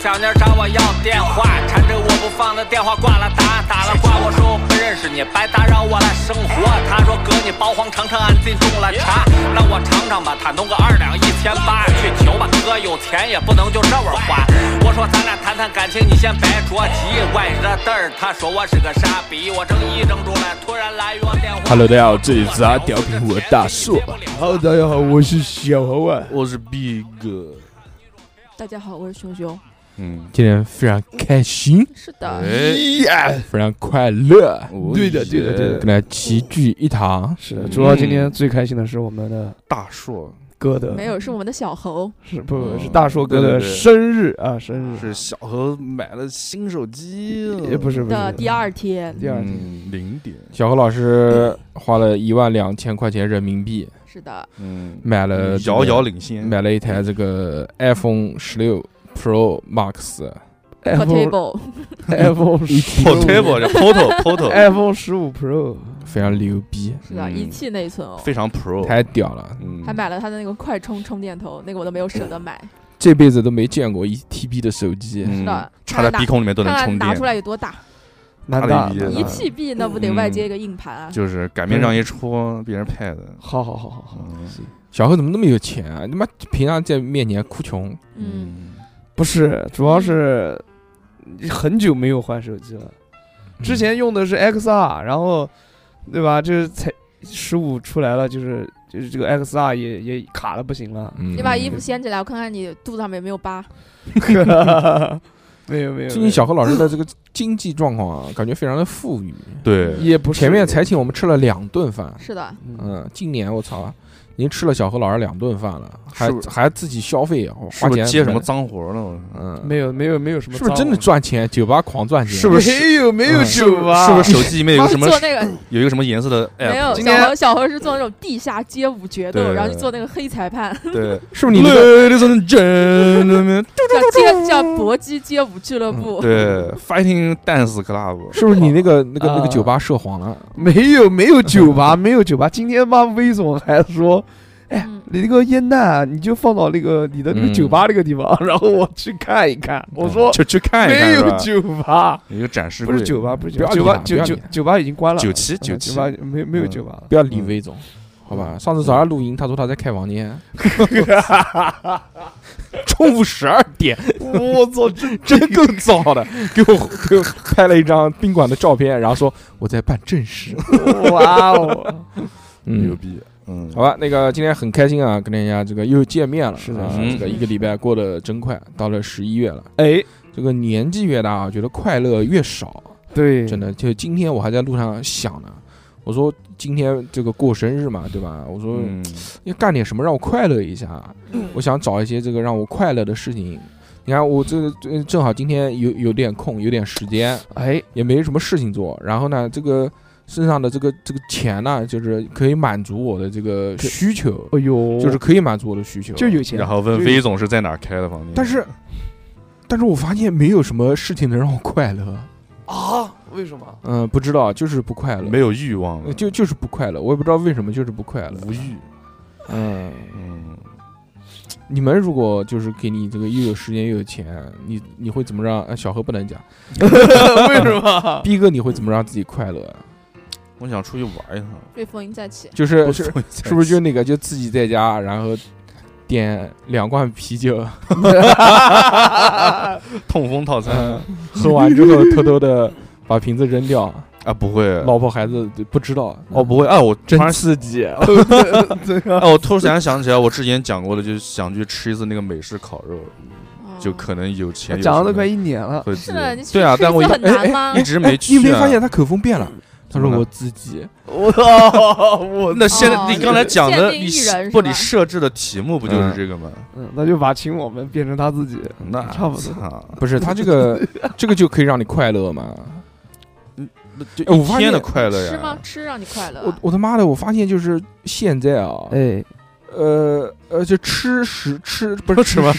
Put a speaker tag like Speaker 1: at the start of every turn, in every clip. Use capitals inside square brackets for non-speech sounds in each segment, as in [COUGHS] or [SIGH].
Speaker 1: 小妞找我要电话，缠着我不放的电话挂了打，打了挂我说我不认识你，白打扰我来生活。他说哥你包黄尝尝，俺自己种了茶，让我尝尝吧，他弄个二两一千八，去求吧哥有钱也不能就这么花。我说咱俩谈谈感情，你先别着急，万一这嘚儿，他说我是个傻逼，我正一怔住来，突然来约电话。哎
Speaker 2: Hello，大家好，这里是
Speaker 1: 啊
Speaker 2: 阿屌品我大硕。
Speaker 3: Hello，大家好，我是小猴啊。
Speaker 4: 我是 Big 哥，
Speaker 5: 大家好，我是熊熊。
Speaker 4: 嗯，
Speaker 2: 今天非常开心，
Speaker 5: 是的，
Speaker 4: 哎，
Speaker 3: 呀，
Speaker 2: 非常快乐，
Speaker 3: 对的对的对的
Speaker 2: 跟大家齐聚一堂。
Speaker 3: 是的，主要今天最开心的是我们的
Speaker 4: 大硕
Speaker 3: 哥的，
Speaker 5: 没有是我们的小猴，
Speaker 3: 是不
Speaker 4: 嗯
Speaker 3: 是大硕哥
Speaker 4: 对
Speaker 3: 的
Speaker 4: 对对
Speaker 3: 生日啊？生日
Speaker 4: 是小何买了新手机
Speaker 5: 啊
Speaker 4: 了，
Speaker 3: 也不是不
Speaker 5: 嗯
Speaker 3: 是
Speaker 5: 的第二天，[LAUGHS]
Speaker 3: 第二天，
Speaker 4: 嗯，零点，
Speaker 2: 小何老师花了一万两千块钱人民币
Speaker 5: 是的，
Speaker 4: 嗯，
Speaker 2: 买了这个
Speaker 4: 遥遥领先，
Speaker 2: [LAUGHS] 买了一台这个 iPhone 十六 Pro Max，
Speaker 3: iPhone
Speaker 5: Portable
Speaker 3: iPhone 十
Speaker 4: [LAUGHS] Portable 这 Portal
Speaker 3: [LAUGHS]
Speaker 4: Portal
Speaker 3: iPhone 十五 Pro，
Speaker 2: 非常牛逼，
Speaker 5: 是的，
Speaker 4: 嗯
Speaker 5: 一 T 内存哦，
Speaker 4: 非常 Pro，
Speaker 2: 太屌了，
Speaker 4: 嗯
Speaker 5: 还买了他的那个快充充电头，那个我都没有舍得买，
Speaker 2: 这辈子都没见过一 TB 的手机。
Speaker 4: 嗯
Speaker 5: 是的
Speaker 4: 插在鼻孔里面都能
Speaker 5: 看看
Speaker 4: 充
Speaker 5: 拿出
Speaker 4: 电，
Speaker 5: 来有多大，
Speaker 3: 蛮大
Speaker 4: 大的一
Speaker 5: 一啊
Speaker 4: 嗯
Speaker 3: 的。
Speaker 5: TB 那不得外接一个硬盘啊？
Speaker 4: 就是擀面杖一戳，别人 Pad，
Speaker 3: 好好好好好，
Speaker 4: 嗯
Speaker 3: 行
Speaker 2: 小何怎么那么有钱啊？你妈平常在面前哭穷，
Speaker 5: 嗯，
Speaker 3: 不是，主要是很久没有换手机了，之前用的是 XR，然后对吧？这才十五出来了，就是就是这个 XR 也也卡的不行了。
Speaker 2: 嗯，
Speaker 5: 你把衣服掀起来，我看看你肚子上面有没有疤。
Speaker 3: [LAUGHS]
Speaker 4: 嗯
Speaker 3: 没有没有，
Speaker 2: 最近小何老师的这个经济状况啊，感觉非常的富裕。
Speaker 4: 对，
Speaker 3: 也不是
Speaker 2: 前面才请我们吃了两顿饭，
Speaker 5: 是的，
Speaker 3: 嗯，
Speaker 2: 嗯，今年我操，已经吃了小何老师两顿饭了，还
Speaker 4: 是不是
Speaker 2: 还自己消费，啊
Speaker 4: 是
Speaker 2: 花
Speaker 4: 不
Speaker 2: 钱
Speaker 4: 是接什
Speaker 2: 买
Speaker 4: 么，脏活了？我操
Speaker 2: 嗯，
Speaker 3: 没有没有没有什么
Speaker 2: 是
Speaker 3: 脏
Speaker 2: 不
Speaker 3: 话，
Speaker 2: 是真的赚钱？酒吧狂赚钱，
Speaker 4: 是不是
Speaker 3: 没有没有
Speaker 2: 嗯
Speaker 3: 酒吧？
Speaker 4: 是不是手机里面有
Speaker 5: 然
Speaker 4: 个
Speaker 5: 后 [LAUGHS]
Speaker 4: 什么哎
Speaker 5: 做那个
Speaker 4: 有一个什么颜色的
Speaker 5: 没
Speaker 4: app？
Speaker 5: 有，
Speaker 3: 今
Speaker 5: 小
Speaker 3: 天
Speaker 5: 猴小猴是做那种地下街舞决斗，
Speaker 4: 对
Speaker 5: 然后去做那个黑裁判，
Speaker 4: 对
Speaker 2: [LAUGHS] 是不是你那个
Speaker 4: ，Ladies and gentlemen，
Speaker 5: 叫街叫搏击街舞俱乐 [LAUGHS] 部。
Speaker 4: 对，Fighting Dance Club，
Speaker 2: 是不是你那
Speaker 4: [LAUGHS]
Speaker 2: 个那个那个
Speaker 3: 啊
Speaker 2: 酒吧涉黄了？
Speaker 3: 没有没有酒吧， [LAUGHS] 没有酒吧。今天妈威总还说，哎
Speaker 5: 嗯，
Speaker 3: 你那个烟弹你就放到那个你的那个
Speaker 2: 嗯
Speaker 3: 酒吧那个地方，然后我去看一看。我说
Speaker 4: 就去看一看，
Speaker 3: 没
Speaker 4: 是
Speaker 3: 有
Speaker 4: 吧
Speaker 3: 酒吧，
Speaker 4: 有一个展示
Speaker 3: 嗯不
Speaker 4: 柜，
Speaker 3: 是酒吧，不是
Speaker 2: 不
Speaker 3: 酒
Speaker 2: 要
Speaker 3: 吧，
Speaker 2: 理
Speaker 3: 酒吧
Speaker 2: 他不
Speaker 3: 酒
Speaker 2: 要
Speaker 3: 酒
Speaker 2: 理他
Speaker 3: 酒吧已经关了，
Speaker 4: 九七
Speaker 3: 嗯
Speaker 4: 九七
Speaker 3: 吧没没有
Speaker 4: 嗯
Speaker 3: 酒吧了。
Speaker 2: 不要理
Speaker 4: 嗯
Speaker 2: 魏总，好吧？上次早上录音，他说他在开
Speaker 4: [LAUGHS]
Speaker 2: 房间，中午十二点，
Speaker 3: 我操，真
Speaker 2: [LAUGHS] 真够早的，给我给我拍了一张宾馆的照片，然后说我在办正事。
Speaker 3: 哇哦！
Speaker 4: 牛
Speaker 2: 嗯，
Speaker 4: 逼，嗯，
Speaker 2: 好吧，那个今天很开心啊，跟大家这个又见面了，
Speaker 3: 是的
Speaker 2: 啊
Speaker 4: 是的
Speaker 2: 这个一个礼拜过得真快，到了十一月了，
Speaker 3: 哎，
Speaker 2: 这个年纪越大，觉得快乐越少，
Speaker 3: 对，
Speaker 2: 真的。就今天我还在路上想呢，我说今天这个过生日嘛，对吧？我说
Speaker 4: 嗯，
Speaker 2: 要干点什么让我快乐一下，我想找一些这个让我快乐的事情。你看我这个这正好今天有有点空，有点时间，
Speaker 3: 哎，
Speaker 2: 也没什么事情做。然后呢，这个身上的这个这个钱呢，就是可以满足我的这个
Speaker 3: 可
Speaker 2: 需求，
Speaker 3: 哎呦，
Speaker 2: 就是可以满足我的需求。
Speaker 3: 就有钱，
Speaker 4: 然后问威总是在哪儿开的房间，
Speaker 2: 但是，但是我发现没有什么事情能让我快乐。
Speaker 3: 啊？为什么？
Speaker 2: 嗯，不知道，就是呃不快乐，
Speaker 4: 没有欲望了，
Speaker 2: 就就是不快乐。我也不知道为什么，就是不快乐。
Speaker 4: 无欲，
Speaker 2: 嗯，
Speaker 4: 嗯，
Speaker 2: 你们如果就是给你这个又有时间又有钱，你你会怎么让？呃小何不能讲，
Speaker 3: 为什
Speaker 4: 啊
Speaker 2: [LAUGHS]
Speaker 3: 么？
Speaker 2: 逼哥你会怎么让自己快乐？
Speaker 4: 我想出去玩一趟，
Speaker 5: 瑞丰赢在起，
Speaker 2: 就是
Speaker 4: 不
Speaker 2: 是
Speaker 4: 是
Speaker 2: 是不是就那个就自己在家，然后点两罐啤酒，
Speaker 4: [LAUGHS] 痛风套餐
Speaker 2: 嗯，喝完之后偷偷的把瓶子
Speaker 4: [LAUGHS]
Speaker 2: 扔掉，
Speaker 4: 啊？不会，
Speaker 2: 老婆孩子不知道。
Speaker 4: 哦不会，哎，我突然
Speaker 2: 刺激！
Speaker 3: 这个
Speaker 4: 哎，我突然想起来，我之前讲过的，就是想去吃一次那个美式烤肉，
Speaker 5: 哦
Speaker 4: 就可能有钱，
Speaker 3: 讲了
Speaker 4: 了
Speaker 3: 都快一年了，
Speaker 4: 会
Speaker 5: 是
Speaker 4: 自
Speaker 5: 的，你
Speaker 4: 对啊，
Speaker 5: 吃
Speaker 4: 但我
Speaker 5: 一
Speaker 4: 一
Speaker 5: 次很
Speaker 2: 哎哎
Speaker 5: 难吗？
Speaker 4: 一直没去
Speaker 2: 你
Speaker 4: 啊，
Speaker 2: 没发现他口风变
Speaker 4: [LAUGHS]
Speaker 2: 了？他说
Speaker 4: 怎么了
Speaker 2: 我自己，
Speaker 3: 我操，我
Speaker 4: 那现在
Speaker 5: 哦
Speaker 4: 你刚才讲的，
Speaker 5: 限定
Speaker 4: 你
Speaker 5: 艺人是
Speaker 4: 不
Speaker 5: 吧
Speaker 4: 你设置的题目不就是这个吗？
Speaker 3: 嗯，那就把请我们变成他自己，
Speaker 4: 那
Speaker 3: 差不多
Speaker 4: 多。
Speaker 2: 不是他这个 [LAUGHS] 这个就可以让你快乐嘛？
Speaker 4: 嗯就
Speaker 2: 哎我
Speaker 4: 一
Speaker 2: 发
Speaker 4: 天
Speaker 2: 现
Speaker 4: 的快乐呀，
Speaker 5: 吃吗？吃让你快乐
Speaker 2: 我
Speaker 5: 啊。
Speaker 2: 我他妈的，我发现就是现在啊，
Speaker 3: 哎，
Speaker 2: 呃呃，就吃食吃不是吃
Speaker 4: 吗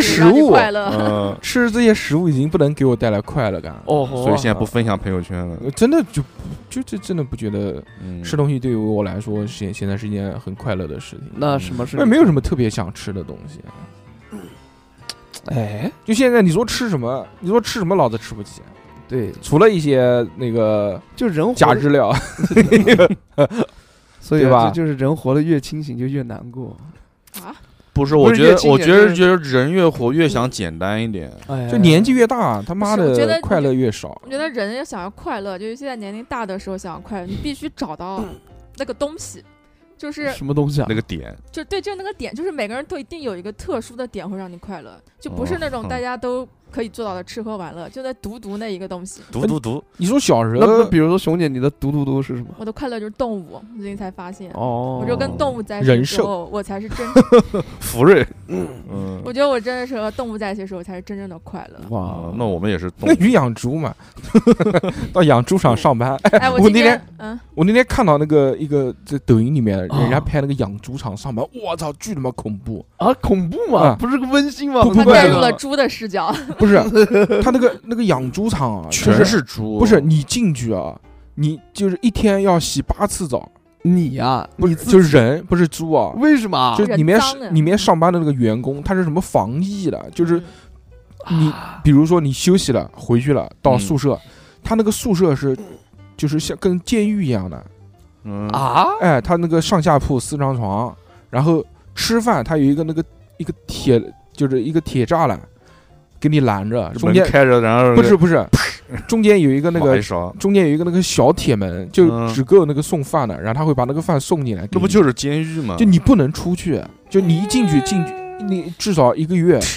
Speaker 5: 屎
Speaker 2: 食
Speaker 5: 啊让你
Speaker 2: 物
Speaker 5: 快乐，
Speaker 2: [LAUGHS]
Speaker 4: 嗯，
Speaker 2: 吃这些食物已经不能给我带来快乐感了。
Speaker 3: 哦，
Speaker 4: 所以现在不分享朋友圈了。
Speaker 2: 呃真的就就这真的不觉得
Speaker 4: 嗯
Speaker 2: 吃，东西对于我来说现现在是一件很快乐的事情，
Speaker 4: 嗯
Speaker 3: 那什么
Speaker 2: 因
Speaker 3: 是
Speaker 5: 嗯
Speaker 2: 为没有什么特别想吃的东西。
Speaker 3: 哎，
Speaker 2: 啊就现在你说吃什么，你说吃什么，老子吃不起。啊
Speaker 3: 对，
Speaker 2: 除了一些那个
Speaker 3: 就人活
Speaker 2: 假
Speaker 3: 的
Speaker 2: 日
Speaker 5: [LAUGHS]
Speaker 2: 料，
Speaker 3: 所以
Speaker 2: 对
Speaker 3: 啊
Speaker 2: 吧
Speaker 3: 这就是人活得越清醒就越难过。
Speaker 5: 啊
Speaker 4: 不是，
Speaker 3: 不
Speaker 4: 我
Speaker 3: 是
Speaker 4: 觉
Speaker 3: 越
Speaker 4: 得，
Speaker 3: 清
Speaker 4: 我
Speaker 3: 醒
Speaker 4: 觉得，
Speaker 3: 是
Speaker 4: 觉得人越活越想简单一点。
Speaker 3: 哎，
Speaker 2: 就年纪越大，他妈
Speaker 5: 不是我觉得
Speaker 2: 的快乐越少
Speaker 5: 我。觉得人要想要快乐，就尤其在年龄大的时候想要快乐，你必须找到那个东西，就是
Speaker 3: 什么东西啊
Speaker 4: 那？个点，
Speaker 5: 就对，就是那个点，就是每个人都一定有一个特殊的点会让你快乐，就不
Speaker 4: 哦
Speaker 5: 是那种
Speaker 4: 嗯
Speaker 5: 大家都可以做到的吃喝玩乐，就那独独那一个东西。
Speaker 4: 读读读，
Speaker 2: 你说小时
Speaker 3: 那那
Speaker 2: 候
Speaker 3: 比如说熊姐，你的嘟嘟嘟是什么？
Speaker 5: 我的快乐就是动物，我最近才发现，
Speaker 3: 哦，
Speaker 5: 我就跟动物在一起
Speaker 2: 人
Speaker 5: 的时
Speaker 2: 兽
Speaker 5: 候，我才是真，
Speaker 4: 福瑞，嗯
Speaker 5: 我觉得我真的是和动物在一起的时候，我才是真正的快乐。
Speaker 3: 哇
Speaker 4: 啊，，那我们也是动
Speaker 2: 那
Speaker 4: 物
Speaker 2: 鱼养猪嘛， [LAUGHS] 到养猪场上班。 [LAUGHS] 哎
Speaker 5: 哎，我
Speaker 2: 我
Speaker 5: 今
Speaker 2: 那
Speaker 5: 天
Speaker 2: 天
Speaker 5: 嗯，
Speaker 2: 我那天看到那个一个在抖音里面
Speaker 3: 啊
Speaker 2: 人家拍那个养猪场上班，我操，巨他妈恐怖！
Speaker 3: 啊恐怖嘛，
Speaker 2: 啊
Speaker 3: 不是个温馨嘛？
Speaker 2: 不
Speaker 5: 他
Speaker 2: 不
Speaker 5: 带
Speaker 2: 不
Speaker 5: 入了猪的视角， [LAUGHS]
Speaker 2: 不是他那个那个养猪场啊，就
Speaker 4: 全是猪，
Speaker 2: 不是你进去啊，你就是一天要洗八次澡，
Speaker 3: 你呀，
Speaker 2: 不是就是人不是猪啊，
Speaker 3: 为什么啊？
Speaker 2: 就
Speaker 5: 人
Speaker 2: 里面
Speaker 5: 脏
Speaker 2: 是
Speaker 5: 的
Speaker 2: 里面上班的那个员工，他是什么防疫的？就是
Speaker 5: 嗯
Speaker 2: 你
Speaker 3: 啊
Speaker 2: 比如说你休息了回去了到
Speaker 4: 嗯
Speaker 2: 宿舍，他那个宿舍是就是像跟监狱一样的，
Speaker 4: 嗯
Speaker 3: 啊，
Speaker 2: 哎，他那个上下铺四张床，然后吃饭他有一个那个一个铁就是一个铁栅栏给你拦着，中
Speaker 4: 门
Speaker 2: 间
Speaker 4: 开着，然后
Speaker 2: 不是
Speaker 4: [LAUGHS]
Speaker 2: 不是中间有一个那
Speaker 4: 马
Speaker 2: 个
Speaker 4: 一。勺，
Speaker 2: 中间有一个那个小铁门，就
Speaker 4: 嗯
Speaker 2: 只够那个送饭的，然后他会把那个饭送进来给你。
Speaker 4: 那不就是监狱吗？
Speaker 2: 嗯就你不能出去，就你一进去进去，你至少一个月。 [LAUGHS]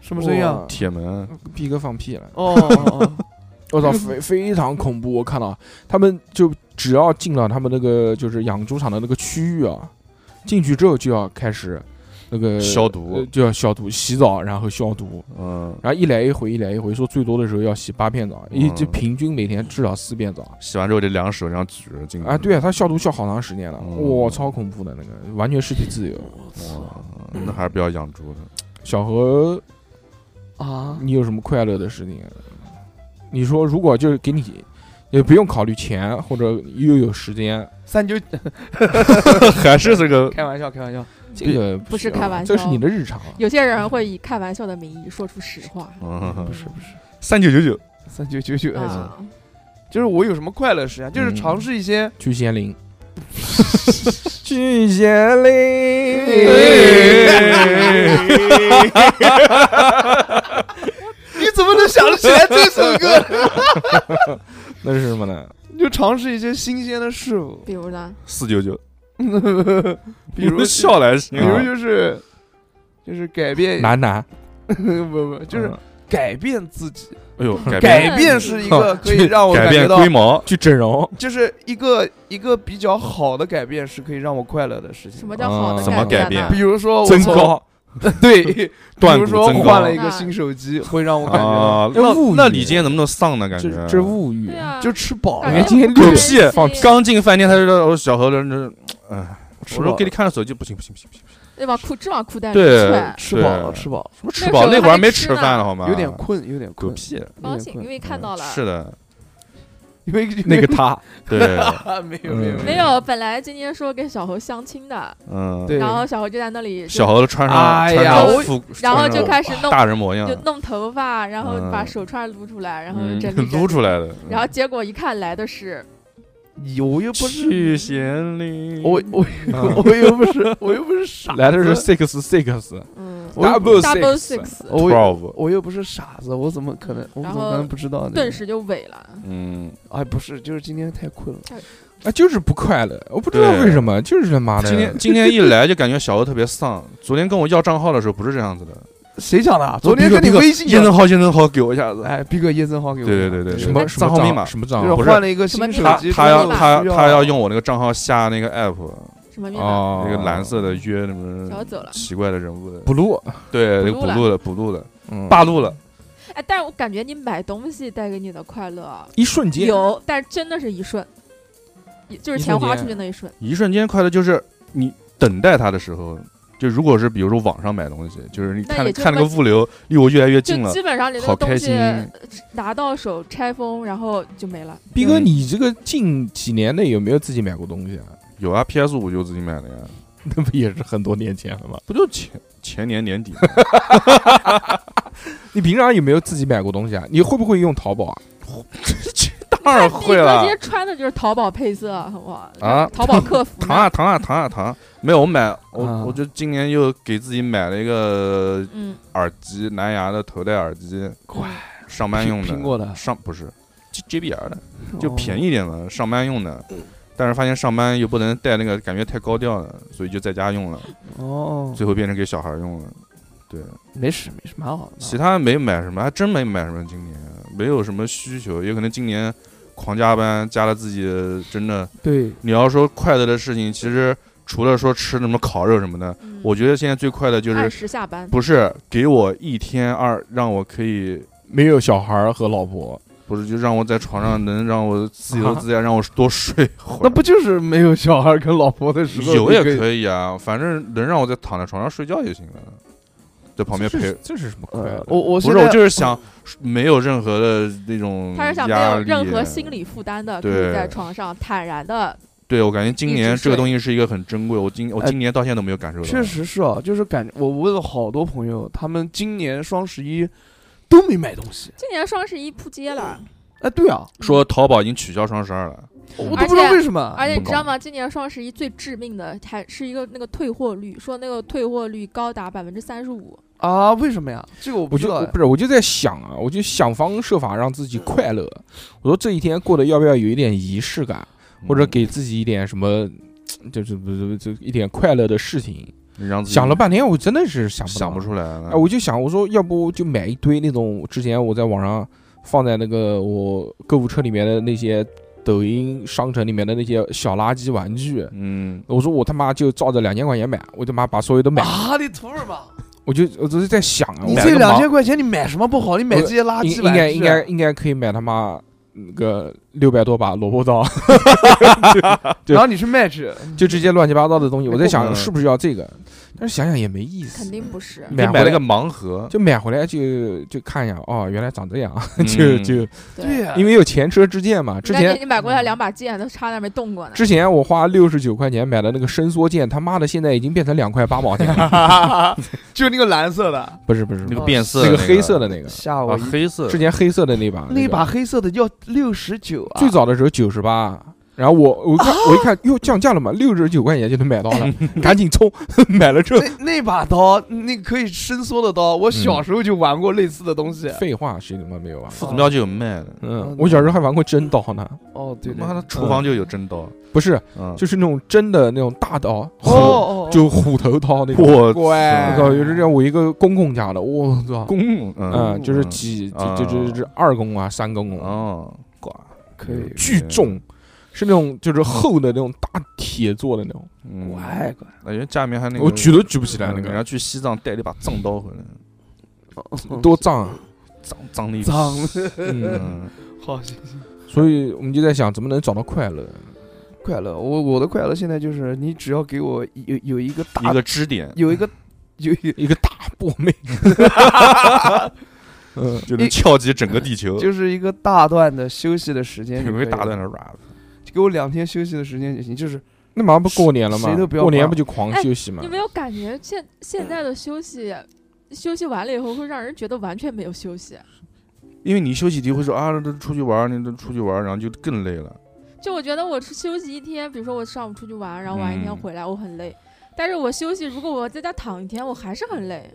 Speaker 3: 什么声音啊？
Speaker 2: 哇？
Speaker 4: 铁门，
Speaker 2: 逼哥放屁了！
Speaker 3: 哦哦，哦
Speaker 2: 我操，非非常恐怖！我看到他们就只要进了他们那个就是养猪场的那个区域啊，进去之后就要开始那个
Speaker 4: 消毒
Speaker 2: 呃就要消毒、洗澡，然后消毒，
Speaker 4: 嗯，
Speaker 2: 然后一来一回，一来一回，说最多的时候要洗八遍澡，一就
Speaker 4: 嗯
Speaker 2: 平均每天至少四遍澡。
Speaker 4: 洗完之后得两手这样举着进去
Speaker 2: 啊，对啊，他消毒消好长时间了，
Speaker 4: 嗯
Speaker 2: 我超恐怖的那个，完全失去自由。
Speaker 4: 哇，
Speaker 3: 嗯
Speaker 4: 那还是不要养猪了。
Speaker 2: 小何
Speaker 3: [LAUGHS] 啊，
Speaker 2: 你有什么快乐的事情？你说如果就是给你，也不用考虑钱，或者又有时间，
Speaker 3: 三九，
Speaker 4: [LAUGHS] 还是这个
Speaker 3: 开玩笑，开玩笑，
Speaker 2: 这个啊
Speaker 5: 不是开玩笑
Speaker 2: 这是你的日常。啊
Speaker 5: 有些人会以开玩笑的名义说出实话
Speaker 4: 不是哎
Speaker 3: 不是
Speaker 4: 三九九九，
Speaker 3: 三九九九还行。
Speaker 5: 啊。
Speaker 3: 就是我有什么快乐事啊？就是
Speaker 4: 嗯
Speaker 3: 尝试一些
Speaker 2: 去仙林，去仙
Speaker 3: 哎
Speaker 2: 林，
Speaker 3: 你怎么能想得起来这首
Speaker 2: [LAUGHS]
Speaker 3: 歌？
Speaker 2: [LAUGHS] 那是什么呢？
Speaker 3: 就尝试一些新鲜的事物，
Speaker 5: 比如呢，
Speaker 4: 四九
Speaker 3: [LAUGHS]
Speaker 4: 九，
Speaker 3: 比如
Speaker 4: 笑来行
Speaker 3: 比如就是就是改变，
Speaker 2: 男男
Speaker 3: 不不，
Speaker 2: 嗯
Speaker 3: 就是改变自己。
Speaker 4: 哎呦，改变
Speaker 3: 改变是一
Speaker 2: 哦
Speaker 3: 个可以让
Speaker 4: [LAUGHS]
Speaker 3: 我
Speaker 4: 改
Speaker 3: 感觉
Speaker 4: 变
Speaker 3: 到
Speaker 4: 龟，毛，
Speaker 2: 去整容，
Speaker 3: 就是一个一个比较好的改变是可以让我快乐的事情。
Speaker 5: 什么叫好的
Speaker 2: 嗯怎么
Speaker 4: 啊改
Speaker 5: 变呢？
Speaker 3: 比如说我
Speaker 2: 增
Speaker 3: 从，
Speaker 2: 高，
Speaker 3: [LAUGHS]
Speaker 2: [LAUGHS]
Speaker 3: 对，比
Speaker 4: 断
Speaker 3: 如
Speaker 4: 骨
Speaker 3: 说
Speaker 4: 增
Speaker 3: 换了
Speaker 4: 高
Speaker 3: 一个新手机，会让我感觉
Speaker 4: 啊！
Speaker 2: 这
Speaker 4: 那
Speaker 2: 物语
Speaker 4: 那你今天怎么能丧呢？感
Speaker 2: 这
Speaker 4: 觉
Speaker 2: 这物语
Speaker 5: 对。啊，
Speaker 3: 就吃饱
Speaker 5: 感
Speaker 2: 感
Speaker 5: 觉
Speaker 2: 觉
Speaker 3: 了。
Speaker 2: 今天
Speaker 5: 不
Speaker 2: 六
Speaker 5: 珍
Speaker 4: 屁
Speaker 5: 惜
Speaker 2: 放
Speaker 4: 刚进饭店，他就说：“我小何，这，哎，
Speaker 3: 吃
Speaker 4: 我说
Speaker 3: 饱了
Speaker 4: 给你看看手机，不行不行不行不行，
Speaker 5: 对吧？裤只往裤带里
Speaker 4: 对
Speaker 5: 揣，
Speaker 3: 吃饱了，吃饱了，
Speaker 4: 什么吃饱？
Speaker 5: 哎那时
Speaker 4: 那
Speaker 5: 候
Speaker 4: 会儿
Speaker 5: 还没
Speaker 4: 没
Speaker 5: 吃
Speaker 4: 吃
Speaker 5: 呢
Speaker 4: 饭好吗？
Speaker 3: 有点
Speaker 2: 啊
Speaker 3: 困，有点
Speaker 4: 狗
Speaker 3: 困，
Speaker 4: 屁，
Speaker 3: 有
Speaker 5: 高
Speaker 3: 点
Speaker 5: 兴，
Speaker 3: 困
Speaker 5: 因，为看到了。
Speaker 4: 是的，
Speaker 3: [LAUGHS] 因为因为
Speaker 2: 那个他，
Speaker 4: 对，
Speaker 3: [LAUGHS] 啊，没有没有
Speaker 2: 嗯
Speaker 5: 没，有，本来今天说给小猴相亲的，
Speaker 4: 嗯，
Speaker 3: 对，
Speaker 5: 然后小猴就在那里就
Speaker 4: 小猴子穿上
Speaker 3: 哎
Speaker 4: 穿
Speaker 3: 呀
Speaker 4: 上
Speaker 5: 我
Speaker 4: 复，
Speaker 5: 然后
Speaker 4: 穿上
Speaker 5: 就开始弄
Speaker 4: 大人模样
Speaker 5: 就，弄头发，然后把
Speaker 4: 嗯
Speaker 5: 手串撸出来，然后
Speaker 4: 嗯
Speaker 5: 整理整
Speaker 4: [LAUGHS] 撸
Speaker 5: 理
Speaker 4: 出来的，嗯
Speaker 5: 然后结果一看来的是，
Speaker 3: 我又不
Speaker 4: 去
Speaker 3: 是
Speaker 4: 咸里，
Speaker 3: 我我
Speaker 2: 嗯
Speaker 3: [LAUGHS] 我又不是我又不是傻子，
Speaker 2: 来的是 six six
Speaker 5: 嗯
Speaker 3: 我
Speaker 2: double
Speaker 5: ，double
Speaker 2: six，
Speaker 5: six，
Speaker 4: 哦
Speaker 3: 我又
Speaker 4: twelve，
Speaker 3: 我又不是傻子，我怎么可能我怎么可能不知道呢？
Speaker 5: 顿时就萎了。
Speaker 4: 嗯，
Speaker 3: 哎，不是，就是今天太困了，
Speaker 2: 啊，就是不快乐，我不知道
Speaker 4: 对
Speaker 2: 为什么，就是他妈的。
Speaker 4: 今天今天一来就感觉小欧特别丧。昨天跟我要账号的时候不是这样子的，
Speaker 3: 谁讲的啊？昨天跟你
Speaker 4: 逼哥
Speaker 3: 微信
Speaker 4: 验
Speaker 3: 讲
Speaker 4: 证号验证号给我一下子。
Speaker 3: 哎，逼哥叶森号给我的，
Speaker 4: 对对对对
Speaker 2: 什么什
Speaker 4: 账
Speaker 2: 么
Speaker 4: 号密码
Speaker 2: 什么
Speaker 3: 就
Speaker 2: 账
Speaker 3: 是
Speaker 2: 号
Speaker 4: 不是
Speaker 3: 换了一个新手
Speaker 5: 什么
Speaker 4: 他
Speaker 5: 密
Speaker 3: 机，
Speaker 5: 码
Speaker 4: 他要他
Speaker 3: 需要
Speaker 4: 他要用我那个账号下那个 app，
Speaker 5: 什么密码？
Speaker 2: 哦
Speaker 4: 那个蓝色的约什
Speaker 5: 小猴
Speaker 4: 么
Speaker 5: 走了。
Speaker 4: 奇怪的人物的，
Speaker 2: 不录，
Speaker 4: 对，那个
Speaker 5: 补
Speaker 4: 补
Speaker 5: 录
Speaker 4: 录的补录的
Speaker 2: 嗯
Speaker 4: 霸录了，
Speaker 5: 哎，但是我感觉你买东西带给你的快乐
Speaker 2: 一瞬间
Speaker 5: 有，但是真的是一瞬，一就是
Speaker 2: 一
Speaker 5: 钱
Speaker 2: 瞬
Speaker 5: 花
Speaker 2: 间
Speaker 5: 出去那一瞬。
Speaker 4: 一瞬间快乐就是你等待它的时候。就如果是比如说网上买东西，就是你
Speaker 5: 那
Speaker 4: 看
Speaker 5: 也就
Speaker 4: 看那
Speaker 5: 那
Speaker 4: 个物流离我越来越
Speaker 5: 就
Speaker 4: 近了，
Speaker 5: 基本上你那个
Speaker 4: 好
Speaker 5: 东
Speaker 4: 开
Speaker 5: 西
Speaker 4: 心
Speaker 5: 呃拿到手拆封，然后就没了。
Speaker 2: 逼
Speaker 4: 嗯
Speaker 2: 哥，你这个近几年内有没有自己买过东西啊？ [LAUGHS]
Speaker 4: 有啊，PS 五就自己买的呀。
Speaker 2: 那不也是很多年前了吗？
Speaker 4: 不就前前年年
Speaker 5: [LAUGHS]
Speaker 4: 底吗
Speaker 2: 你平常有没有自己买过东西啊？你会不会用淘宝啊？
Speaker 4: 当然会
Speaker 5: 了，
Speaker 4: 了
Speaker 5: 哎直接穿的就是淘宝配色，好不好？
Speaker 4: 啊！
Speaker 5: 淘宝
Speaker 4: [LAUGHS]
Speaker 5: 客服
Speaker 4: 糖啊糖啊糖啊糖啊！没有，我买我、
Speaker 3: 啊
Speaker 4: 我就今年又给自己买了一个
Speaker 5: 嗯，
Speaker 4: 耳机，蓝牙的头戴耳机，
Speaker 3: 乖，
Speaker 4: 上班用的，哦
Speaker 3: 苹果的
Speaker 4: 上不是 J JBL 的，就便宜一点嘛，上班用的。但是发现上班又不能戴那个，感觉太高调了，所以就在家用了，
Speaker 3: 哦，
Speaker 4: 最后变成给小孩用了。对，
Speaker 3: 没事没事，蛮好的。
Speaker 4: 其他没买什么，还真没买什么。今年没有什么需求，也可能今年狂加班，加了自己真的。
Speaker 3: 对，
Speaker 4: 你要说快乐的事情，其实除了说吃什么烤肉什么的，
Speaker 5: 嗯
Speaker 4: 我觉得现在最快的就
Speaker 5: 按
Speaker 4: 是
Speaker 5: 时下班，
Speaker 4: 不是给我一天二，让我可以
Speaker 2: 没有小孩儿和老婆，
Speaker 4: 不是就让我在床上能让我自由自在，让我多睡会儿。
Speaker 3: 那不就是没有小孩跟老婆的时候
Speaker 4: 有也
Speaker 3: 你以？
Speaker 4: 可以啊，反正能让我在躺在床上睡觉就行了，在旁边
Speaker 2: 这
Speaker 4: 陪
Speaker 2: 是。这是什么快
Speaker 3: 呃
Speaker 2: 乐，？
Speaker 3: 我我
Speaker 4: 不
Speaker 3: 现
Speaker 4: 是，
Speaker 3: 在
Speaker 4: 我就是想没有任何的那种
Speaker 5: 他是想没
Speaker 4: 压
Speaker 5: 有
Speaker 4: 力啊
Speaker 5: 任何心理负担的，可以
Speaker 4: 对
Speaker 5: 在床上坦然的，
Speaker 4: 对我感觉今
Speaker 5: 一
Speaker 4: 年
Speaker 5: 直
Speaker 4: 这个
Speaker 5: 睡
Speaker 4: 东西是一个很珍贵，我今我
Speaker 3: 哎
Speaker 4: 今年到现在都没有感受到。
Speaker 3: 确，实是啊，就是感觉我问了好多朋友，他们今年双十一都没买东西。
Speaker 5: 今年双十一扑街
Speaker 4: 嗯
Speaker 5: 了，
Speaker 3: 哎，对啊，
Speaker 4: 说淘宝已经取消双十二了，
Speaker 3: 我都不知道为什啊么。
Speaker 5: 而且你
Speaker 4: 不
Speaker 5: 知道吗？今年双十一最致命的还是一个那个退货率，说那个退货率高达百分之三十五，
Speaker 3: 啊，为什么呀？这个我不
Speaker 2: 我
Speaker 3: 知
Speaker 2: 就
Speaker 3: 道
Speaker 2: 我
Speaker 3: 哎。
Speaker 2: 不是，我就在想啊，我就想方设法让自己快乐。
Speaker 4: 嗯
Speaker 2: 我说这一天过得要不要有一点仪式感，
Speaker 4: 嗯
Speaker 2: 或者给自己一点什么，就是不是就一点快乐的事情。
Speaker 4: 你让自己
Speaker 2: 想了半天，我真的是想
Speaker 4: 想不
Speaker 2: 不到
Speaker 4: 出来
Speaker 3: 啊
Speaker 2: 哎，
Speaker 4: 了。
Speaker 2: 我就想，我说要不就买一堆那种之前我在网上放在那个我购物车里面的那些抖音商城里面的那些小垃圾玩具。
Speaker 4: 嗯，
Speaker 2: 我说我他妈就照着两千块钱买，我他妈把所有都买，
Speaker 3: 啊，你图什么？
Speaker 2: 我就我只是在想啊，
Speaker 3: 你
Speaker 2: 我
Speaker 4: 买
Speaker 3: 这
Speaker 4: 个
Speaker 3: 两
Speaker 4: 毛
Speaker 3: 千块钱你买什么不好？你买这些垃
Speaker 2: 应
Speaker 3: 圾
Speaker 2: 应
Speaker 3: 玩具啊
Speaker 2: 该应该应该可以买他妈那个六百多把萝卜刀，对
Speaker 3: 然后你去卖去，
Speaker 2: [LAUGHS] 就这些乱七八糟的东西，我在想
Speaker 4: 嗯
Speaker 2: 是不是要这个，但是想想也没意
Speaker 5: 肯
Speaker 2: 思，
Speaker 5: 定不是。
Speaker 2: 买
Speaker 4: 你买
Speaker 2: 回来
Speaker 4: 了个盲盒，
Speaker 2: 就买回来就就看一下，哦，原来长这样，
Speaker 4: 嗯
Speaker 2: [LAUGHS] [LAUGHS] 就就
Speaker 3: 对呀，
Speaker 2: 因为有前车之鉴嘛，之
Speaker 5: 那
Speaker 2: 前
Speaker 5: 你你买过来两把剑，都插那没动过呢。
Speaker 2: 之前我花六十九块钱买的那个伸缩键，他妈的现在已经变成两块八毛钱 [LAUGHS] 了。
Speaker 3: 啊
Speaker 4: [LAUGHS]
Speaker 3: 就那个蓝色的，
Speaker 2: 不是不是，
Speaker 4: 哦那
Speaker 2: 那
Speaker 4: 个
Speaker 2: 个
Speaker 4: 变色的
Speaker 2: 黑色的那个，
Speaker 3: 吓我
Speaker 4: 啊，
Speaker 3: 一
Speaker 4: 黑色
Speaker 2: 之前黑色的那把，啊
Speaker 3: 那
Speaker 2: 个
Speaker 3: 把黑色的要六十九啊！
Speaker 2: 最早的时候九十八，然后我我一看我一看，哟降价了嘛，六十九块钱就能买到了，赶紧冲 [LAUGHS] 买了之后，
Speaker 3: 那那把刀，那个可以伸缩的刀，我小时候就玩过类似的东
Speaker 4: 嗯
Speaker 3: 西。
Speaker 2: 废话谁他妈没有啊？
Speaker 4: 夫子庙就有卖的，
Speaker 2: 嗯，我小时候还玩过真刀呢，
Speaker 3: 哦，对对，
Speaker 4: 妈的，
Speaker 3: 对
Speaker 4: 厨房就有真刀，
Speaker 2: 不是，
Speaker 4: 嗯，
Speaker 2: 就是那种真的那种大刀，
Speaker 3: 哦
Speaker 2: 虎
Speaker 3: 哦，哦
Speaker 2: 就虎头刀那种。
Speaker 4: 我
Speaker 2: 我
Speaker 3: 乖
Speaker 2: 操，就是这样，我一个公公家的，我操，
Speaker 4: 公，嗯
Speaker 2: 啊，就是
Speaker 4: 嗯
Speaker 2: 几
Speaker 4: 啊
Speaker 2: 就就就是二公啊，三公啊，
Speaker 4: 哦，挂
Speaker 3: 可以，
Speaker 2: 巨重，是那种就是厚的那种大铁做的那种，
Speaker 4: 嗯，
Speaker 3: 乖乖，
Speaker 4: 感觉家里面还那个，
Speaker 2: 我举都举不起来
Speaker 4: 嗯
Speaker 2: 那
Speaker 4: 人家
Speaker 2: 个，
Speaker 4: 去西藏带了一把藏刀回来，
Speaker 3: 嗯
Speaker 2: 多脏啊！
Speaker 4: 脏脏的一批
Speaker 3: 脏，
Speaker 4: [LAUGHS]
Speaker 2: 嗯，
Speaker 4: 嗯，
Speaker 3: 好行行，
Speaker 2: 所以我们就在想怎么能找到快乐。
Speaker 3: [LAUGHS] 快乐。我我的快乐现在就是，你只要给我有有一个
Speaker 4: 啊一
Speaker 3: 大，
Speaker 4: 个支点
Speaker 3: 有一个有
Speaker 2: [LAUGHS]
Speaker 3: 一
Speaker 2: 一个大波
Speaker 3: [LAUGHS]
Speaker 2: 妹，嗯，
Speaker 4: 就能撬击整个地球，
Speaker 3: 就是一个大段的休息的时间就
Speaker 4: 有
Speaker 3: 可
Speaker 4: 一
Speaker 3: 以了，
Speaker 4: 个大段的 rap，
Speaker 3: 就给我两天休息的时间就行，就是
Speaker 2: 那马上不过年了吗
Speaker 3: 谁都？不要
Speaker 2: 过年
Speaker 3: 管
Speaker 2: 不就狂休息吗
Speaker 5: 哎你？没有感觉现现在的休息，休息完了以后会让人觉得完全没有休息？
Speaker 4: 因为你休息一天会说啊，那都出去玩儿，那都出去玩儿，然后就更累了，
Speaker 5: 就我觉得我休息一天，比如说我上午出去玩，然后玩一天
Speaker 4: 嗯
Speaker 5: 回来，我很累。但是我休息，如果我在家躺一天，我还是很累，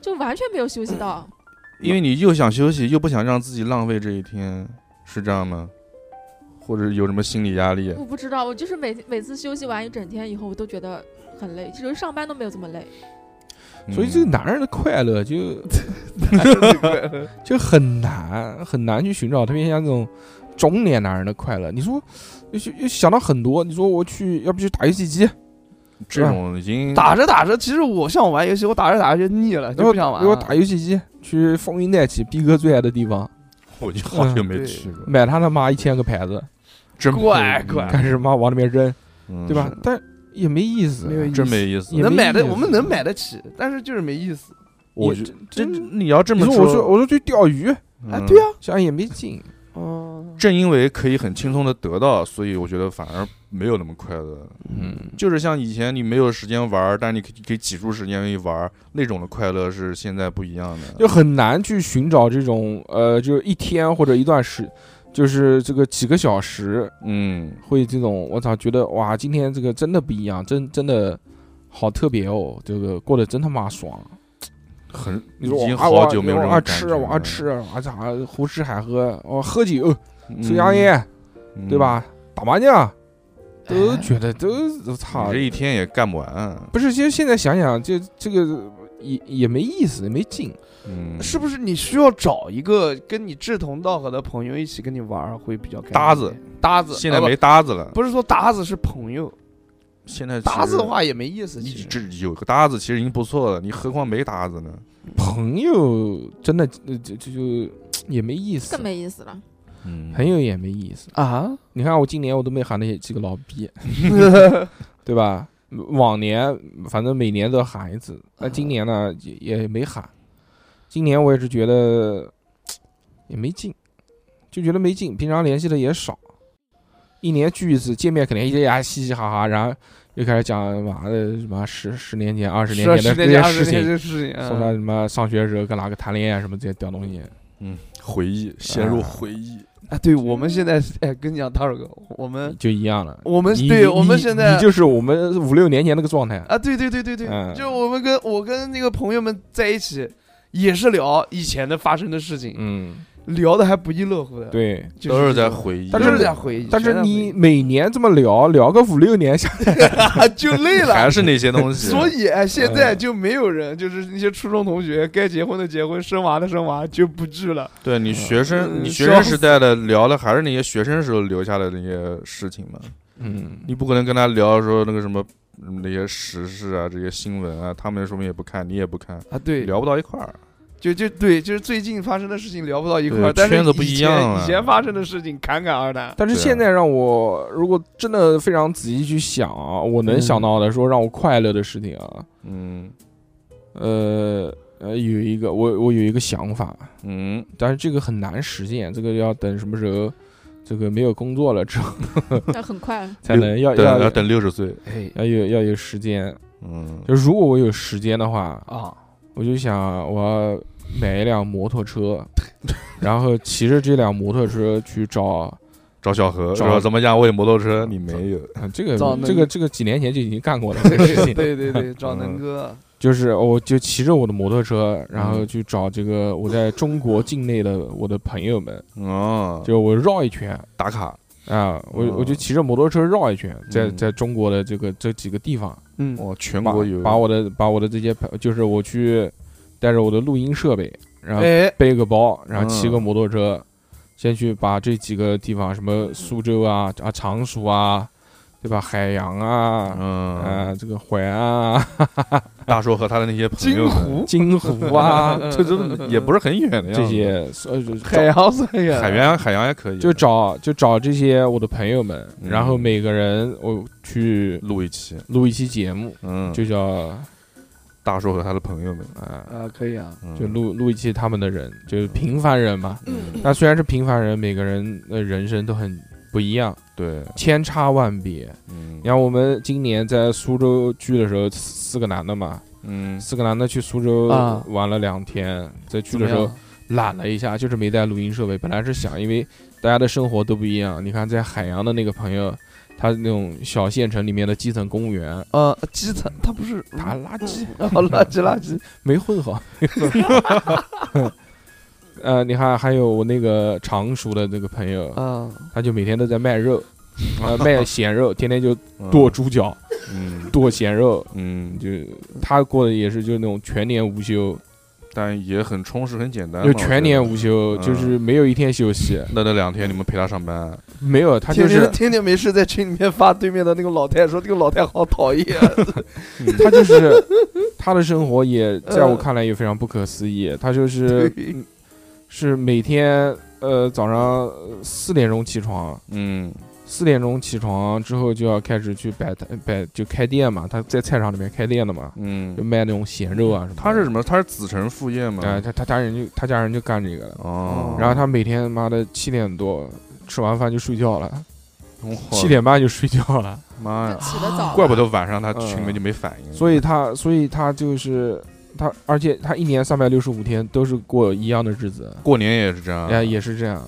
Speaker 5: 就完全没有休息到。
Speaker 4: 因为你又想休息，又不想让自己浪费这一天，是这样吗？或者有什么心理压力？
Speaker 5: 我不知道，我就是每每次休息完一整天以后，我都觉得很累。其实上班都没有这么累，
Speaker 2: 所以
Speaker 3: 嗯
Speaker 2: 这个
Speaker 4: 嗯
Speaker 2: 男人的啊快乐
Speaker 3: [LAUGHS]
Speaker 2: 就 [LAUGHS] 就很难很难去寻找，特别像这种中年男人的快乐。你说，又去又想到很多，你说我去，要不去打游戏机，啊
Speaker 4: 嗯这种已经
Speaker 3: 打着打着，其实我像我玩游戏，我打着打着就腻了，就
Speaker 2: 要
Speaker 3: 不
Speaker 2: 不
Speaker 3: 想玩
Speaker 2: 要
Speaker 3: 了。
Speaker 2: 不打游戏机，去风云再起，逼哥最爱的地方，
Speaker 4: 我就好久
Speaker 2: 嗯
Speaker 4: 没去过，
Speaker 2: 买他他妈一千个牌
Speaker 3: 嗯
Speaker 2: 子，
Speaker 4: 真佩服
Speaker 3: 怪怪
Speaker 2: 开始妈往里面扔，
Speaker 4: 嗯
Speaker 2: 对吧？但也没意思，
Speaker 3: 没有意思
Speaker 4: 真没意思
Speaker 2: 也。
Speaker 3: 能
Speaker 2: 没
Speaker 3: 买的
Speaker 2: 意思
Speaker 3: 我们能买得起，但是就是没意思。
Speaker 4: 我
Speaker 2: 也
Speaker 4: 觉这
Speaker 2: 真
Speaker 4: 你要这
Speaker 2: 你
Speaker 4: 么
Speaker 2: 说我说我说去钓鱼，
Speaker 4: 嗯
Speaker 3: 哎，对啊，
Speaker 2: 想想也没劲。
Speaker 3: 嗯，
Speaker 4: 正因为可以很轻松的得到，所以我觉得反而没有那么快乐，
Speaker 2: 嗯，
Speaker 4: 就是像以前你没有时间玩儿，但是你可以可以挤出时间去玩儿，那种的快乐是现在不一样的。
Speaker 2: 就很难去寻找这种呃，就是一天或者一段时，就是这个几个小时
Speaker 4: 嗯，
Speaker 2: 会这种，我操，觉得哇，今天这个真的不一样，真真的好特别哦，这个过得真他妈爽。
Speaker 4: 很
Speaker 2: 你
Speaker 4: 已
Speaker 2: 说
Speaker 4: 经
Speaker 2: 哇
Speaker 4: 好久没有
Speaker 2: 我
Speaker 4: 这种
Speaker 2: 爱
Speaker 4: 感
Speaker 2: 吃，
Speaker 4: 觉
Speaker 2: 我爱
Speaker 4: 了，
Speaker 2: 吃，我操，胡吃海喝，我喝酒，
Speaker 4: 嗯
Speaker 2: 抽香，烟，
Speaker 4: 嗯哎
Speaker 2: 对？吧？打麻将，都觉得都我操
Speaker 4: 你这，一天也干不完，
Speaker 2: 不是，其实现在想想，就这个也也没意思，也没劲。
Speaker 4: 嗯，
Speaker 3: 是不是你需要找一个跟你志同道合的朋友一起跟你玩儿会比较开心
Speaker 4: 搭子？
Speaker 3: 搭子，
Speaker 4: 现在
Speaker 2: 呃
Speaker 3: 啊不
Speaker 4: 没搭子了，
Speaker 3: 不是说搭子是朋友，
Speaker 4: 现在
Speaker 3: 搭
Speaker 4: 其
Speaker 3: 子
Speaker 4: 实
Speaker 3: 的话也没意思。
Speaker 4: 你
Speaker 3: 其实
Speaker 4: 这有个搭子其实已经不错了，你何况没搭子呢？
Speaker 2: 朋友真的呃就就就也没意思
Speaker 5: 更，没意思了。
Speaker 4: 嗯
Speaker 2: 朋友也没意思。
Speaker 3: 啊，
Speaker 2: 你看我今年我都没喊那些几个老 [LAUGHS] 逼，对吧？往年反正每年都喊一次，那今年呢也也没喊。今年我也是觉得也没劲，就觉得没劲，平常联系的也少，一年聚一次，见面肯定一家嘻嘻哈哈，然后又开始讲妈的什么十十年前、二十年
Speaker 3: 是
Speaker 2: 前嗯的
Speaker 3: 那
Speaker 2: 那
Speaker 3: 家
Speaker 2: 些事情，
Speaker 3: 这事情
Speaker 2: 说他
Speaker 3: 啊，
Speaker 2: 什么上学的时候跟哪个谈恋爱什么这些屌东西。
Speaker 4: 嗯，回忆陷入回忆，
Speaker 3: 啊，对我们现在是，哎，跟你讲，大耳哥，我们
Speaker 2: 就一样了。
Speaker 3: 我们
Speaker 2: 你
Speaker 3: 对
Speaker 2: 你
Speaker 3: 我们
Speaker 2: 你
Speaker 3: 现在
Speaker 2: 你就是我们五六年前那个状态。
Speaker 3: 啊，对对对对对，
Speaker 2: 嗯
Speaker 3: 就是我们跟我跟那个朋友们在一起，也是聊以前的发生的事情，
Speaker 2: 嗯，
Speaker 3: 聊的还不亦乐乎的，，
Speaker 2: 对。
Speaker 3: 就
Speaker 4: 都是
Speaker 3: 这
Speaker 4: 在
Speaker 3: 种，
Speaker 4: 回忆，
Speaker 2: 但
Speaker 3: 都是
Speaker 2: 是
Speaker 3: 在回忆。
Speaker 2: 但
Speaker 3: 全
Speaker 2: 是
Speaker 3: 在
Speaker 2: 你每年这么聊聊个五六年下来，
Speaker 3: 回忆 [LAUGHS] 就累了，
Speaker 4: 还是那些东西，
Speaker 3: 所以哎现在就没有人，就是那些初中同学，该结婚的结婚，生娃的生娃，就不聚了。
Speaker 4: 对你学生，
Speaker 3: 嗯
Speaker 4: 你学生时代的聊的还是那些学生时候留下的那些事情嘛。
Speaker 2: 嗯，
Speaker 4: 你不可能跟他聊说那个什么嗯那些时事啊、这些新闻啊，他们说明也不看，你也不看，
Speaker 3: 啊，对，
Speaker 4: 聊不到一块儿。
Speaker 3: 就就对，就是最近发生的事情聊不到一块儿，
Speaker 4: 对
Speaker 3: 但是
Speaker 4: 圈子不
Speaker 3: 以
Speaker 4: 一
Speaker 3: 前
Speaker 4: 样了
Speaker 3: 以前发生的事情侃侃
Speaker 2: [LAUGHS]
Speaker 3: 而谈。
Speaker 2: [LAUGHS] 但是
Speaker 4: 对啊
Speaker 2: 现在让我如果真的非常仔细去想啊，我能
Speaker 3: 嗯
Speaker 2: 想到的说让我快乐的事情啊，
Speaker 4: 嗯
Speaker 2: 呃呃，有一个我我有一个想法，
Speaker 4: 嗯，
Speaker 2: 但是这个很难实现，这个要等什么时候这个没有工作了之后
Speaker 5: [LAUGHS]
Speaker 2: [LAUGHS]
Speaker 5: 但很快了，
Speaker 2: 才能要
Speaker 4: 等
Speaker 2: 要
Speaker 4: 啊要等六十岁。
Speaker 3: 哎
Speaker 2: 要有要有时间。
Speaker 4: 嗯
Speaker 2: 就如果我有时间的话，
Speaker 3: 啊，
Speaker 2: 我就想我要买一辆摩托车， [LAUGHS] 然后骑着这辆摩托车去找。
Speaker 4: 找小何
Speaker 2: 找
Speaker 4: 说怎么样？我有摩托车，你没有？
Speaker 2: 啊，这个
Speaker 3: 造那
Speaker 2: 这
Speaker 3: 个
Speaker 2: 个这个几年前就已经
Speaker 4: [LAUGHS]
Speaker 2: 干过了这个事
Speaker 3: [LAUGHS] 对
Speaker 2: 情，
Speaker 3: 对对对，找能哥，
Speaker 2: [LAUGHS] 就是我就骑着我的摩托车，然后
Speaker 4: 嗯
Speaker 2: 去找这个我在中国境内的我的朋友们，
Speaker 4: 哦，
Speaker 2: 就我绕一圈
Speaker 4: 打卡。
Speaker 2: 啊，我
Speaker 4: 哦
Speaker 2: 我就骑着摩托车绕一圈，在
Speaker 4: 嗯
Speaker 2: 在中国的这个这几个地方，
Speaker 3: 嗯，
Speaker 4: 哦，全
Speaker 2: 把
Speaker 4: 国有。
Speaker 2: 把我的把我的这些朋，就是我去带着我的录音设备，然后
Speaker 3: 哎，
Speaker 2: 背个包，然后骑个
Speaker 4: 嗯
Speaker 2: 摩托车，先去把这几个地方，什么苏州啊啊常熟啊，对吧？海洋啊，
Speaker 4: 嗯，
Speaker 2: 啊，这个淮安啊、
Speaker 4: 大叔和他的那些朋友
Speaker 3: 金
Speaker 4: 们，嗯
Speaker 3: 湖
Speaker 2: 金
Speaker 4: [LAUGHS]
Speaker 2: 湖啊，这这
Speaker 4: 也不是很远的样子
Speaker 2: 这。些，呃，就
Speaker 3: 海洋算远了，
Speaker 4: 海员海洋也可以，啊
Speaker 2: 就找就找这些我的朋友们，
Speaker 4: 嗯
Speaker 2: 然后每个人我去
Speaker 4: 录一期。
Speaker 2: 录一期节目，
Speaker 4: 嗯，
Speaker 2: 就叫
Speaker 4: 大叔和他的朋友们，
Speaker 2: 啊，
Speaker 3: 啊，可以啊，
Speaker 4: 嗯
Speaker 2: 就录录一期他们的人，就是平凡人嘛。
Speaker 4: 嗯
Speaker 2: 那虽然是平凡人，每个人的人生都很不一样，
Speaker 4: 对，
Speaker 2: 千差万别。
Speaker 4: 嗯
Speaker 2: 你看我们今年在苏州聚的时候，四个男的嘛，
Speaker 4: 嗯
Speaker 2: 四个男的去苏州
Speaker 3: 啊
Speaker 2: 玩了两天，在去
Speaker 3: 怎
Speaker 2: 的
Speaker 3: 么
Speaker 2: 时候
Speaker 3: 样？
Speaker 2: 懒了一下，就是没带录音设备。本来是想，因为大家的生活都不一样。你看，在海洋的那个朋友，他那种小县城里面的基层公务员，
Speaker 3: 呃，基层他不是
Speaker 2: 他
Speaker 3: [LAUGHS]
Speaker 2: 垃
Speaker 4: 嗯
Speaker 2: 圾
Speaker 3: 啊垃圾
Speaker 2: [LAUGHS]
Speaker 3: 垃圾，
Speaker 2: 没混好。呃，你看，还有我那个常熟的那个朋友，
Speaker 4: 嗯
Speaker 3: 啊，
Speaker 2: 他就每天都在卖
Speaker 4: [LAUGHS]
Speaker 2: 肉，啊、卖咸肉，天天就
Speaker 4: 嗯
Speaker 2: 剁猪脚、
Speaker 4: 嗯
Speaker 2: 剁咸肉，
Speaker 4: 嗯，
Speaker 2: 就他过的也是就是那种全年无休，
Speaker 4: 但也很充实，很简单嘛。我
Speaker 2: 就
Speaker 4: 觉
Speaker 2: 全年
Speaker 4: 得
Speaker 2: 无休，
Speaker 4: 嗯
Speaker 2: 就是没有一天休息，
Speaker 4: 那那两天你们陪他上班，
Speaker 2: 没有，他就
Speaker 3: 天
Speaker 2: 是
Speaker 3: 天天天没事在群里面发对面的那个老太说这个老太好
Speaker 2: [LAUGHS]
Speaker 3: 讨厌，
Speaker 2: 他就是他的生活也在我看来也非常不可思议。他就是嗯
Speaker 3: 对
Speaker 2: 是每天呃早上呃四点钟起床，
Speaker 4: 嗯
Speaker 2: 四点钟起床之后就要开始去摆摊摆就开店嘛，他在菜场里面开店的嘛，就
Speaker 4: 嗯，
Speaker 2: 卖那种咸肉啊什么的。
Speaker 4: 他是什么？他是子承父业嘛。
Speaker 2: 哎、他他家人就他家人就干这个的，
Speaker 4: 哦，
Speaker 2: 然后他每天妈的七点多吃完饭就睡觉了。
Speaker 4: 哎
Speaker 2: 七点半就睡觉了，
Speaker 4: 妈
Speaker 3: 嗯
Speaker 5: 就
Speaker 4: 呀，
Speaker 5: 起得早，
Speaker 4: 怪不得晚上他群里
Speaker 2: 嗯
Speaker 4: 面就没反应。
Speaker 2: 所以他所以他就是他，而且他一年三百六十五天都是过一样的日子，
Speaker 4: 过年也是这样
Speaker 2: 哎、，也是这样。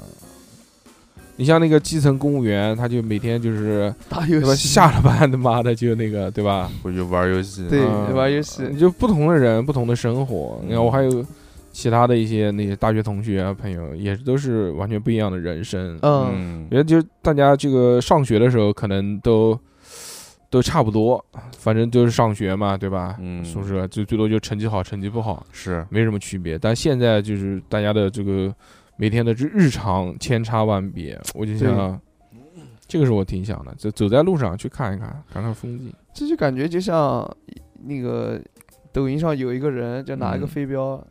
Speaker 2: 你像那个基层公务员，他就每天就是
Speaker 3: 打游
Speaker 2: 对吧，
Speaker 3: 戏
Speaker 2: 下了班 [LAUGHS] 他妈的就那个对吧？
Speaker 4: 回去玩游戏。
Speaker 3: 对
Speaker 2: 嗯
Speaker 3: 玩游戏
Speaker 2: 你就不同的人，不同的生活。
Speaker 4: 嗯
Speaker 2: 你看，我还有其他的一些那些大学同学啊、朋友，也都是完全不一样的人生。
Speaker 3: 嗯，
Speaker 4: 嗯，
Speaker 2: 也就是大家这个上学的时候，可能都都差不多，反正就是上学嘛，对吧？
Speaker 4: 嗯
Speaker 2: 宿舍就最多就成绩好，成绩不好，
Speaker 4: 是
Speaker 2: 没什么区别。但现在就是大家的这个每天的这日常千差万别，我就想，这个是我挺想的，就走在路上去看一看，看看风景。
Speaker 3: 这就感觉就像那个抖音上有一个人就拿一个
Speaker 2: 嗯
Speaker 3: 飞镖，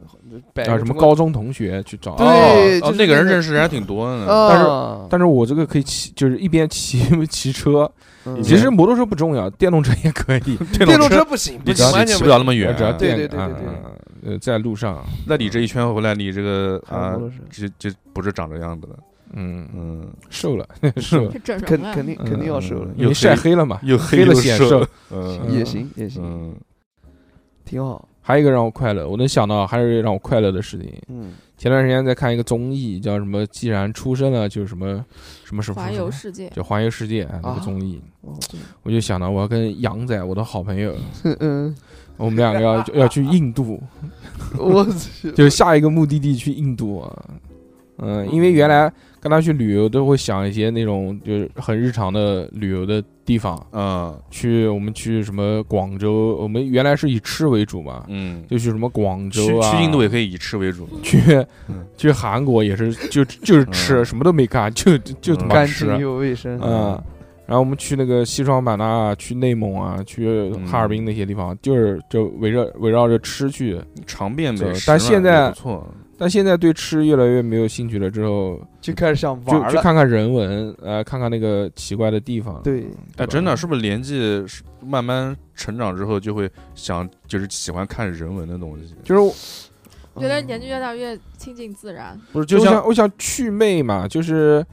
Speaker 3: 摆
Speaker 2: 啊，
Speaker 3: 个
Speaker 2: 什
Speaker 3: 这
Speaker 2: 么高中同学去找，啊
Speaker 3: 对
Speaker 4: 哦
Speaker 3: 就是
Speaker 4: 那个人
Speaker 3: 那个
Speaker 4: 认识人还挺多的呢。
Speaker 3: 啊，
Speaker 2: 但是但是我这个可以骑，就是一边骑骑车，
Speaker 3: 嗯
Speaker 2: 其实摩托车不重要，电动车也可以。
Speaker 3: 电动车不行，
Speaker 4: 你
Speaker 3: 不
Speaker 4: 骑
Speaker 3: 行，完全
Speaker 4: 骑不
Speaker 3: 不行
Speaker 4: 了那么远
Speaker 2: 我只要，
Speaker 3: 对
Speaker 2: 电
Speaker 3: 对对对对
Speaker 2: 嗯呃，在路上，
Speaker 4: 那你这一圈回来，你这个
Speaker 3: 还有
Speaker 4: 啊
Speaker 3: 摩托，车
Speaker 4: 这这不是长这样子的。
Speaker 2: 嗯，
Speaker 4: 嗯，
Speaker 2: 瘦了， [LAUGHS] 瘦了，
Speaker 5: 这整
Speaker 3: 肯
Speaker 5: 容啊了，
Speaker 3: 肯定肯定要瘦了
Speaker 4: 嗯，
Speaker 2: 因为
Speaker 4: 又
Speaker 2: 晒
Speaker 4: 黑
Speaker 2: 黑了嘛，
Speaker 4: 又
Speaker 2: 黑
Speaker 4: 又
Speaker 2: 了显
Speaker 4: 瘦
Speaker 2: 瘦。。
Speaker 4: 嗯
Speaker 2: 嗯
Speaker 3: 也行也行，
Speaker 4: 嗯，
Speaker 3: 挺好，
Speaker 2: 还有一个让我快乐，我能想到还有一个让我快乐的事情。
Speaker 3: 嗯，
Speaker 2: 前段时间在看一个综艺，叫什么？既然出生了，就什么什么什么什么
Speaker 5: 环游世界，
Speaker 2: 就环游世界那个综艺，
Speaker 3: 哦，对
Speaker 2: 我就想到我要跟杨仔，我的好朋友，
Speaker 3: 嗯嗯，
Speaker 2: 我们两个要要去印度，
Speaker 3: 我去，
Speaker 2: 就是下一个目的地去印度啊。嗯，因为原来跟他去旅游都会想一些那种就是很日常的旅游的地方，
Speaker 4: 嗯
Speaker 2: 去我们去什么广州，我们原来是以吃为主嘛，
Speaker 4: 嗯，
Speaker 2: 就去什么广
Speaker 4: 去
Speaker 2: 州啊，
Speaker 4: 去印度也可以以吃为主。
Speaker 2: 去
Speaker 4: 嗯
Speaker 2: [LAUGHS] 去韩国也是，就就是吃，
Speaker 4: 嗯
Speaker 2: 什么都没干，就就他妈
Speaker 3: 干
Speaker 2: 吃
Speaker 3: 净，又卫生，
Speaker 2: 嗯。然后我们去那个西双版纳啊，去内蒙啊，去
Speaker 4: 嗯
Speaker 2: 哈尔滨那些地方，就是就围着围绕着吃去。
Speaker 4: 尝遍美
Speaker 2: 对
Speaker 4: 食嘛，
Speaker 2: 但现在
Speaker 4: 也不错。
Speaker 2: 但现在对吃越来越没有兴趣了，之后
Speaker 3: 就开始想
Speaker 2: 就
Speaker 3: 玩
Speaker 2: 去
Speaker 3: 了，
Speaker 2: 看看人文，呃，看看那个奇怪的地方。
Speaker 3: 对，
Speaker 2: 对吧
Speaker 4: 哎，真的，是不是年纪是慢慢成长之后，就会想就是喜欢看人文的东西？
Speaker 2: 就是我
Speaker 5: 觉得
Speaker 3: 嗯
Speaker 5: 年纪越大越亲近自然，
Speaker 4: 不是，就
Speaker 2: 就
Speaker 4: 像
Speaker 2: 想我想去魅嘛，就是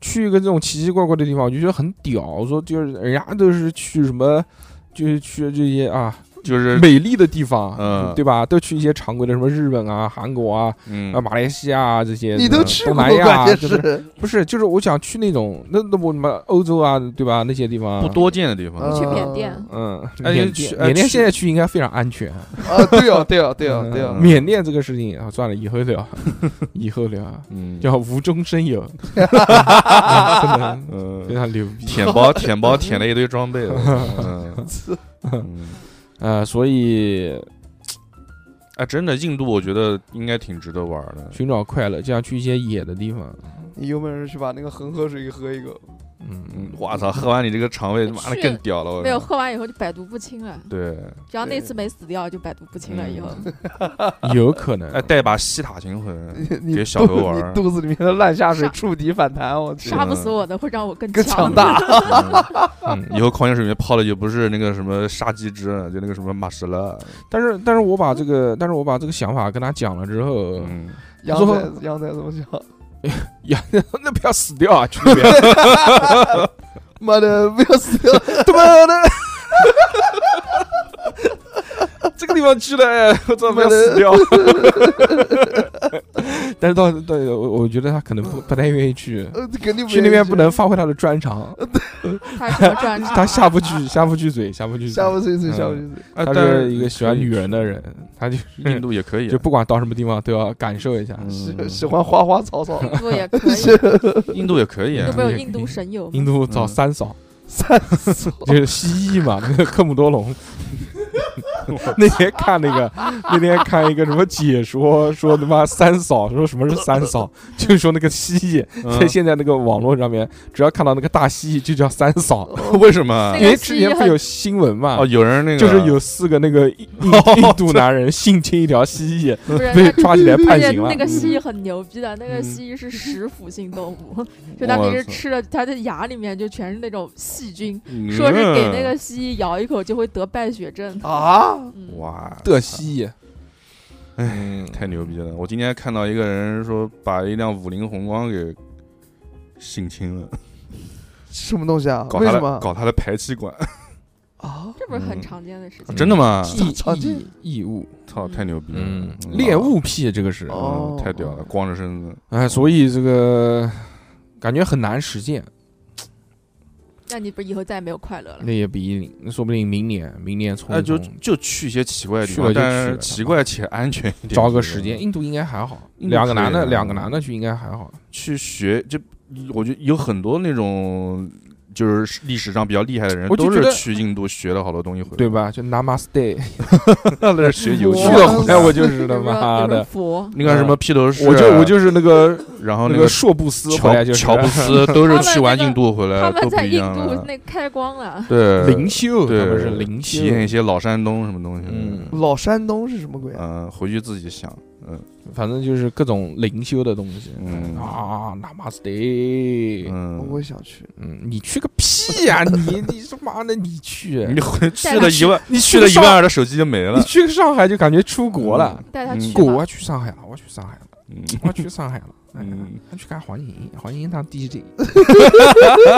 Speaker 2: 去一个这种奇奇怪怪的地方，我就觉得很屌。我说就是人家都是去什么，就是去这些啊，
Speaker 4: 就是
Speaker 2: 美丽的地方，
Speaker 4: 嗯
Speaker 2: 对吧？都去一些常规的，什么日本啊、韩国啊、
Speaker 4: 嗯
Speaker 2: 啊马来西亚啊这些，
Speaker 3: 你
Speaker 2: 嗯
Speaker 3: 都去
Speaker 2: 东
Speaker 3: 过，
Speaker 2: 南亚
Speaker 3: 关
Speaker 2: 啊，
Speaker 3: 键
Speaker 2: 就是
Speaker 3: 是
Speaker 2: 不是？就是我想去那种，那那我他妈欧洲啊，对吧？那些地方
Speaker 4: 不。多见的地方
Speaker 5: 你。去
Speaker 3: 嗯
Speaker 5: 缅甸
Speaker 2: 嗯，
Speaker 4: 哎
Speaker 2: 缅
Speaker 4: 去
Speaker 2: 甸，
Speaker 4: 哎
Speaker 2: 缅甸
Speaker 4: 去
Speaker 2: 现在去应该非常安全。
Speaker 3: 啊，对哦，对哦，对哦，对
Speaker 2: 嗯
Speaker 3: 哦，
Speaker 2: 缅甸这个事情啊，算了，以后聊， [LAUGHS] 以后聊，
Speaker 4: 嗯，
Speaker 2: 叫无中生有， [LAUGHS]
Speaker 4: 呃，
Speaker 2: 嗯真的非常牛逼。
Speaker 4: 舔包舔包舔了一堆装
Speaker 2: [LAUGHS]
Speaker 4: 备了。嗯嗯，
Speaker 2: 呃，所以
Speaker 4: 哎，真的，印度我觉得应该挺值得玩的。
Speaker 2: 寻找快乐就要去一些野的地方。
Speaker 3: 你有本事去把那个恒河水喝一口，
Speaker 2: 嗯
Speaker 4: 嗯，，我操，喝完你这个肠胃，妈的
Speaker 5: 是
Speaker 4: 更屌了。我
Speaker 5: 没有
Speaker 4: 操
Speaker 5: 喝完以后就百毒不侵了。
Speaker 4: 对，
Speaker 5: 只要那
Speaker 3: 对
Speaker 5: 次没死掉，就百毒不侵了。以后
Speaker 4: 嗯
Speaker 2: 有可能。
Speaker 4: 哎，带把西塔琴回来。
Speaker 2: [LAUGHS]
Speaker 3: 你
Speaker 4: 给小
Speaker 3: 肚
Speaker 4: 猴玩儿
Speaker 3: 你肚子里面的烂下水
Speaker 5: 杀
Speaker 3: 触底反弹，我去，
Speaker 5: 杀不死我的会让我更
Speaker 3: 嗯更强大。
Speaker 2: 嗯
Speaker 4: 以后矿泉水里面泡的就不是那个什么杀鸡汁了，就那个什么马什了。
Speaker 2: 但是，但是我把这个，但是我把这个想法跟他讲了之后，
Speaker 4: 嗯，
Speaker 3: 杨
Speaker 2: 最后
Speaker 3: 仔，杨仔怎么讲？
Speaker 2: 呀， [LAUGHS] 那不要死掉 [LAUGHS] 啊，去那边，
Speaker 3: 妈的，不要死掉！
Speaker 2: 他妈的，这个地方去了，我操，不要死掉。 [LAUGHS] 但是到到我我觉得他可能不不太愿意去，
Speaker 3: 呃肯定
Speaker 2: 嗯去那边不能发挥他的专长，
Speaker 5: 他什么专
Speaker 3: [LAUGHS]
Speaker 5: 长？
Speaker 2: 他下不去，下不去嘴，下不去嘴
Speaker 3: 下。不碎碎，
Speaker 2: 嗯
Speaker 3: 下不碎碎。
Speaker 4: 哎，
Speaker 2: 他
Speaker 4: 但
Speaker 2: 是一个喜欢
Speaker 4: 可以
Speaker 2: 女人的
Speaker 4: 去
Speaker 2: 人，他就
Speaker 4: 印
Speaker 2: 是 [LAUGHS]
Speaker 4: 度也可以啊，
Speaker 2: 就不管到什么地方都要感受一下。
Speaker 3: 喜
Speaker 4: 嗯
Speaker 3: 喜欢花花草 [LAUGHS] 草，
Speaker 5: 印度也可以，
Speaker 4: 印度也可以啊，
Speaker 5: 有没有印度神友？
Speaker 2: 印度找
Speaker 4: 嗯
Speaker 2: 三嫂，
Speaker 3: 三色
Speaker 2: 就是蜥蜴 [LAUGHS] 嘛，那个科姆多龙。那天看那个，那天看一个什么解说，说他妈三嫂，说什么是三 [LAUGHS] 嫂，就是说那个蜥蜴， [LAUGHS] 在
Speaker 4: 嗯
Speaker 2: 现在那个网络上面，只要看到那个大蜥蜴就叫三
Speaker 5: [LAUGHS]
Speaker 2: 嫂，
Speaker 4: 为什么啊
Speaker 5: 那
Speaker 2: 因
Speaker 5: 个
Speaker 2: 为之
Speaker 5: 蜥蜴
Speaker 2: 前不
Speaker 5: 很
Speaker 2: 有新闻嘛
Speaker 4: 哦，，有人那个
Speaker 2: 就是有四个那个 [LAUGHS] 印印印度男人性侵一条蜥
Speaker 5: [LAUGHS]
Speaker 2: 蜴，
Speaker 5: 不是
Speaker 2: 被抓起来
Speaker 5: 而
Speaker 2: 判
Speaker 5: 且
Speaker 2: 刑了
Speaker 5: 那。个蜥蜴很牛逼的，那个
Speaker 4: 嗯
Speaker 5: 蜥蜴是食腐性动物，就它平时吃了，它的牙里面就全是那种细菌，
Speaker 4: 嗯
Speaker 5: 说是给那个蜥蜴咬一口就会得败血症。
Speaker 3: 啊！
Speaker 5: 嗯
Speaker 4: 嗯，哇
Speaker 2: 的蜥蜴，
Speaker 4: 太牛逼了！我今天看到一个人说把一辆五菱宏光给性侵了，
Speaker 3: 什么东西啊？
Speaker 4: 搞
Speaker 3: 为
Speaker 4: 他
Speaker 3: 什
Speaker 4: 的
Speaker 3: 么
Speaker 4: 搞他的排气管，
Speaker 3: 啊？
Speaker 5: 这不是很
Speaker 4: 嗯
Speaker 5: 常见的事情。
Speaker 4: 真的吗？
Speaker 2: 异
Speaker 3: 操这
Speaker 2: 异异物，
Speaker 4: 操，太牛逼了！
Speaker 2: 嗯，
Speaker 4: 嗯
Speaker 2: 恋，物癖这个是，
Speaker 4: 嗯
Speaker 3: 哦，
Speaker 4: 太屌了，光着身子，
Speaker 2: 哎，所以这个感觉很难实现。
Speaker 5: 那你不是以后再也没有快乐了？
Speaker 2: 那也不一定，那说不定明年明年从
Speaker 4: 哎，就就去一些奇怪的地
Speaker 2: 去了
Speaker 4: 方，
Speaker 2: 就
Speaker 4: 但
Speaker 2: 去
Speaker 4: 是
Speaker 2: 了
Speaker 4: 奇怪且安全一点，
Speaker 2: 找
Speaker 4: 我
Speaker 2: 个
Speaker 4: 觉
Speaker 2: 时
Speaker 4: 得
Speaker 2: 间，印度应该还好，
Speaker 4: 印度
Speaker 2: 两个
Speaker 4: 可
Speaker 2: 男的
Speaker 4: 以啊
Speaker 2: 两个男的去应该还好。
Speaker 4: 去学，就我觉得有很多那种就是历史上比较厉害的人，
Speaker 2: 我就
Speaker 4: 都
Speaker 2: 觉
Speaker 4: 是
Speaker 2: 得
Speaker 4: 去印度学了好多东西回来，
Speaker 2: 对？吧？就 Namaste，
Speaker 4: [LAUGHS] 在那学游
Speaker 2: 去
Speaker 4: 戏，
Speaker 2: 了回来我就是
Speaker 5: 有 [LAUGHS]
Speaker 2: 他
Speaker 5: 时候
Speaker 2: 妈
Speaker 5: 有时候
Speaker 2: 的，
Speaker 5: 佛，
Speaker 4: 那个什么披头士，啊
Speaker 2: 我就我，就是那 [LAUGHS] 个
Speaker 4: 然后
Speaker 2: 哦那
Speaker 4: 个
Speaker 2: 个硕布斯回来
Speaker 4: 乔
Speaker 2: 就是
Speaker 4: 乔布
Speaker 2: [LAUGHS]
Speaker 4: 斯都是去完印度回
Speaker 5: 他
Speaker 4: 来
Speaker 5: 们
Speaker 4: 呃都不
Speaker 5: 在
Speaker 4: 一
Speaker 5: 印
Speaker 4: 样
Speaker 5: 度
Speaker 4: 了，
Speaker 5: 那开光了，
Speaker 4: 对
Speaker 2: 灵修，他
Speaker 4: 对
Speaker 2: 们是灵修
Speaker 4: 体，验一些老山东什么东西的，
Speaker 2: 嗯
Speaker 3: 老山东是什么鬼啊？
Speaker 4: 嗯，回去自己想，嗯
Speaker 2: 反正就是各种灵修的东西。
Speaker 4: 嗯
Speaker 2: 啊，Namaste，
Speaker 3: 我
Speaker 4: 嗯，
Speaker 3: 也想去。
Speaker 2: 嗯，你去个屁 [LAUGHS] 呀！你你他妈的你去，
Speaker 4: 你回去
Speaker 5: 带他
Speaker 4: 了
Speaker 5: 去
Speaker 4: 一万，
Speaker 2: 你
Speaker 4: 去
Speaker 2: 去
Speaker 4: 了
Speaker 2: 个
Speaker 4: 一
Speaker 2: 上
Speaker 4: 万，二的手机就没了
Speaker 2: 你，去个上海就感觉出国了。
Speaker 5: 带他
Speaker 4: 嗯
Speaker 5: 去
Speaker 2: 过我
Speaker 5: 吧。
Speaker 2: 要去上海了，我要去上 [LAUGHS] 海了，
Speaker 4: 嗯，
Speaker 2: 我要去上海了。哎
Speaker 4: 嗯，
Speaker 2: 要去看黄莹，黄莹当 DJ，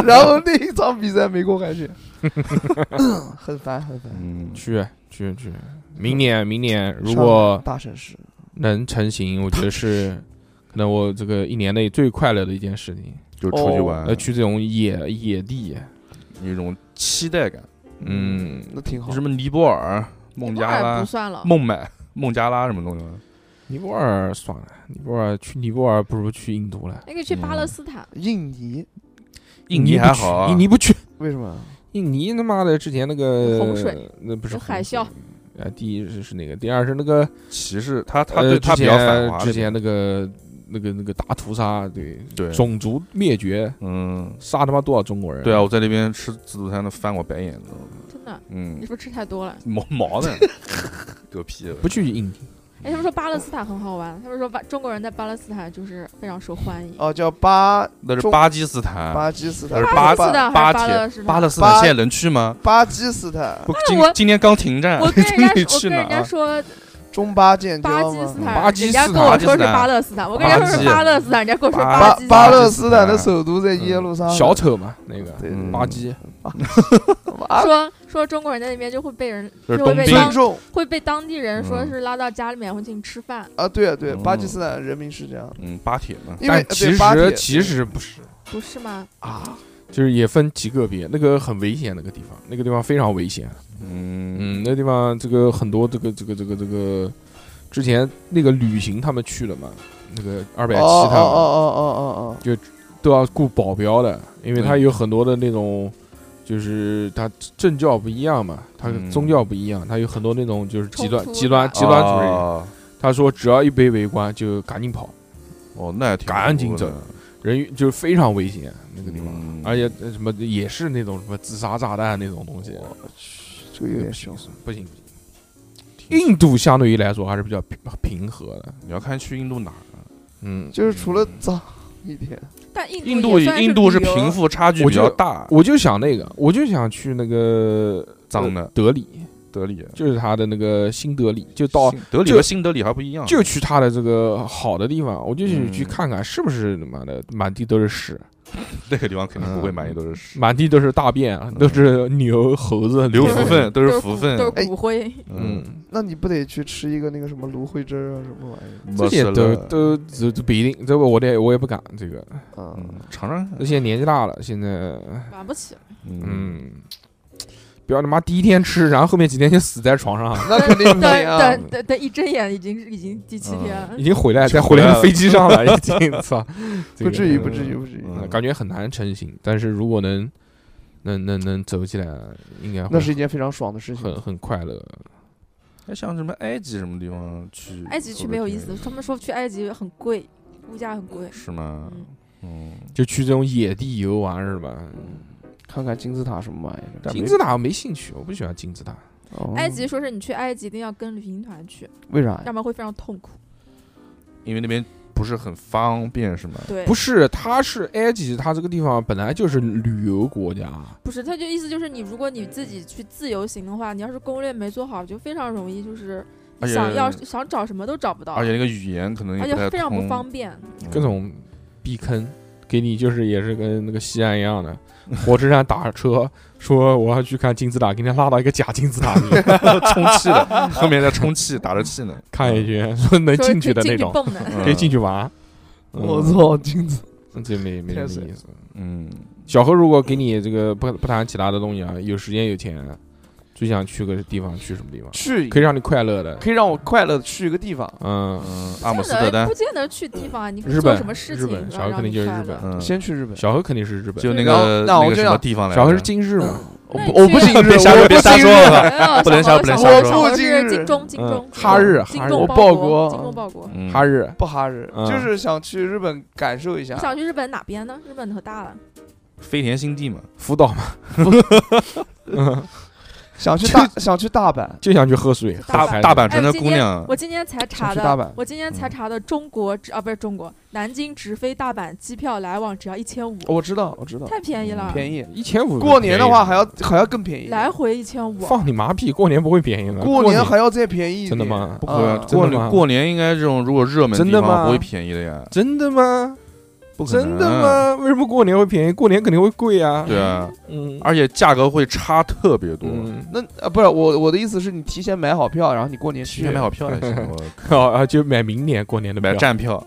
Speaker 3: 然后那一场比赛没空还去，
Speaker 4: [LAUGHS]
Speaker 3: [COUGHS] 很烦很烦。
Speaker 4: 嗯，
Speaker 2: [LAUGHS] 去去去。明年明年如
Speaker 3: 上海
Speaker 2: 果
Speaker 3: 大城市，
Speaker 2: 能成型，我觉得是 [LAUGHS] 可能我这个一年内最快乐的一件事情。
Speaker 4: 就出去
Speaker 3: 哦
Speaker 4: 玩
Speaker 2: 呃，，去这种野野地，
Speaker 4: 有一种期待感，
Speaker 2: 嗯，
Speaker 3: 那挺好
Speaker 4: 什。么尼泊尔、孟加
Speaker 5: 那
Speaker 4: 拉
Speaker 5: 不、算了，
Speaker 4: 孟买、孟加拉什么东西吗？
Speaker 2: 尼泊尔算了，尼泊尔去尼泊尔不如去印度了。
Speaker 5: 那个去巴
Speaker 4: 嗯
Speaker 5: 勒斯坦，
Speaker 3: 印尼
Speaker 4: 印尼
Speaker 2: 不
Speaker 4: 还
Speaker 2: 去
Speaker 4: 好啊
Speaker 2: 印尼不去，
Speaker 3: 为什么啊？
Speaker 2: 印尼他妈的之前那个
Speaker 5: 洪水，
Speaker 2: 那不是
Speaker 5: 有
Speaker 2: 洪
Speaker 5: 海
Speaker 2: 水
Speaker 5: 啸。
Speaker 2: 呃，第一是是那个，第二是那个
Speaker 4: 歧视他，他
Speaker 2: 呃
Speaker 4: 对
Speaker 2: 之
Speaker 4: 他比较
Speaker 2: 前
Speaker 4: 反华
Speaker 2: 之
Speaker 4: 的
Speaker 2: 前那个那个那个大屠杀，对
Speaker 4: 对，
Speaker 2: 种族灭绝，
Speaker 4: 嗯，
Speaker 2: 杀他妈多少中国人？
Speaker 4: 对啊，，我在那边吃自助餐都翻我白眼，你知道吗？
Speaker 5: 真的，你
Speaker 4: 嗯
Speaker 5: 是，不是吃太多了？
Speaker 4: 毛毛 [LAUGHS] 的，嗝屁！
Speaker 2: 不去印尼，
Speaker 5: 哎，他们说巴勒斯坦很好玩，他们说巴中国人在巴勒斯坦就是非常受欢迎。
Speaker 3: 哦，叫巴
Speaker 4: 那是
Speaker 3: 中
Speaker 4: 巴基斯坦，
Speaker 3: 巴基斯
Speaker 4: 那
Speaker 3: 坦
Speaker 4: 是，
Speaker 5: 巴
Speaker 4: 巴
Speaker 5: 勒斯坦还
Speaker 4: 巴
Speaker 5: 是巴勒
Speaker 4: 铁
Speaker 5: 斯坦
Speaker 4: 巴勒斯坦，
Speaker 3: 巴
Speaker 4: 现在能去吗？
Speaker 3: 巴基斯坦，
Speaker 4: 不，今
Speaker 5: 我
Speaker 4: 今天刚停站，
Speaker 5: 我跟人
Speaker 4: [LAUGHS]
Speaker 5: 家
Speaker 4: 你
Speaker 5: 我
Speaker 4: 去
Speaker 5: 跟
Speaker 4: 哪
Speaker 5: 人家
Speaker 4: 儿？啊
Speaker 5: 说
Speaker 3: 中巴建
Speaker 5: 巴
Speaker 3: 交
Speaker 5: 基斯
Speaker 3: 吗？
Speaker 5: 坦，
Speaker 2: 巴基
Speaker 5: 人
Speaker 2: 斯坦
Speaker 5: 家跟我说是巴勒斯坦，我跟人家说是巴勒斯坦，人家跟我说
Speaker 4: 巴
Speaker 3: 巴
Speaker 5: 基斯
Speaker 3: 巴
Speaker 5: 坦。
Speaker 3: 勒斯坦的首都在耶路撒冷。
Speaker 2: 小丑嘛，那个
Speaker 3: 对，
Speaker 4: 嗯
Speaker 2: 巴基，
Speaker 3: 巴
Speaker 5: 说说中国人在那边就会被人
Speaker 4: 这
Speaker 5: 就是会
Speaker 4: 东
Speaker 5: 被
Speaker 4: 京
Speaker 3: 尊
Speaker 5: 当
Speaker 3: 重
Speaker 5: 会被当地人说
Speaker 4: 嗯
Speaker 5: 是拉到家里面会请吃饭，
Speaker 3: 啊，对啊对，
Speaker 4: 嗯
Speaker 3: 巴基斯坦人民是这样的，
Speaker 4: 嗯，巴铁嘛，
Speaker 3: 因为
Speaker 2: 但
Speaker 3: 呃
Speaker 2: 其
Speaker 3: 对巴
Speaker 2: 实
Speaker 3: 铁
Speaker 2: 其实不是，
Speaker 5: 不是吗？
Speaker 3: 啊，
Speaker 2: 就是也分极个别，那个很危险，那个地方，那个地方非常危险。
Speaker 4: 嗯
Speaker 2: 嗯，那地方这个很多这个这个这个这个，之前那个旅行他们去了嘛，那个二
Speaker 3: 哦
Speaker 2: 百七
Speaker 3: 哦
Speaker 2: 他们
Speaker 3: 哦哦哦哦
Speaker 2: 都要雇保镖的，因为他
Speaker 4: 对
Speaker 2: 有很多的那种，就是他政教不一样嘛，他
Speaker 4: 嗯
Speaker 2: 宗教不一样，他有很多那种就是极端
Speaker 5: 冲突
Speaker 2: 极端
Speaker 5: 啊
Speaker 2: 极端主义。
Speaker 4: 哦
Speaker 2: 他说只要一被围观就赶紧跑，
Speaker 4: 哦，那也挺
Speaker 2: 赶紧
Speaker 4: 恐怖的
Speaker 2: 走人就是非常危险那个地方，
Speaker 4: 嗯
Speaker 2: 而且呃什么也是那种什么自杀炸弹那种东西，
Speaker 3: 哦，我去，这个有点凶。
Speaker 2: 不行不行。印度相对于来说还是比较平平和的，
Speaker 4: 你要看去印度哪儿？
Speaker 2: 嗯，
Speaker 3: 就是除了脏一点，
Speaker 5: 但
Speaker 4: 印
Speaker 5: 印
Speaker 4: 度
Speaker 5: 也算
Speaker 4: 印度
Speaker 5: 是
Speaker 4: 是
Speaker 5: 旅游
Speaker 4: 贫，富差距
Speaker 2: 我
Speaker 4: 比较
Speaker 2: 就
Speaker 4: 大，
Speaker 2: 我就想那个，我就想去那个
Speaker 4: 脏的
Speaker 2: 德里，
Speaker 4: 德里
Speaker 2: 就是他的那个新德里，就到
Speaker 4: 新啊德里
Speaker 2: 就
Speaker 4: 和新德里还不一样，啊
Speaker 2: 就去他的这个好的地方，我就去
Speaker 4: 嗯
Speaker 2: 去看看是不是他妈的满地都是屎，
Speaker 4: [LAUGHS] 那个地方肯定不会满意都是屎，
Speaker 2: 满地都是大便，啊都是牛猴子
Speaker 4: 留
Speaker 2: 对
Speaker 4: 福分都
Speaker 5: 都
Speaker 4: 是
Speaker 5: 是
Speaker 4: 福
Speaker 5: 骨
Speaker 4: 分，
Speaker 5: 都是骨灰。
Speaker 4: 嗯，
Speaker 2: 嗯，
Speaker 3: 那你不得去吃一个那个什么芦荟汁儿啊，什么玩意
Speaker 2: 这些
Speaker 4: 没事
Speaker 2: 都
Speaker 4: 嗯了
Speaker 2: 都这这不一定，这个我得我也不敢这个，
Speaker 3: 儿啊？
Speaker 4: 嗯尝尝看，
Speaker 2: 而且年纪大了，现在
Speaker 5: 玩不起了，
Speaker 2: 嗯，不要他妈第一天吃，然后后面几天就死在床上，
Speaker 3: 那肯定不
Speaker 5: 等
Speaker 3: 行啊！
Speaker 5: 等等等，一睁眼已经已经第七天了
Speaker 2: 已。经回来在回来的飞机上了，已经操，这个
Speaker 3: 不至于，不至于，不至于。
Speaker 4: 嗯
Speaker 2: 感觉很难成型，但是如果能能能能走起来，应该会
Speaker 3: 那是一件非常爽的事情。
Speaker 2: 很很快乐。
Speaker 4: 那像什么埃及什么地方去？
Speaker 5: 埃及去没有意思，他们说去埃及很贵，物价很贵。
Speaker 4: 是吗？
Speaker 5: 嗯，
Speaker 4: 嗯，
Speaker 2: 就去这种野地游玩是吧？
Speaker 3: 看看金字塔什么玩意儿？
Speaker 2: 金字塔我没兴趣，我不喜欢金字塔。
Speaker 3: 哦
Speaker 5: 埃及说是你去埃及一定要跟旅行团去，
Speaker 3: 为啥
Speaker 5: 要
Speaker 3: 呀？
Speaker 5: 不然会非常痛苦。
Speaker 4: 因为那边不是很方便，是吗？
Speaker 5: 对，
Speaker 2: 不是，它是埃及，它这个地方本来就是旅游国家。
Speaker 5: 不是，他就意思就是你，如果你自己去自由行的话，你要是攻略没做好，就非常容易就是
Speaker 4: 而且
Speaker 5: 想要想找什么都找不到，
Speaker 4: 而且那个语言可能
Speaker 5: 而
Speaker 4: 也不
Speaker 5: 且
Speaker 4: 太
Speaker 5: 非常不
Speaker 4: 通，
Speaker 5: 方便。
Speaker 4: 嗯
Speaker 2: 各种避坑，给你就是也是跟那个西安一样的，火车站打车说我要去看金字塔，给你拉到一个假金字塔里
Speaker 4: [LAUGHS] [LAUGHS] 充气的，后面在充气，打着气呢，
Speaker 2: 看一圈，说能
Speaker 5: 说
Speaker 2: 进去的那种，
Speaker 5: 蹦的，
Speaker 4: 嗯
Speaker 2: 可以进去玩。嗯
Speaker 3: 我，操，金子，
Speaker 2: 这没没什
Speaker 3: 太
Speaker 2: 么
Speaker 3: 水
Speaker 2: 意思。
Speaker 4: 嗯，
Speaker 2: 小何如果给你这个不不谈其他的东西啊，有时间有钱，最想去个地方，去什么地方？
Speaker 3: 去
Speaker 2: 可以让你快乐的，
Speaker 3: 可以让我快乐的去一个地方，
Speaker 2: 嗯，
Speaker 4: 嗯，
Speaker 5: 不
Speaker 4: [LAUGHS] 阿姆斯
Speaker 5: 见
Speaker 4: 特
Speaker 5: 得
Speaker 4: 丹
Speaker 5: 不，见得去地方啊，你
Speaker 2: 日
Speaker 5: 做
Speaker 2: 本
Speaker 5: 什么事
Speaker 2: 日
Speaker 5: 情
Speaker 2: 本小
Speaker 5: 要
Speaker 2: 孩
Speaker 5: 让
Speaker 2: 肯定
Speaker 5: 你
Speaker 2: 就是
Speaker 5: 快
Speaker 2: 日本
Speaker 4: [LAUGHS]
Speaker 5: 乐
Speaker 4: 嗯，
Speaker 3: 先去日本。
Speaker 2: 小何肯定是日本，
Speaker 4: 就那
Speaker 3: 然后
Speaker 4: 个
Speaker 3: 那我
Speaker 4: 那个
Speaker 3: 就
Speaker 4: 什么
Speaker 3: 想
Speaker 4: 地方来着？
Speaker 2: 小何是近日嘛，
Speaker 3: 我
Speaker 5: 那
Speaker 3: 不
Speaker 5: 你
Speaker 3: 我不
Speaker 5: 去
Speaker 3: 进日，
Speaker 4: 别瞎
Speaker 3: 我
Speaker 4: 说，别
Speaker 3: 不
Speaker 4: 瞎
Speaker 3: 进
Speaker 4: 说
Speaker 3: 日
Speaker 4: 了。
Speaker 5: 哎
Speaker 4: 不能瞎不能瞎
Speaker 5: 小
Speaker 4: 说
Speaker 5: 小
Speaker 3: 我
Speaker 5: 猴
Speaker 3: 不进
Speaker 5: 是
Speaker 3: 日
Speaker 5: 精忠，精
Speaker 2: 嗯
Speaker 5: 忠，
Speaker 2: 哈日
Speaker 5: 精
Speaker 2: 哈日
Speaker 5: 忠
Speaker 3: 我
Speaker 5: 报
Speaker 3: 报国
Speaker 5: 精忠报国。
Speaker 4: 嗯
Speaker 2: 哈日，
Speaker 3: 不哈日，
Speaker 2: 嗯
Speaker 3: 就是想去日本感受一下
Speaker 5: 你。想去日本哪边呢？日本可
Speaker 4: 嗯
Speaker 5: 大了，
Speaker 4: 飞田新地嘛，
Speaker 2: 福岛嘛，嗯
Speaker 3: 想去大想去大阪，
Speaker 2: 就想去喝水，
Speaker 5: 大
Speaker 2: 阪
Speaker 4: 大阪
Speaker 2: 大
Speaker 4: 城的
Speaker 5: 哎今
Speaker 4: 姑
Speaker 5: 天
Speaker 4: 娘，
Speaker 5: 我今天才查
Speaker 3: 去大阪
Speaker 5: 的，我今天才
Speaker 4: 嗯
Speaker 5: 查的，中国直啊不是中国，南京直飞大阪机票来往只要一千五，
Speaker 4: 哦
Speaker 3: 我知道我知道，
Speaker 5: 太便宜
Speaker 4: 嗯
Speaker 5: 了，
Speaker 3: 便宜。
Speaker 2: 一千五。
Speaker 3: 过年的话还要还要更便宜，
Speaker 5: 来回一千五，
Speaker 2: 放你麻痹，过年不会便宜的。
Speaker 3: 过
Speaker 2: 过
Speaker 3: 年还要再便宜一点。
Speaker 2: 真的吗
Speaker 4: 不
Speaker 3: 啊
Speaker 4: 会啊，
Speaker 3: 真
Speaker 4: 过
Speaker 3: 的
Speaker 2: 吗
Speaker 4: 年过年应该这种如果热门
Speaker 2: 真
Speaker 4: 地
Speaker 2: 的
Speaker 4: 方
Speaker 2: 吗
Speaker 4: 不会便宜的呀，
Speaker 2: 真的吗？
Speaker 4: 不可
Speaker 2: 真
Speaker 4: 能啊
Speaker 2: 的？吗？为什么过年会便宜？过年肯定会贵啊。
Speaker 4: 对啊，
Speaker 2: 嗯，
Speaker 4: 而且价格会差特别多。
Speaker 2: 嗯，
Speaker 3: 那啊，不是我我的意思是你提前买好票，然后你过年
Speaker 4: 提
Speaker 3: 去
Speaker 4: 前买好票也行，我
Speaker 2: 好啊，就买明年过年的
Speaker 4: 买
Speaker 2: 票，
Speaker 4: 站票，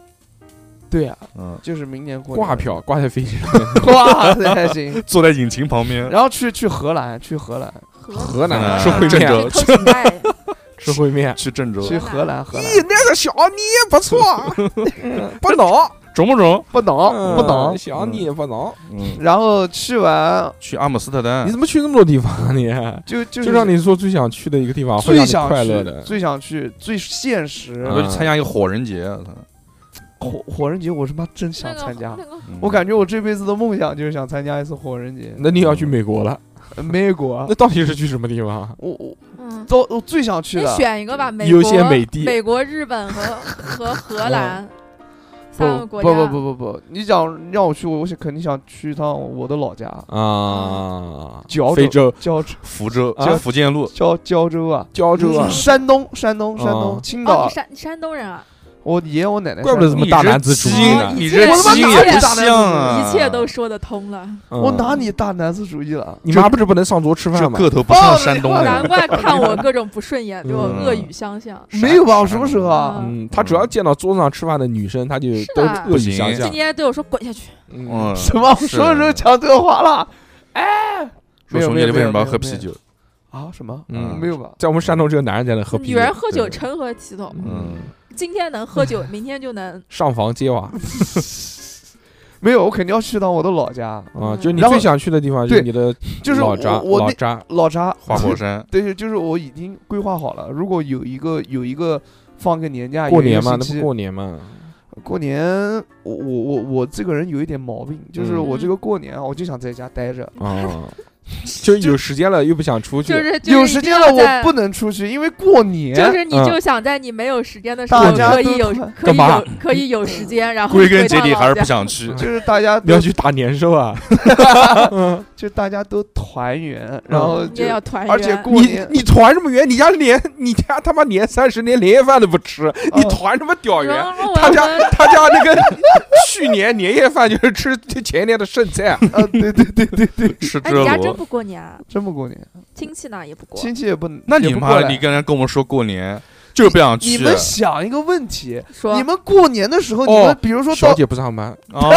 Speaker 3: 对啊，
Speaker 4: 嗯，
Speaker 3: 就是明年过年
Speaker 2: 挂，票挂在飞机上。
Speaker 3: [LAUGHS] 挂才行。
Speaker 4: 坐在引擎旁边，
Speaker 3: 然后去去荷兰，去荷兰，
Speaker 2: 河南
Speaker 4: 嗯
Speaker 2: 吃烩
Speaker 4: 郑
Speaker 2: 面，
Speaker 4: 州
Speaker 5: 偷鸡
Speaker 3: [LAUGHS]
Speaker 5: 带，
Speaker 2: 吃烩面。
Speaker 4: [LAUGHS] 去郑州，
Speaker 3: 去荷兰，荷兰
Speaker 2: 咦，那个小你也不错，啊
Speaker 3: 嗯
Speaker 2: [LAUGHS] 不
Speaker 4: [LAUGHS]
Speaker 2: 孬，
Speaker 4: 中不中？
Speaker 3: 不能不能。
Speaker 2: 小你也不孬。
Speaker 4: 嗯，
Speaker 3: 嗯然后去完
Speaker 4: 去阿姆斯特丹
Speaker 2: 你，怎么去那么多地方啊你？
Speaker 3: 就就
Speaker 2: 就是让你说最想去的一个地方，会
Speaker 3: 最
Speaker 2: 让你
Speaker 3: 想
Speaker 2: 快乐
Speaker 3: 去
Speaker 2: 的。
Speaker 3: 最想去最现实
Speaker 4: 我。
Speaker 2: 嗯
Speaker 4: 去参加一个火人节，我操
Speaker 3: 火火人节我他妈真想
Speaker 5: 那个
Speaker 3: 参加，
Speaker 5: 那个
Speaker 4: 嗯
Speaker 3: 我感觉我这辈子的梦想就是想参加一次火人节。
Speaker 2: 那你要
Speaker 4: 嗯
Speaker 2: 去美国了，
Speaker 3: 呃美国，
Speaker 2: 那到底是去什么地方？啊
Speaker 3: 我我
Speaker 5: 嗯，
Speaker 3: 都我最想去
Speaker 5: 你
Speaker 3: 的，
Speaker 5: 选一个吧，美
Speaker 2: 优
Speaker 5: 国、
Speaker 2: 先美地
Speaker 5: 美国、日本
Speaker 3: [LAUGHS]
Speaker 5: 和和荷兰三
Speaker 3: 不
Speaker 5: 个
Speaker 3: 不
Speaker 5: 国家。
Speaker 3: 不不不不，你想让我去，我我想肯定想去一趟我的老家
Speaker 5: 哦
Speaker 2: 啊，
Speaker 3: 胶州
Speaker 2: 非洲、
Speaker 3: 胶州
Speaker 4: 福州
Speaker 2: 啊
Speaker 4: 就福建路，
Speaker 3: 胶胶州啊，
Speaker 2: 胶州啊
Speaker 5: 嗯，
Speaker 3: 山东山东山
Speaker 2: 啊
Speaker 3: 东青
Speaker 5: 哦，
Speaker 3: 岛
Speaker 5: 你，山你山东人啊，
Speaker 3: 我爷我奶奶
Speaker 2: 嗯
Speaker 3: 山
Speaker 2: 怪
Speaker 3: 东，
Speaker 2: 不得怎么大男子主
Speaker 4: 基
Speaker 2: 义
Speaker 4: 因
Speaker 5: 哦
Speaker 2: 呢？嗯
Speaker 5: 一
Speaker 4: 你
Speaker 5: 切
Speaker 4: 这基因也不像啊，
Speaker 5: 一切都说得通了，
Speaker 2: 嗯
Speaker 3: 我哪？里大男子主义了？
Speaker 2: 你妈不是不能上桌吃
Speaker 4: 这
Speaker 2: 饭吗？
Speaker 4: 个头不像山东
Speaker 3: 哦
Speaker 5: 难
Speaker 4: 人，
Speaker 5: 怪看我各种不顺眼，对我
Speaker 2: 嗯
Speaker 5: 恶语相向。
Speaker 3: 没有吧？我什么时候啊？
Speaker 5: 嗯
Speaker 2: 嗯，他只要见到桌子上吃饭的女生，他就是都
Speaker 5: 的
Speaker 2: 恶语相
Speaker 5: 今
Speaker 2: 向。
Speaker 5: 天对我说滚下去，
Speaker 2: 嗯
Speaker 4: 嗯，
Speaker 3: 什么？我什么时候讲这话了？
Speaker 4: 嗯说兄弟，你为什么要喝啤酒？
Speaker 3: 啊？什么？
Speaker 2: 嗯
Speaker 3: 没有吧？
Speaker 2: 在我们山东，只有男人才能喝啤
Speaker 5: 女
Speaker 2: 酒，
Speaker 5: 人喝酒
Speaker 4: 对
Speaker 5: 成何体统？
Speaker 2: 嗯
Speaker 4: 嗯，
Speaker 5: 今天能喝酒，明天就能
Speaker 2: 上房揭瓦
Speaker 3: 没有，我肯定要去趟我的老家，
Speaker 2: 啊！
Speaker 5: 嗯
Speaker 2: 就是你
Speaker 3: 然后
Speaker 2: 最想去的地方，就是你的
Speaker 3: 就是
Speaker 2: 老
Speaker 3: 我
Speaker 2: 家，
Speaker 3: 我
Speaker 2: 老
Speaker 3: 那
Speaker 2: 家，
Speaker 3: 老家
Speaker 4: 花果山，
Speaker 3: 对，就是我已经规划好了，如果有一个有一个放个年假，
Speaker 2: 过
Speaker 3: 有一个
Speaker 2: 年嘛，那
Speaker 3: 星
Speaker 2: 不
Speaker 3: 期
Speaker 2: 过年
Speaker 3: [LAUGHS]
Speaker 2: 嘛，
Speaker 3: 过年，我我我我这个人有一点毛病，就是
Speaker 2: 嗯
Speaker 3: 我这个过年啊，我就想在家待着。
Speaker 2: 啊，就有时间了又不想出去
Speaker 5: 就，是就是
Speaker 3: 有
Speaker 5: 一
Speaker 3: 时
Speaker 5: 定
Speaker 3: 间
Speaker 5: 要
Speaker 3: 了，
Speaker 5: 在
Speaker 3: 我不能出去，因为过年。
Speaker 5: 就是你
Speaker 2: 嗯
Speaker 5: 就想在你没有时间的时
Speaker 3: 大
Speaker 5: 候，
Speaker 3: 家
Speaker 5: 可以
Speaker 3: 都
Speaker 5: 有
Speaker 3: 快
Speaker 5: 可以
Speaker 2: 干嘛
Speaker 5: 有可以有时间，然后
Speaker 4: 归根结
Speaker 5: 回
Speaker 4: 底
Speaker 5: 到
Speaker 4: 还是
Speaker 5: 老
Speaker 4: 不
Speaker 5: 家
Speaker 4: 想去。
Speaker 3: 就是大家
Speaker 2: 你
Speaker 3: 都
Speaker 2: 要，去打年兽
Speaker 3: [LAUGHS]
Speaker 2: 啊！嗯
Speaker 3: 就大家都团圆，然后
Speaker 5: 你
Speaker 3: 就
Speaker 5: 也，要团圆，
Speaker 3: 而且过
Speaker 2: 你
Speaker 3: 年
Speaker 2: 你团这么远，你家连你家他妈连三十连年夜饭都不吃，
Speaker 3: 哦
Speaker 2: 你团什么屌圆？
Speaker 5: 然后我
Speaker 2: 他
Speaker 5: 要
Speaker 2: 家
Speaker 5: 跟
Speaker 2: 他家那个去年年夜饭就是吃前一年的剩菜，
Speaker 3: 啊，对对对对对，
Speaker 4: 吃
Speaker 5: 哎，你
Speaker 4: 遮
Speaker 5: 家真
Speaker 4: 罗。
Speaker 5: 不过年啊？
Speaker 3: 真不过年，
Speaker 5: 亲戚呢也不过，
Speaker 3: 亲戚也不，
Speaker 4: 那
Speaker 3: 也
Speaker 4: 你
Speaker 3: 不
Speaker 4: 妈
Speaker 3: 过
Speaker 4: 的，
Speaker 3: 来
Speaker 4: 你刚才跟我们说过年就是不想去
Speaker 3: 你，们想一个问题，
Speaker 5: 说
Speaker 3: 你们过年的时候，你
Speaker 2: 哦
Speaker 3: 们比如说
Speaker 2: 小
Speaker 3: 到
Speaker 2: 姐啊不上班，
Speaker 4: 啊，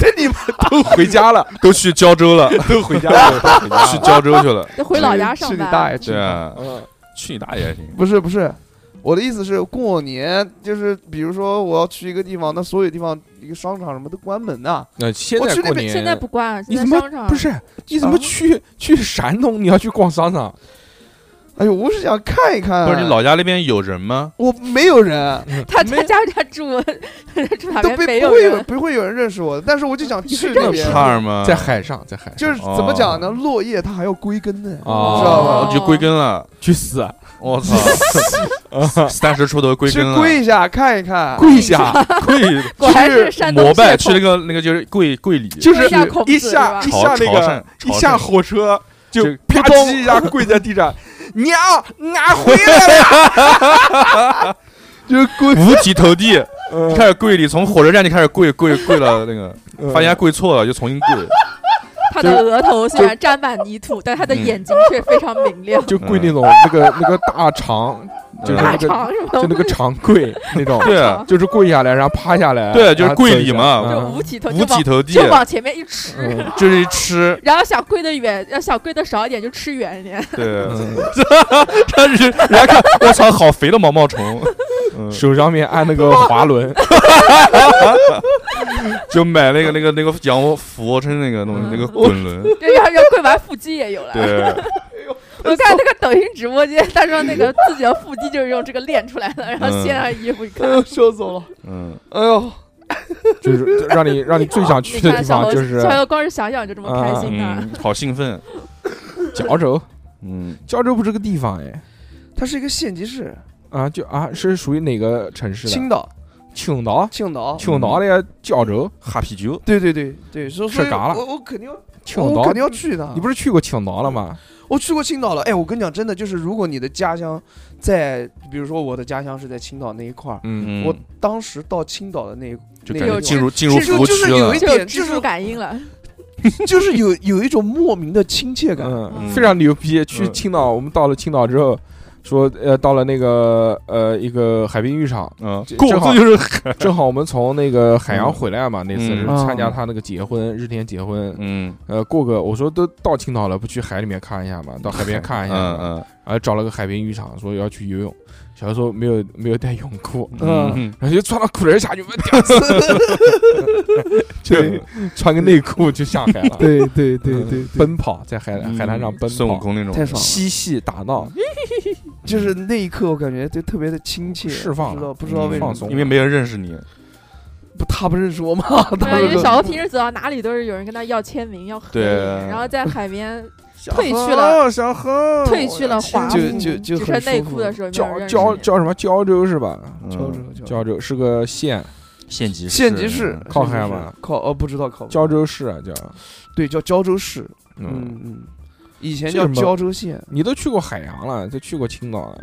Speaker 3: 这 [LAUGHS] 你们
Speaker 2: 都回家了，
Speaker 4: 都去胶州了，
Speaker 2: 都回家了。
Speaker 4: 去胶州去了。
Speaker 5: 就回老家上
Speaker 3: 去你大
Speaker 5: 班。
Speaker 3: 爷去
Speaker 4: 对
Speaker 3: 你
Speaker 4: 啊，
Speaker 2: 嗯
Speaker 4: 去你大爷行！
Speaker 3: 不是不是，我的意思是过年就是，比如说我要去一个地方，那所有地方一个商场什么都关门呐、
Speaker 2: 那呃现
Speaker 3: 我
Speaker 2: 在
Speaker 3: 去那
Speaker 2: 过
Speaker 3: 边
Speaker 2: 年
Speaker 5: 现在不关，
Speaker 2: 你
Speaker 5: 现在
Speaker 2: 怎么
Speaker 5: 商场
Speaker 2: 不是，你怎么
Speaker 3: 啊
Speaker 2: 去去山东？你要去逛商场？
Speaker 3: 哎呦，我是想看一看、啊
Speaker 4: 不是你老家那边有人吗？
Speaker 3: 我没有人，
Speaker 5: 他
Speaker 2: 没
Speaker 5: 他家他住 [LAUGHS] 住哪
Speaker 3: 都
Speaker 5: 边
Speaker 3: 被
Speaker 5: 没
Speaker 3: 不
Speaker 5: 有
Speaker 3: 会有
Speaker 5: 人，
Speaker 3: 不会有人认识我的，但是我就想去
Speaker 5: 这
Speaker 3: 那
Speaker 5: 么
Speaker 3: 边 [LAUGHS]
Speaker 5: 对，
Speaker 4: 差点吗？
Speaker 2: 在海上，在海上
Speaker 3: 就是怎么讲呢？落叶它还要归根呢，
Speaker 2: 哦
Speaker 3: 知道吧？
Speaker 4: 哦就归根了。
Speaker 2: 去死啊！
Speaker 4: 我操，三十出头归
Speaker 3: 去
Speaker 4: 根了，
Speaker 3: [LAUGHS] 跪一下看一看，
Speaker 2: 跪下，
Speaker 4: 跪
Speaker 5: 果然
Speaker 3: 就是
Speaker 5: 是山东啊
Speaker 4: 膜拜
Speaker 5: 血
Speaker 4: 去
Speaker 5: 统
Speaker 4: 那个那个就是跪跪礼，
Speaker 2: 就是
Speaker 5: 跪下孔
Speaker 2: 一
Speaker 5: 子
Speaker 2: 下
Speaker 5: 是
Speaker 2: 一
Speaker 5: 吧
Speaker 4: 朝
Speaker 2: 下那
Speaker 4: 朝
Speaker 2: 个
Speaker 4: 上
Speaker 2: 一
Speaker 4: 朝
Speaker 2: 下
Speaker 4: 上
Speaker 2: 火车就
Speaker 4: 就
Speaker 2: 啪
Speaker 3: 咚
Speaker 2: 叽一下跪在地上， [LAUGHS] 娘，俺回来了，
Speaker 3: 就是跪
Speaker 4: 五体投地，
Speaker 2: 嗯
Speaker 4: 就开始跪里，从火车站就开始跪跪跪了那个，发现他跪错了，就重新跪。
Speaker 5: 他的额头虽然沾满泥土，但他的
Speaker 4: 嗯
Speaker 5: 眼睛却非常明亮。
Speaker 2: 就跪那种那个那个大肠，嗯就是
Speaker 5: 大
Speaker 2: 那个
Speaker 5: 肠什么？
Speaker 2: 就那个长跪
Speaker 5: [LAUGHS]
Speaker 2: 那种，
Speaker 4: 对啊
Speaker 2: 就是跪下来，然后趴下来，
Speaker 4: 对，就是
Speaker 2: 然后
Speaker 4: 跪
Speaker 2: 走一
Speaker 4: 礼
Speaker 2: 下
Speaker 5: 就
Speaker 4: 嘛，
Speaker 2: 嗯
Speaker 5: 五体投
Speaker 4: 五
Speaker 5: 就往
Speaker 4: 体投地
Speaker 5: 就，往前面一吃，
Speaker 2: 嗯
Speaker 4: 就是一吃，
Speaker 5: 然后想跪得远，要想跪得少一点就吃远一点。 [LAUGHS]
Speaker 4: 对， [LAUGHS]
Speaker 2: 嗯，
Speaker 4: 但是人家看，我操，好肥的毛毛虫，嗯
Speaker 2: 手上面按那个滑轮，
Speaker 4: 就买那个那个那个羊俯卧撑那个东
Speaker 5: 嗯
Speaker 4: 西，那个滚
Speaker 5: [LAUGHS]
Speaker 4: 轮，
Speaker 5: 这要要跪完腹肌也有了。
Speaker 4: 对，
Speaker 5: 我看那个抖音直播间，他说那个自己的腹肌就是用这个练出来的，
Speaker 3: 嗯
Speaker 5: 然后掀上衣服一
Speaker 3: [LAUGHS]
Speaker 5: 看，
Speaker 3: 笑死我了！
Speaker 4: 嗯，
Speaker 3: 哎呦，
Speaker 5: [LAUGHS]
Speaker 2: 就是让你让你最想去
Speaker 5: 你
Speaker 2: 的地
Speaker 5: 看小
Speaker 2: 方
Speaker 5: 猴，
Speaker 2: 就是
Speaker 5: 小猴光是想想就这么开 [LAUGHS] 心
Speaker 3: 啊
Speaker 5: 的。
Speaker 4: 嗯，好兴奋，
Speaker 2: 胶州，
Speaker 4: 嗯，
Speaker 2: 胶州不是个地方哎，
Speaker 3: 它是一个县级市，
Speaker 2: 啊就啊是属于哪个城市的？
Speaker 3: 青岛，
Speaker 2: 青岛，
Speaker 3: 青岛，
Speaker 2: 青岛那个胶州，
Speaker 4: 哈啤酒，
Speaker 3: 对对对对，所以
Speaker 2: 是嘎了
Speaker 3: 我我肯定要，
Speaker 2: 青
Speaker 3: 我
Speaker 2: 岛
Speaker 3: 肯，定要去
Speaker 4: 啊
Speaker 3: 的。
Speaker 2: 你不是去过青岛了吗？
Speaker 3: 我去过青岛了，哎，我跟你讲，真的就是，如果你的家乡在，比如说我的家乡是在青岛那一块儿，
Speaker 2: 嗯，
Speaker 4: 嗯，
Speaker 3: 我当时到青岛的那一，
Speaker 4: 就
Speaker 3: 那
Speaker 4: 感觉
Speaker 3: 个
Speaker 4: 进
Speaker 3: 地
Speaker 4: 入进入
Speaker 5: 是
Speaker 4: 服务
Speaker 3: 就
Speaker 4: 区
Speaker 3: 是有
Speaker 4: 了
Speaker 3: 一，
Speaker 5: 就有
Speaker 3: 点就
Speaker 5: 蜘
Speaker 3: 是
Speaker 5: 蛛感应
Speaker 3: [LAUGHS]
Speaker 5: 了，
Speaker 3: 方，就是有 [LAUGHS] 有一种莫名的亲切感。
Speaker 2: 嗯，
Speaker 4: 嗯
Speaker 2: 非常牛逼。去
Speaker 4: 嗯
Speaker 2: 青岛，我们到了青岛之后，说呃，到了那个呃一个海滨浴场，
Speaker 4: 嗯，
Speaker 2: 这
Speaker 4: 过
Speaker 2: 正好
Speaker 4: 这就是，
Speaker 2: 正好我们从那个海洋回来嘛，那次
Speaker 4: 嗯
Speaker 2: 是参加他那个结婚，日田结婚，
Speaker 4: 嗯
Speaker 2: 呃，过个我说都到青岛了，不去海里面看一下嘛，到海
Speaker 4: [LAUGHS]
Speaker 2: 边看一
Speaker 4: 嗯
Speaker 3: 哎
Speaker 2: 下嘛，
Speaker 4: 嗯
Speaker 2: 然后找了个海边浴场，说要去游泳，小时候没有没有带泳裤。
Speaker 4: 嗯，
Speaker 2: 然后就穿到裤儿下去，我屌丝，
Speaker 3: [LAUGHS]
Speaker 2: 就穿个内裤就下海了，
Speaker 3: 对对
Speaker 2: 奔跑在海
Speaker 4: 嗯
Speaker 3: 嗯
Speaker 2: 海滩上奔
Speaker 4: 孙悟
Speaker 2: 跑，
Speaker 4: 空那种，
Speaker 3: 太爽了！
Speaker 2: 嬉戏打闹，
Speaker 3: 就是那一刻，我感觉就特别的亲切，
Speaker 2: 释放
Speaker 3: 不
Speaker 2: 了嗯
Speaker 3: 知道不知道为什
Speaker 2: 放
Speaker 3: 么，
Speaker 2: 松了，
Speaker 4: 嗯因为没人认识你，
Speaker 3: 不他不认识我吗？
Speaker 5: 对
Speaker 3: 他
Speaker 5: 啊，因为
Speaker 3: 说
Speaker 5: 小猴平时走到哪里都是有人跟他要签名、要合影，
Speaker 4: 对
Speaker 5: 然后在海边退去了，
Speaker 4: 哦，小何
Speaker 5: 退去了华
Speaker 3: 就
Speaker 5: 服，
Speaker 3: 就
Speaker 5: 只
Speaker 3: 就很
Speaker 5: 剩内
Speaker 3: 舒服
Speaker 5: 裤的时候没有
Speaker 2: 胶
Speaker 5: 人认识
Speaker 2: 胶
Speaker 5: 你。
Speaker 2: 叫什么胶州是吧？
Speaker 3: 胶州 [LAUGHS]
Speaker 4: 嗯
Speaker 3: 胶
Speaker 2: 胶州是个县，
Speaker 4: 县级
Speaker 3: 县级市
Speaker 2: 靠
Speaker 3: 县级
Speaker 2: 海
Speaker 3: 市
Speaker 2: 吗
Speaker 3: 靠哦，不知道靠不
Speaker 2: 胶州市啊叫。
Speaker 3: 对叫胶州市，
Speaker 2: 嗯，
Speaker 3: 嗯嗯，以前
Speaker 2: 这
Speaker 3: 叫
Speaker 2: 什么
Speaker 3: 胶州县。
Speaker 2: 你都去过海洋了，就去过青岛了，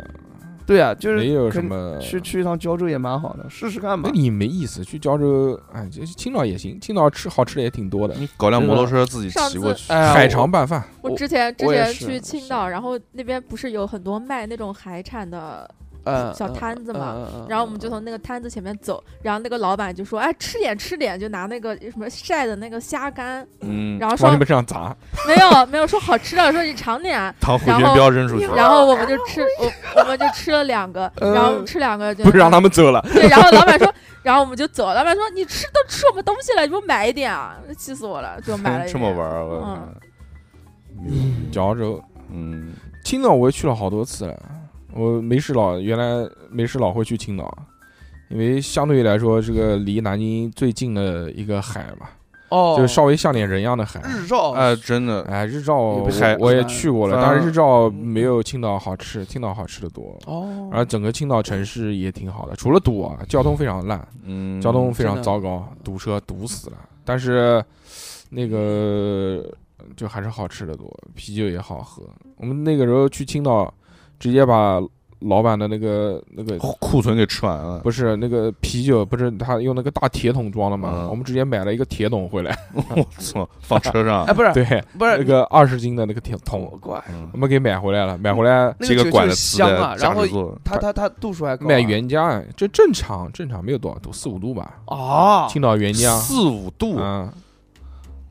Speaker 3: 对啊，就是
Speaker 2: 没有
Speaker 3: 可
Speaker 2: 什么。
Speaker 3: 去去一趟胶州也蛮好的，试试看吧
Speaker 2: 那。你没意思，去胶州，哎，这青岛也行，青岛吃好吃的也挺多的，
Speaker 3: 嗯
Speaker 4: 你搞辆摩托车自己骑过去，
Speaker 3: 哎呀
Speaker 2: 海肠拌饭，
Speaker 5: 我
Speaker 3: 我
Speaker 5: 之前之
Speaker 3: 我也
Speaker 5: 前
Speaker 3: 是
Speaker 5: 去青岛，然后那边不是有很多卖那种海产的
Speaker 3: 嗯
Speaker 5: 小摊子嘛，
Speaker 3: 嗯嗯嗯
Speaker 5: 然后我们就从那个摊子前面走，然后那个老板就说：“哎，吃点吃点！”就拿那个什么晒的那个虾干，
Speaker 4: 嗯，
Speaker 5: 然后说
Speaker 2: 往你们身上砸，
Speaker 5: 没有没有说好吃的，说你尝点啊。
Speaker 4: 唐虎绝不要扔出去，
Speaker 5: [LAUGHS] 然后我们就吃，我我们就吃了两个，
Speaker 3: 呃
Speaker 5: 然后吃两个就
Speaker 2: 不是让他们走了。
Speaker 5: 对，然后老板说，然后我们就走，老板说你吃都吃我们东西了，你不买一点啊？气死我了，就买了一
Speaker 4: 这么
Speaker 5: 点。
Speaker 4: 玩儿，我
Speaker 5: 嗯
Speaker 4: 嗯
Speaker 2: 胶州、
Speaker 4: 嗯，
Speaker 2: 青岛我也去了好多次了，我没事老原来没事老会去青岛，因为相对来说这个离南京最近的一个海嘛，
Speaker 3: 哦，嗯
Speaker 2: 就稍微像点人一样的海。
Speaker 3: 日照
Speaker 4: 哎，真的，
Speaker 2: 哎，日照我
Speaker 3: 不嗯
Speaker 4: 是海
Speaker 2: 我也去过了，
Speaker 4: 反
Speaker 2: 但是
Speaker 4: 而
Speaker 2: 日照没有青岛好吃，青岛好吃的多。
Speaker 3: 哦，
Speaker 2: 然后整个青岛城市也挺好的，除了堵啊，交通非常烂，
Speaker 4: 嗯，
Speaker 2: 交通非
Speaker 3: 真
Speaker 2: 常
Speaker 3: 的嗯
Speaker 2: 糟糕，堵车堵死了。但是那个就还是好吃的多，啤酒也好喝。我们那个时候去青岛，直接把老板的那个那个
Speaker 4: 库存给吃完了，
Speaker 2: 不是那个啤酒，不是他用那个大铁桶装的嘛，
Speaker 4: 嗯
Speaker 2: 我们直接买了一个铁桶回
Speaker 3: [LAUGHS]
Speaker 2: 来，
Speaker 4: 我操，放车上
Speaker 3: 哎，，不是
Speaker 2: 对，
Speaker 3: 不是哦
Speaker 2: 那个二十斤的那个铁桶
Speaker 3: 我，怪，
Speaker 4: 嗯
Speaker 2: 我们给买回来了，买回来
Speaker 3: 那
Speaker 4: 这
Speaker 3: 个
Speaker 4: 个
Speaker 3: 酒
Speaker 4: 管
Speaker 3: 就
Speaker 4: 子
Speaker 3: 是香啊，然后
Speaker 4: 做，
Speaker 3: 它它它度数还高啊，
Speaker 2: 卖原价，哎这正常正常没有多少度，四五度吧，
Speaker 3: 啊，
Speaker 2: 青岛原价，
Speaker 4: 四五度，
Speaker 2: 嗯，
Speaker 4: 啊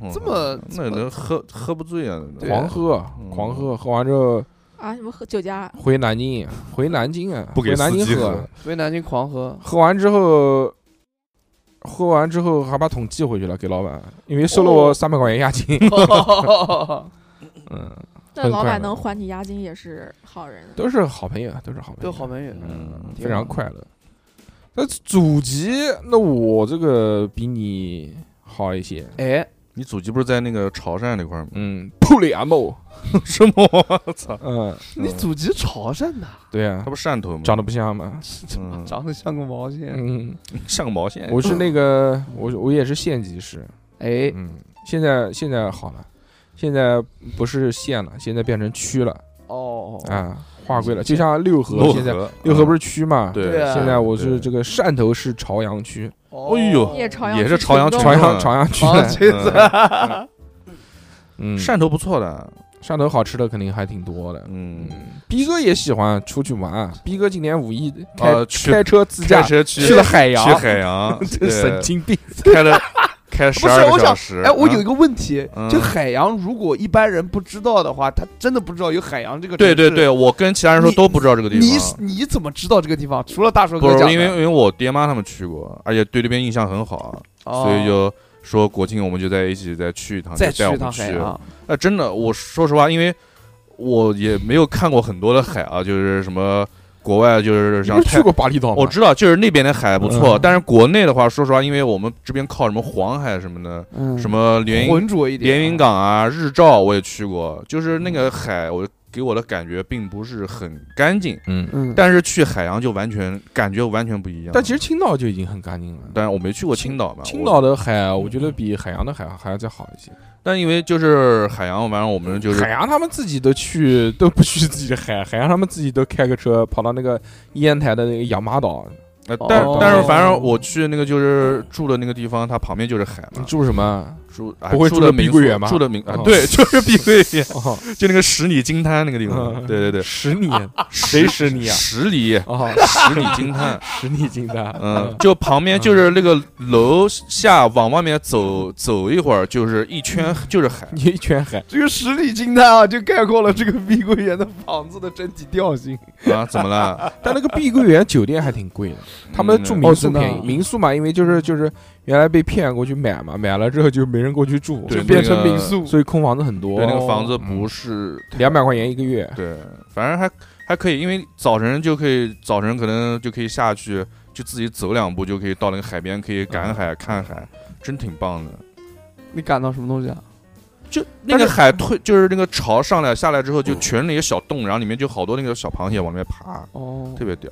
Speaker 4: 嗯
Speaker 3: 这么
Speaker 4: 那能喝喝不醉啊？
Speaker 3: 对
Speaker 2: 狂喝
Speaker 4: 嗯
Speaker 2: 狂喝，喝完之后
Speaker 5: 啊，什么喝酒家
Speaker 2: 回南京，回南京啊，
Speaker 4: 不给
Speaker 2: 回南京
Speaker 4: 司机
Speaker 2: 喝
Speaker 4: 喝，
Speaker 3: 回南京狂
Speaker 4: [LAUGHS]
Speaker 3: 喝，
Speaker 2: 喝完之后。喝完之后还把桶寄回去了给老板，因为收了我
Speaker 3: 哦
Speaker 2: 三百块钱押金。嗯，
Speaker 5: 那
Speaker 2: 很
Speaker 5: 老
Speaker 2: 快
Speaker 5: 板
Speaker 2: 乐
Speaker 5: 能还你押金也是好人。
Speaker 2: 都是好朋友，都是好朋
Speaker 3: 都
Speaker 2: 友，
Speaker 3: 好朋友，
Speaker 4: [LAUGHS] 嗯
Speaker 2: 非常快乐。那祖籍，那我这个比你好一些。
Speaker 3: 哎，
Speaker 4: 你祖籍不是在那个潮汕那块 [LAUGHS] 儿吗？
Speaker 2: 嗯，普里阿莫，
Speaker 4: 什么？ [LAUGHS] 我操！
Speaker 2: 嗯，
Speaker 3: [LAUGHS] 你祖籍潮汕的，
Speaker 2: 对呀、
Speaker 4: 啊他不是汕头吗？
Speaker 2: 长得不像嘛。
Speaker 4: 嗯
Speaker 3: 长得像个毛线，
Speaker 2: 嗯，
Speaker 4: 像个毛线。
Speaker 2: 我是那个，我我也是县级市。
Speaker 3: 哎，
Speaker 2: 嗯，现在现在好了，现在不是县了，现在变成区了
Speaker 3: 哦，
Speaker 2: 啊。划归了，就像六合
Speaker 4: 漯
Speaker 2: 现在，
Speaker 4: 河，
Speaker 2: 六合不
Speaker 4: 是
Speaker 2: 是区嘛？
Speaker 4: 对
Speaker 3: 对啊
Speaker 4: [LAUGHS]
Speaker 2: 现在我
Speaker 4: 嗯对
Speaker 2: 是这个汕头市朝阳区，
Speaker 3: 哦
Speaker 4: 哎呦
Speaker 5: 也朝阳
Speaker 4: 也
Speaker 5: 区
Speaker 4: 是朝阳
Speaker 5: 群
Speaker 4: 区
Speaker 5: 众
Speaker 2: 朝阳
Speaker 4: 嗯
Speaker 2: 朝阳区
Speaker 3: 哦
Speaker 2: 的，
Speaker 3: 这次
Speaker 2: 嗯，
Speaker 4: 啊汕头不错的，
Speaker 2: 汕头好吃的肯定还挺多的。
Speaker 4: 嗯，
Speaker 2: 逼哥也喜欢出去玩，啊逼哥今年五一开
Speaker 4: 呃，去
Speaker 2: 开车自
Speaker 4: 开
Speaker 2: 驾
Speaker 4: 车去
Speaker 2: 去了海
Speaker 4: 去
Speaker 2: 洋，，
Speaker 4: 海 [LAUGHS] 洋
Speaker 2: 这神经病。
Speaker 4: 对， [LAUGHS] 开了开十
Speaker 3: 不是
Speaker 4: 二
Speaker 3: 我
Speaker 4: 个
Speaker 3: 想
Speaker 4: 小时。
Speaker 3: 哎，我有
Speaker 4: 嗯
Speaker 3: 一个问题，
Speaker 4: 嗯
Speaker 3: 就海洋，如果一般人不知道的话，他真的不知道有海洋这个。
Speaker 4: 对对对，，我跟其他人说
Speaker 3: 你
Speaker 4: 都不知道这个地
Speaker 3: 你
Speaker 4: 方。
Speaker 3: 你怎么知道这个地方？除了大叔
Speaker 4: 不
Speaker 3: 哥
Speaker 4: 是
Speaker 3: 讲的，
Speaker 4: 因为因为我爹妈他们去过，而且对这边印象很好，啊
Speaker 3: 哦
Speaker 4: 所以就说国庆我们就在一起再去一趟，就
Speaker 3: 再去
Speaker 4: 带我
Speaker 3: 一
Speaker 4: 们
Speaker 3: 趟海
Speaker 4: 去。
Speaker 3: 洋。
Speaker 4: 那真的，我说实话，因为我也没有看过很多的海啊，就是什么国外就是
Speaker 2: 你
Speaker 4: 像
Speaker 2: 不是
Speaker 4: 泰
Speaker 2: 去，过巴厘岛吗？
Speaker 4: 我知道就是那边的海不错，
Speaker 2: 嗯
Speaker 4: 但是国内的话，说实话，因为我们这边靠什么黄海什么的，
Speaker 3: 嗯
Speaker 4: 什么连云
Speaker 3: 浑浊一点？
Speaker 4: 连云港啊、日照我也去过，就是那个海，我给我的感觉并不是很干净，
Speaker 2: 嗯，
Speaker 3: 嗯，
Speaker 4: 但是去海洋就完全感觉完全不一样。
Speaker 2: 但其实青岛就已经很干净了。
Speaker 4: 但是我没去过青岛嘛，
Speaker 2: 青
Speaker 4: 我
Speaker 2: 岛，的海，啊我觉得比海洋的海还要再好一些。
Speaker 4: 但因为就是海洋，反正我们就是
Speaker 2: 海洋他们自己都去，都不去自己的海，海洋他们自己都开个车跑到那个烟台的那个养马岛，
Speaker 4: 呃，但是
Speaker 2: 哦
Speaker 4: 但是反正我去那个就是住的那个地方，它旁边就是海
Speaker 2: 你
Speaker 4: 嘛，
Speaker 2: 住什么？啊
Speaker 4: 住哎
Speaker 2: 不会
Speaker 4: 住
Speaker 2: 住
Speaker 4: 的
Speaker 2: 的
Speaker 4: 民
Speaker 2: 碧桂园
Speaker 4: 宿
Speaker 2: 吧
Speaker 4: 住的民啊
Speaker 2: 哦，
Speaker 4: 对， [LAUGHS] 就是碧桂园，
Speaker 2: 哦，
Speaker 4: 就那个十里金滩那个地方，
Speaker 2: 嗯
Speaker 4: 对对对，
Speaker 2: 十里，谁十里啊？
Speaker 4: 十里
Speaker 2: 哦，，
Speaker 4: 十里金滩
Speaker 2: [LAUGHS] 十里金丹，
Speaker 4: 嗯，，就旁边就是那个楼下往外面走
Speaker 2: 嗯
Speaker 4: 走一会儿，就是一圈就是海，
Speaker 2: 你一圈海，
Speaker 3: 这个十里金滩啊，就概括了这个碧桂园的房子的整体调性。
Speaker 4: 啊，怎么了？
Speaker 2: 但那个碧桂园酒店还挺贵的， [LAUGHS] 他们住
Speaker 4: 嗯
Speaker 2: 民宿
Speaker 3: 哦真的
Speaker 2: 便宜，嗯民宿嘛，因为就是就是原来被骗过去买嘛，买了之后就没人过去住，
Speaker 4: 对啊
Speaker 2: 就
Speaker 3: 就
Speaker 2: 变
Speaker 3: 变
Speaker 4: 那
Speaker 3: 成
Speaker 4: 个
Speaker 3: 民宿。
Speaker 2: 所以空房子很多，嗯
Speaker 4: 对，那个房
Speaker 2: 哦
Speaker 4: 子不是
Speaker 2: 两百块钱一个月，
Speaker 3: [LAUGHS]
Speaker 4: 对，反正还还可以，因为早晨就可以，早晨可能就可以下去，就自己走两步就可以到那个海边，可以赶海、看海，真挺棒的。
Speaker 3: 你感到什么东西啊？
Speaker 4: 就那个海退，就是那个潮上来下来之后，就全那些小洞，然后里面就好多那个小螃蟹往里面爬，
Speaker 3: 哦
Speaker 4: 特别屌。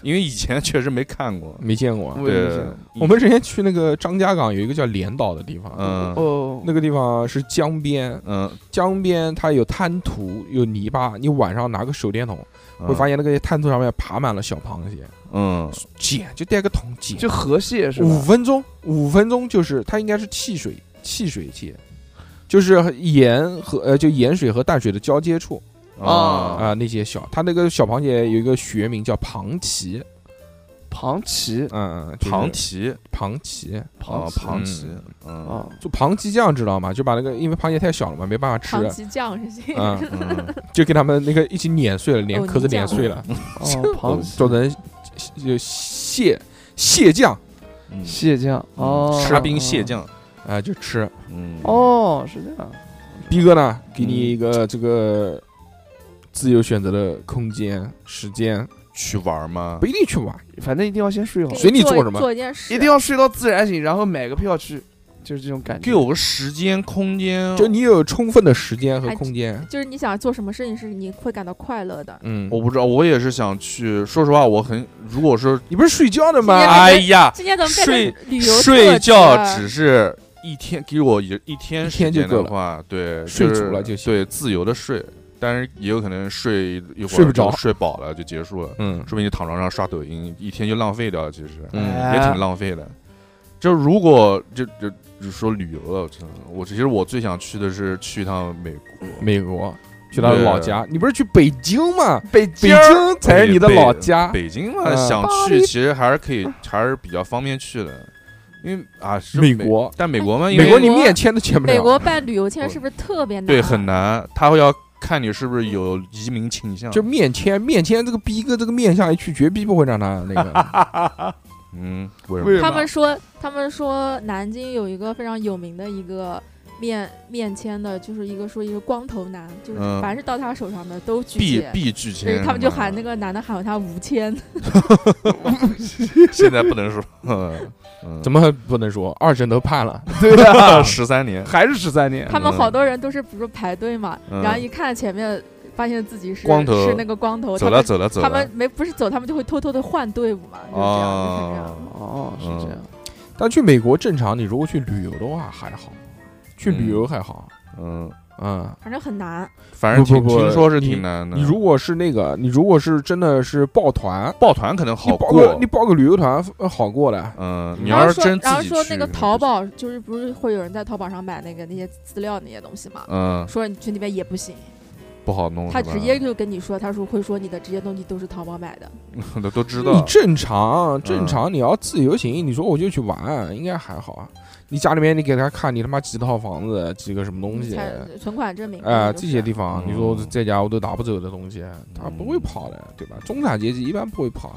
Speaker 4: 因为以前确实没看过，
Speaker 2: 没见过啊。
Speaker 3: [LAUGHS] 我也没
Speaker 4: 对
Speaker 3: 见过，
Speaker 2: 我们之前去那个张家港有一个叫连岛的地方，
Speaker 4: 嗯
Speaker 3: 哦，
Speaker 2: 那个地方是江边，
Speaker 4: 嗯，
Speaker 2: 江边它有滩涂有泥巴，你晚上拿个手电筒会
Speaker 3: 嗯
Speaker 2: 发现那个滩涂上面爬满了小螃蟹，
Speaker 4: 嗯，
Speaker 2: 捡就带个桶捡，
Speaker 3: 就河蟹是吧？
Speaker 2: 五分钟，五分钟就是它应该是汽水汽水界，就是盐和呃就盐水和淡水的交接处
Speaker 4: 嗯
Speaker 3: 啊
Speaker 2: 啊、那些小，它那个小螃蟹有一个学名叫庞鳍，
Speaker 3: 庞奇
Speaker 2: 嗯，嗯
Speaker 4: 庞蹄，
Speaker 2: 庞鳍，
Speaker 4: 啊，庞蹄
Speaker 2: 嗯，
Speaker 4: 嗯
Speaker 3: 啊，
Speaker 2: 就庞鳍酱知道吗？就把那个因为螃蟹太小了嘛，没办法吃，
Speaker 5: 长崎酱是这个，
Speaker 2: 啊、
Speaker 3: [LAUGHS]
Speaker 4: 嗯，
Speaker 2: 就给他们那个一起碾碎了，连
Speaker 5: 藕泥
Speaker 2: 壳子
Speaker 5: 酱
Speaker 2: 碾碎了，
Speaker 3: [LAUGHS] 哦，庞奇
Speaker 2: 做成就蟹蟹酱
Speaker 4: 嗯
Speaker 3: 蟹酱哦，
Speaker 4: 沙冰蟹酱，
Speaker 2: 啊、就吃。
Speaker 4: 嗯，
Speaker 3: 哦，是这样。
Speaker 2: 逼哥呢，给你一个这个自由选择的空间、时间，
Speaker 4: 去玩吗
Speaker 2: 不？一定去玩，
Speaker 3: 反正一定要先睡好
Speaker 5: 给，
Speaker 2: 随你
Speaker 5: 做
Speaker 2: 做什么
Speaker 5: 做一件事，
Speaker 3: 一定要睡到自然醒，然后买个票去，就是这种感觉。
Speaker 4: 给我个时间空间，
Speaker 2: 就你有充分的时间和空间。
Speaker 5: 就是你想做什么事情是你会感到快乐的。
Speaker 2: 嗯，
Speaker 4: 我不知道，我也是想去。说实话，我很如果说，
Speaker 2: 你不是睡觉的吗？
Speaker 5: 时间
Speaker 2: [LAUGHS] 哎
Speaker 4: 哎呀，
Speaker 5: 今天怎么变成旅游特
Speaker 4: 睡
Speaker 5: 辑
Speaker 4: 觉
Speaker 5: 了
Speaker 4: 只是一天，给我一一天
Speaker 2: 一
Speaker 4: 时
Speaker 2: 天
Speaker 4: 间
Speaker 2: 就够
Speaker 4: 的
Speaker 2: 了
Speaker 4: 话，对，
Speaker 2: 睡
Speaker 4: 是
Speaker 2: 足了就行
Speaker 4: 对，自由的睡，但是也有可能睡一会儿
Speaker 2: 睡不着
Speaker 4: 就睡饱了就结束了，
Speaker 2: 嗯，
Speaker 4: 说明你躺床上刷抖音，一天就浪费掉了，其实、
Speaker 2: 嗯
Speaker 4: 也挺浪费的。嗯就如果就就就说旅游了，真的我其实我最想去的是去一趟美国，
Speaker 2: 美国去他的老家，你不是去北京吗？
Speaker 3: 北
Speaker 2: 北
Speaker 3: 儿
Speaker 2: 京才是你的
Speaker 4: 北
Speaker 2: 老家。
Speaker 4: 北京嘛，
Speaker 2: 嗯
Speaker 4: 想
Speaker 5: 巴
Speaker 4: 去
Speaker 5: 黎
Speaker 4: 其实还是可以，还是比较方便去的，因为啊，是
Speaker 2: 美国，
Speaker 4: 但美国嘛，因
Speaker 2: 美
Speaker 4: 为
Speaker 2: 国你面签都签不
Speaker 5: 美
Speaker 2: 了，
Speaker 5: 国办旅游签是不是特别难？啊
Speaker 4: 对很。难，他会要看你是不是有移民倾向。
Speaker 2: 就面签，面签这个逼哥这个面相一去，绝逼不会让他那 [LAUGHS] 个。
Speaker 4: 嗯，为什
Speaker 3: 为
Speaker 4: 么？
Speaker 3: 什
Speaker 5: 他
Speaker 3: 么
Speaker 5: 们？说，他们说南京有一个非常有名的一个面面签的，就是一个说一个光头男，就是
Speaker 4: 嗯
Speaker 5: 凡是到他手上的都拒
Speaker 4: 必
Speaker 5: 签。
Speaker 4: 必拒
Speaker 5: 所以
Speaker 4: 签，啊嗯
Speaker 5: 他们就喊那个男的喊他吴谦，
Speaker 4: 现在不能
Speaker 2: [LAUGHS]
Speaker 4: 说，嗯嗯，
Speaker 2: 怎么不能说？二审都判了，
Speaker 3: 对呀，
Speaker 4: 十三年？
Speaker 3: 还是十三年。
Speaker 5: 他们好多人都是不是排队嘛，
Speaker 4: 嗯
Speaker 5: 然后一看前面，发现自己是
Speaker 4: 光头
Speaker 5: 是那个光头，
Speaker 4: 走
Speaker 5: 他
Speaker 4: 了
Speaker 5: 们
Speaker 4: 走了走
Speaker 5: 他们
Speaker 4: 了，
Speaker 5: 没不是走，他们就会偷偷的换队伍嘛，就是这样，就是这样。
Speaker 4: 哦，
Speaker 3: 哦，是这样。
Speaker 2: 但去美国正常，你如果去旅游的话还好，去旅游还好，
Speaker 4: 嗯，
Speaker 2: 啊。
Speaker 5: 反正很难。
Speaker 4: 反正
Speaker 2: 不不
Speaker 4: 听
Speaker 2: 不
Speaker 4: 听说是
Speaker 2: 你
Speaker 4: 挺难的。
Speaker 2: 你如果是那个，你如果是真的是抱团，
Speaker 4: 抱团可能
Speaker 2: 你
Speaker 4: 好
Speaker 2: 报个
Speaker 4: 过
Speaker 2: 你，报个旅游团呃好过的。
Speaker 4: 嗯，
Speaker 2: 嗯
Speaker 4: 你
Speaker 5: 然
Speaker 4: 要
Speaker 5: 后
Speaker 4: 是
Speaker 5: 说
Speaker 4: 真，自
Speaker 5: 然后
Speaker 4: 己
Speaker 5: 说
Speaker 4: 去
Speaker 5: 那个淘，宝，就是不是会有人在淘宝上买那个那些资料那些东西嘛？
Speaker 4: 嗯，
Speaker 5: 说你去那边也不行，
Speaker 4: 不好弄。
Speaker 5: 他
Speaker 4: 是吧
Speaker 5: 直接就跟你说，他说会说你的这些东西都是淘宝买的，
Speaker 4: [LAUGHS] 都都知
Speaker 2: 你
Speaker 4: 道，
Speaker 2: 正常正常，你要自由行，你说我就去玩，应该还好啊。你家里面你给他看你他妈几套房子，几个什么东西，
Speaker 5: 才存款证明
Speaker 2: 哎、
Speaker 5: 就是
Speaker 2: 这些地方，
Speaker 4: 嗯
Speaker 2: 你说在家我都拿不走的东西，他不会跑的，对吧？中产阶级一般不会跑，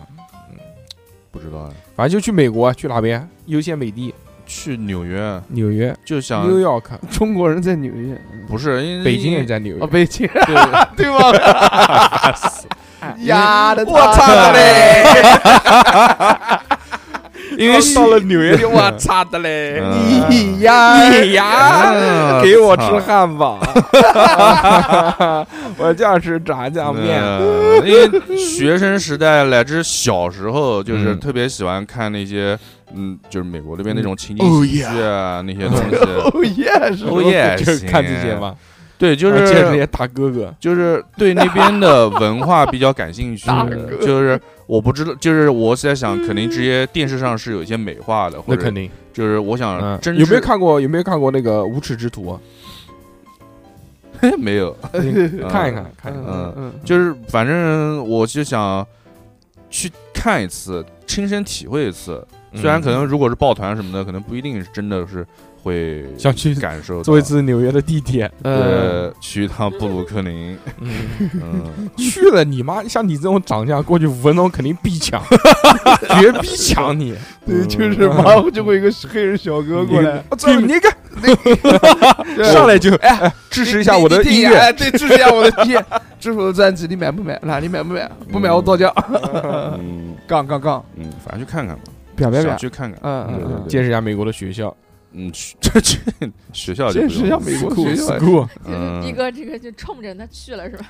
Speaker 4: 不知道呀。
Speaker 2: 反正就去美国，去哪边？优先美地、
Speaker 4: 去纽约
Speaker 2: 纽约、
Speaker 4: 就想
Speaker 2: New York，
Speaker 3: 中国人在纽约，
Speaker 4: 不是因为
Speaker 2: 北京也在纽约。
Speaker 3: 哦，北京，
Speaker 4: 对
Speaker 3: [LAUGHS] 对吧？
Speaker 2: 呀
Speaker 3: 呀
Speaker 2: 的
Speaker 3: 的，
Speaker 2: 我操的
Speaker 3: 嘞！
Speaker 2: 因为到了纽约，我操的嘞！
Speaker 4: 嗯
Speaker 3: 你呀，
Speaker 2: 你呀，
Speaker 4: 嗯
Speaker 2: [LAUGHS] 给我吃
Speaker 4: 操
Speaker 2: 汉堡，我就要吃炸酱面。
Speaker 4: 嗯因为学生时代乃至小时候，就是
Speaker 2: 嗯
Speaker 4: 特别喜欢看那些，嗯，就是美国那边那种
Speaker 2: 嗯
Speaker 4: 情
Speaker 2: Oh
Speaker 4: 景喜剧啊，那些东
Speaker 2: [LAUGHS]
Speaker 4: 西。
Speaker 3: 哦耶，是
Speaker 4: 哦 [LAUGHS] 耶，
Speaker 2: 就是看这些
Speaker 4: 吧。
Speaker 2: 嘛，啊
Speaker 4: 对，就
Speaker 2: 见这
Speaker 4: 是
Speaker 2: 些大哥哥，
Speaker 4: 就是对那边的文化比较感兴
Speaker 2: [LAUGHS]
Speaker 4: 趣
Speaker 3: 大哥，
Speaker 4: 就是我不知道，就是我在想，肯定这些电视上是有一些美化的，或
Speaker 2: 那
Speaker 4: 者
Speaker 2: 肯定。
Speaker 4: 就是我想
Speaker 2: 嗯，
Speaker 4: 真
Speaker 2: 有没
Speaker 4: 是？
Speaker 2: 有看过？有没有看过那个《无耻之徒啊
Speaker 4: 哎没有，》？
Speaker 2: 看一看，看一看。
Speaker 3: 嗯嗯，
Speaker 4: 嗯就是反正我就想去看一次，亲身体会一次。
Speaker 2: 嗯
Speaker 4: 嗯虽然可能如果是抱团什么的，可能不一定是真的是会
Speaker 2: [LAUGHS] 想去
Speaker 4: 感受到
Speaker 2: 坐一。次纽约的地铁，
Speaker 3: 呃，
Speaker 4: 呃，去一趟布鲁克林，嗯， [LAUGHS]
Speaker 2: 去了你妈！像你这种长相过去五分钟肯定必抢，绝逼抢你！
Speaker 3: 对，就是马上就会有一个黑人小哥过来，
Speaker 2: 啊这你看
Speaker 3: 对
Speaker 2: 上来就
Speaker 3: 哎
Speaker 2: 哎，支持一下我的
Speaker 3: 你你
Speaker 2: 音
Speaker 3: 听
Speaker 2: 乐，
Speaker 3: 哎对，支持一下我的音乐， [LAUGHS] 支持我的专辑，你买不买？那你买不买？不买我造假。
Speaker 4: 嗯
Speaker 3: [LAUGHS] 杠杠杠，
Speaker 4: 嗯，反正去看看吧，
Speaker 3: 表表
Speaker 4: 想
Speaker 3: 表，
Speaker 4: 去看看，
Speaker 3: 嗯嗯嗯，
Speaker 2: 见识一下美国的学校
Speaker 4: 嗯，去这去学校就
Speaker 3: 见
Speaker 4: 不用
Speaker 3: 识一下
Speaker 4: 了
Speaker 3: 美国学校。哎
Speaker 2: ，school，
Speaker 5: 就是逼
Speaker 4: 嗯
Speaker 5: 哥这个就冲着他去了是吧？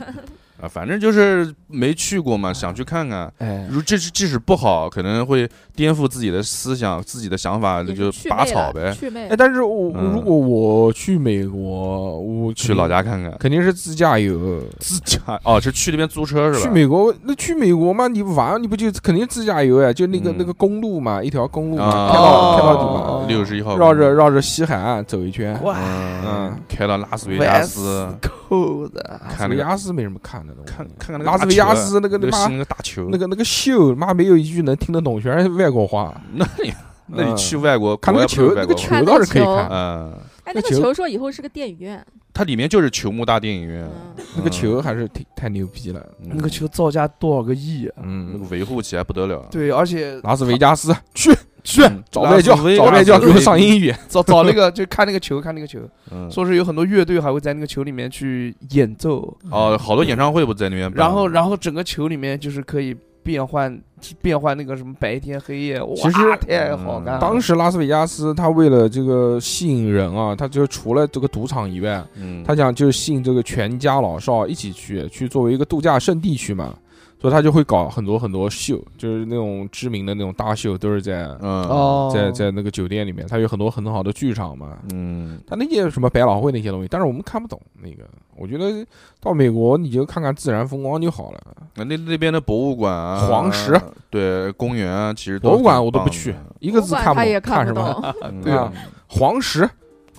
Speaker 4: 啊，反正就是没去过嘛，想去看看。
Speaker 3: 哎，
Speaker 4: 如这是即使不好，可能会颠覆自己的思想、自己的想法，那
Speaker 5: 也
Speaker 4: 就是
Speaker 5: 去
Speaker 4: 拔
Speaker 5: 魅
Speaker 4: 草
Speaker 5: 了
Speaker 4: 呗，
Speaker 5: 去魅
Speaker 2: 哎，。但是我
Speaker 4: 嗯
Speaker 2: 如果我去美国，我
Speaker 4: 去老家看看。
Speaker 2: 肯定是自驾游。
Speaker 4: 嗯自驾哦，是去那边租车是吧？
Speaker 2: 去美国，那去美国嘛，你玩你不就肯定自驾游呀？就那个
Speaker 4: 嗯
Speaker 2: 那个公路嘛，一条公路嘛，
Speaker 4: 啊
Speaker 2: 开到开到
Speaker 3: 哦
Speaker 2: 底嘛，
Speaker 3: 哦
Speaker 4: 六十一号
Speaker 2: 绕着绕着西海岸走一圈。
Speaker 3: [LAUGHS] 哇
Speaker 4: 嗯
Speaker 2: 嗯，
Speaker 4: 开到拉斯维加斯，
Speaker 3: 扣的，
Speaker 2: 拉斯
Speaker 4: 看那
Speaker 2: 维
Speaker 4: 个
Speaker 2: 加斯没什么看的东西，
Speaker 4: 看看看那个
Speaker 2: 拉斯维加斯那
Speaker 4: 那
Speaker 2: 个他
Speaker 4: 个
Speaker 2: 妈
Speaker 4: 新那个大球，
Speaker 2: 那个那个秀，妈没有一句能听得懂，全是外国话。
Speaker 4: [LAUGHS]
Speaker 2: 嗯
Speaker 4: 那你那你去外国
Speaker 2: 看那个球，啊那个球倒是可以
Speaker 5: 看
Speaker 2: 看，
Speaker 4: 嗯，
Speaker 5: 哎，那个
Speaker 2: 那球
Speaker 5: 球说以后是个电影院，
Speaker 4: 它里面就是球幕大电影院，
Speaker 5: 嗯，
Speaker 2: 那个球还是挺太牛逼了。
Speaker 4: 嗯
Speaker 3: 那个球造价多少个亿？啊
Speaker 4: 那
Speaker 2: 嗯
Speaker 4: 个，维护起来不得了，
Speaker 3: 对，而且
Speaker 2: 拉斯维加斯去去
Speaker 4: 嗯
Speaker 2: 找外教
Speaker 4: 拉斯维，加
Speaker 2: 找
Speaker 4: 斯
Speaker 2: 外教给我上英语。
Speaker 3: 找找那个，就看那个球，看那个球，
Speaker 4: 嗯，
Speaker 3: 说是有很多乐队还会在那个球里面去演奏，
Speaker 4: 哦，好多演唱会不在那边办，
Speaker 3: 然后然后整个球里面就是可以变换变换那个什么白天黑夜，哇，
Speaker 2: 其实
Speaker 3: 太好看了。
Speaker 2: 当时拉斯维加斯，他为了这个吸引人啊，他就除了这个赌场以外，
Speaker 4: 嗯，
Speaker 2: 他想就是吸引这个全家老少一起去，去作为一个度假胜地去嘛，所以他就会搞很多很多秀，就是那种知名的那种大秀，都是在
Speaker 4: 嗯
Speaker 3: 哦，
Speaker 2: 在在那个酒店里面，他有很多很好的剧场嘛。
Speaker 4: 嗯
Speaker 2: 他那些什么百老汇那些东西，但是我们看不懂那个。我觉得到美国你就看看自然风光就好了。
Speaker 4: 那那那边的博物馆啊，
Speaker 2: 黄石
Speaker 4: 对公园啊，其实都
Speaker 2: 博物馆
Speaker 4: 挺
Speaker 2: 我都不
Speaker 4: 棒
Speaker 2: 去啊
Speaker 4: 的，
Speaker 2: 一个字
Speaker 5: 博物馆
Speaker 2: 看不
Speaker 5: 他也
Speaker 2: 懂，看
Speaker 5: 看
Speaker 2: 什
Speaker 5: 不
Speaker 2: 么？ [LAUGHS]
Speaker 5: 懂，
Speaker 4: 嗯
Speaker 2: 对啊，黄石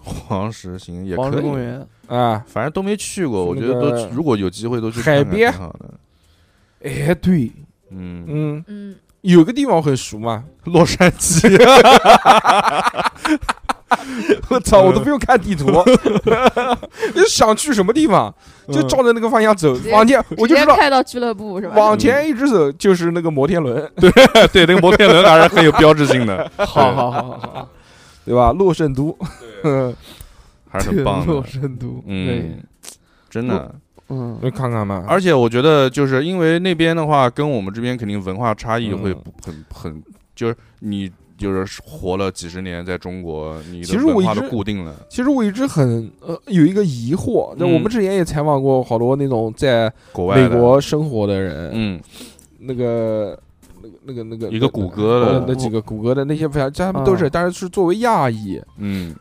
Speaker 4: 黄石行也
Speaker 3: 黄
Speaker 4: 可
Speaker 3: 石
Speaker 4: 以
Speaker 3: 公园，
Speaker 2: 啊，
Speaker 4: 反正都没去过，
Speaker 2: 去
Speaker 4: 我
Speaker 2: 那
Speaker 4: 觉得
Speaker 2: 个
Speaker 4: 都如果有机会都去
Speaker 2: 海
Speaker 4: 看看
Speaker 2: 边
Speaker 4: 挺好的。
Speaker 3: 哎，对，
Speaker 4: 嗯，
Speaker 2: 嗯，
Speaker 5: 嗯，
Speaker 2: 有个地方很熟嘛，
Speaker 4: 洛杉 [LAUGHS] 矶
Speaker 2: 我操，我都不用看地图，你想去什么地方
Speaker 4: 嗯
Speaker 2: 就照着那个方向走，
Speaker 5: 接
Speaker 2: 往前我
Speaker 5: 直
Speaker 2: 就知
Speaker 5: 接
Speaker 2: 道，
Speaker 5: 开到俱乐部是吧？
Speaker 2: 往前一直走就是那个摩天轮，
Speaker 4: [LAUGHS] 对那个摩天轮还是很有标志性
Speaker 2: [LAUGHS]
Speaker 4: 的，
Speaker 3: [LAUGHS] 好好好好好，
Speaker 2: 对吧？洛圣都，嗯，
Speaker 4: 还是很棒
Speaker 3: 洛
Speaker 4: 的。
Speaker 3: 神都，
Speaker 4: 嗯，真的。
Speaker 3: 对，嗯，
Speaker 2: 就看看嘛。
Speaker 4: 而且我觉得就是因为那边的话，跟我们这边肯定文化差异会
Speaker 2: 嗯
Speaker 4: 不很很，就是你就是活了几十年在中国，你
Speaker 2: 其
Speaker 4: 的
Speaker 2: 实我
Speaker 4: 文
Speaker 2: 一
Speaker 4: 化都
Speaker 2: 直
Speaker 4: 固定了。
Speaker 2: 其实我一直很呃有一个疑惑，那
Speaker 4: 嗯
Speaker 2: 我们之前也采访过好多那种在
Speaker 4: 国外
Speaker 2: 美
Speaker 4: 的，
Speaker 2: 国生活的人，
Speaker 4: 嗯，
Speaker 2: 那个那个那个那个
Speaker 4: 一个谷歌
Speaker 2: 呃
Speaker 4: 的，啊
Speaker 2: 那几个谷歌的那些，反正他们都是，但是是作为亚裔，
Speaker 4: 嗯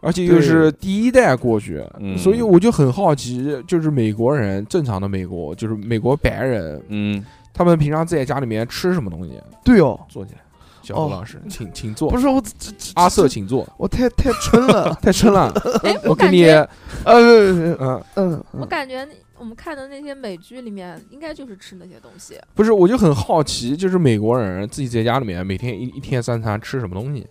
Speaker 2: 而且又是第一代过去，
Speaker 4: 嗯
Speaker 2: 所以我就很好奇，就是美国人正常的美国，就是美国白人，
Speaker 4: 嗯，
Speaker 2: 他们平常在家里面吃什么东西？
Speaker 3: 对哦，
Speaker 2: 坐起来，小胡
Speaker 3: 哦
Speaker 2: 老师，请请坐
Speaker 3: 不，是我这这
Speaker 2: 阿瑟，
Speaker 3: 这
Speaker 2: 请坐，，
Speaker 3: 我太太撑了
Speaker 2: 太撑了，
Speaker 5: 哎，
Speaker 2: 我
Speaker 5: 我
Speaker 2: 给
Speaker 5: 感
Speaker 2: 你，
Speaker 5: 觉，
Speaker 3: 呃，
Speaker 2: 嗯，
Speaker 3: 嗯，
Speaker 5: 我感觉我们看的那些美剧里面，应该就是吃那些东西。
Speaker 2: 不是，我就很好奇，就是美国人自己在家里面每天一一天三餐吃什么东西，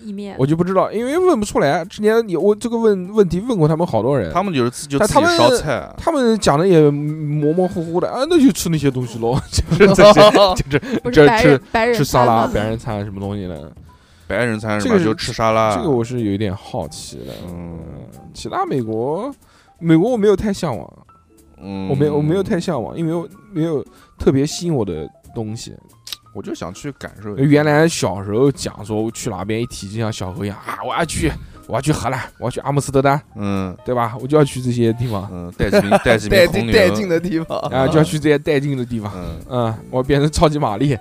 Speaker 5: 意面，
Speaker 2: 我就不知道，因为问不出来。之前你我这个问问题问过他们好多人，
Speaker 4: 他们就是自就
Speaker 2: 呃但
Speaker 4: 自己
Speaker 2: 他们
Speaker 4: 烧菜，
Speaker 2: 他们讲的也模模糊糊的啊，那就吃那些东 [LAUGHS] 西喽，就是这些，
Speaker 3: 嗯
Speaker 2: 就是
Speaker 5: 不
Speaker 2: 这
Speaker 5: 是白
Speaker 2: 吃
Speaker 5: 人白人
Speaker 2: 吃沙
Speaker 5: 餐
Speaker 2: 拉、
Speaker 5: 吗
Speaker 2: 白人餐什么东西的，
Speaker 4: 白人餐
Speaker 2: 这
Speaker 4: 什
Speaker 2: 个
Speaker 4: 么
Speaker 2: 是
Speaker 4: 就吃沙拉，
Speaker 2: 这个我是有一点好奇的。
Speaker 4: 嗯
Speaker 2: 其他美国，美国我没有太向往，
Speaker 4: 嗯，
Speaker 2: 我没有我没有太向往，因为我没有特别吸引我的东西。
Speaker 4: 我就想去感受一下。
Speaker 2: 原来小时候讲说我去哪边一提，就像小何一样啊，我要去，我要去荷兰，我要去阿姆斯特丹，
Speaker 4: 嗯
Speaker 2: 对吧？我就要去这些地方
Speaker 4: 嗯，带几瓶带几瓶
Speaker 3: 带
Speaker 4: 红
Speaker 3: 劲
Speaker 4: 牛，
Speaker 3: 带劲的地方，
Speaker 2: 啊，就要去这些带劲的地方。
Speaker 4: 嗯
Speaker 2: 嗯，我变成超级玛
Speaker 3: [LAUGHS]
Speaker 2: 丽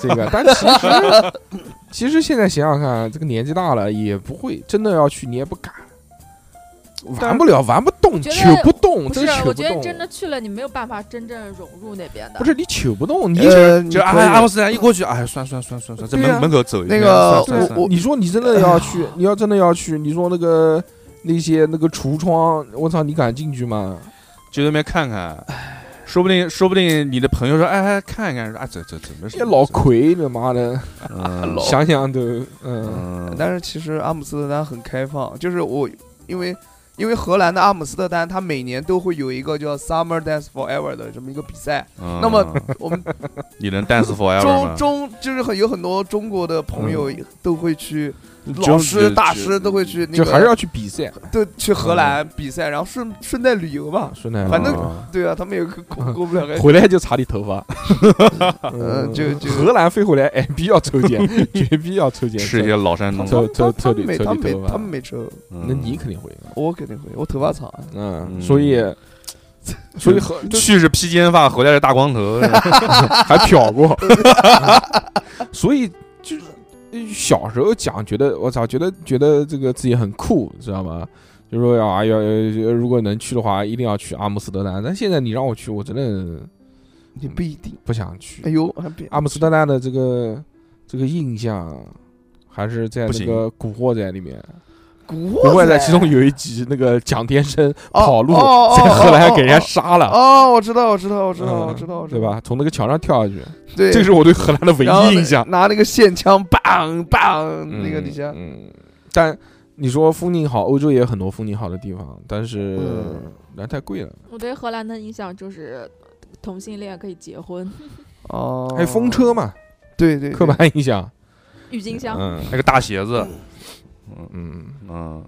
Speaker 2: 这个，但其实其实现在想想看，这个年纪大了也不会，真的要去你也不敢，玩不了，玩不动，
Speaker 5: 觉得
Speaker 2: 求不动，
Speaker 5: 不
Speaker 2: 真
Speaker 5: 是啊
Speaker 2: 的，求
Speaker 5: 我
Speaker 2: 不
Speaker 5: 觉得你真
Speaker 2: 动。
Speaker 5: 的去了，你没有办法真正融入那边的。
Speaker 2: 不是你求不动，你
Speaker 3: 呃，
Speaker 4: 就
Speaker 3: 你
Speaker 4: 阿
Speaker 3: 可以
Speaker 4: 阿姆斯特丹一过去，哎，算算算算算，在
Speaker 2: 对呀
Speaker 4: 门门口走一
Speaker 3: 那
Speaker 4: 圈
Speaker 3: 个
Speaker 4: 算算算
Speaker 2: 啊我你说你真的要
Speaker 3: 啊
Speaker 2: 去，你要真的要去，你说那个那些那个橱窗，我操，你敢进去吗？
Speaker 4: 就在那边看看，说不定说不定你的朋友说，哎哎，看一看，说啊，走走走，没事
Speaker 2: 这些，老魁，他妈的，
Speaker 4: 嗯
Speaker 2: 想想都嗯，
Speaker 4: 嗯，
Speaker 3: 但是其实阿姆斯特丹很开放，就是我因为因为荷兰的阿姆斯特丹，它每年都会有一个叫 Summer Dance Forever 的这么一个比赛。
Speaker 4: 那
Speaker 3: 那么我们
Speaker 4: 嗯 [LAUGHS] 你能 dance forever
Speaker 3: 中
Speaker 4: 吗？
Speaker 3: 中就是很有很多中国的朋友
Speaker 2: 嗯
Speaker 3: 都会去，
Speaker 4: 就
Speaker 3: 老师
Speaker 4: 就
Speaker 3: 大师都会去那
Speaker 2: 就
Speaker 3: 个，
Speaker 2: 还是要嗯去比赛，
Speaker 3: 都去荷兰比赛，然后顺顺带旅游吧。
Speaker 2: 孙楠，
Speaker 3: 反正
Speaker 2: 啊
Speaker 3: 对啊，他们有个过过不了 [LAUGHS] 个，
Speaker 2: 回来就擦你头发，
Speaker 3: 嗯，就就
Speaker 2: 荷兰飞回来，哎， [LAUGHS] 必要抽检，绝逼要抽检，
Speaker 4: 吃一些老山东
Speaker 2: 走，抽抽
Speaker 3: 他
Speaker 2: 抽
Speaker 3: 们
Speaker 2: 你
Speaker 3: 没
Speaker 2: 抽
Speaker 3: 他们
Speaker 2: 你
Speaker 3: 没
Speaker 2: 头
Speaker 3: 他们
Speaker 2: 发，
Speaker 3: 没抽，
Speaker 4: 嗯
Speaker 2: 那你肯定会，
Speaker 3: 我肯定会，我头发长啊。
Speaker 2: 嗯，
Speaker 4: 嗯
Speaker 2: 所以所以和就
Speaker 4: 去是披肩发，回来是大光头，是吧
Speaker 2: 还漂过，所以就是呃小时候讲，觉得我操，觉得觉得这个自己很酷，知道吗？就说要啊要，要如果能去的话，一定要去阿姆斯特丹。但现在你让我去，我真的
Speaker 3: 你不一定。
Speaker 2: 不想去
Speaker 3: 哎。呦，还别
Speaker 2: 嗯阿姆斯特丹的这个这个印象，还是在
Speaker 4: 不
Speaker 2: 那
Speaker 4: 行
Speaker 2: 个《古惑仔》里面，
Speaker 3: 古
Speaker 2: 《古惑仔
Speaker 3: 仔》
Speaker 2: 其中有一集，那个蒋天生
Speaker 3: 哦
Speaker 2: 跑路，[LAUGHS]
Speaker 3: 哦哦
Speaker 2: 在荷兰
Speaker 3: 哦
Speaker 2: 给人家
Speaker 3: 哦
Speaker 2: 杀了，
Speaker 3: 哦，我知道，我知道，我知道，
Speaker 2: 嗯
Speaker 3: 我知道，我知
Speaker 2: 对
Speaker 3: 道？
Speaker 2: 吧？从那个桥上跳下去，
Speaker 3: 对，
Speaker 2: 这是我对荷兰的唯
Speaker 3: 然后
Speaker 2: 一印象。
Speaker 3: 拿那个线枪，棒棒，那个
Speaker 2: 嗯
Speaker 3: 底下，
Speaker 2: 嗯，但你说风景好，欧洲也有很多风景好的地方，但是
Speaker 3: 嗯
Speaker 2: 那太贵了。
Speaker 5: 我对荷兰的印象就是同性恋可以结婚，
Speaker 3: 哦，
Speaker 2: 还有哎风，车嘛，
Speaker 3: 对对，
Speaker 2: 刻
Speaker 3: 对
Speaker 2: 板印象。
Speaker 5: 郁金香。
Speaker 2: 嗯
Speaker 4: 那个大鞋子，
Speaker 2: 嗯，
Speaker 4: 嗯。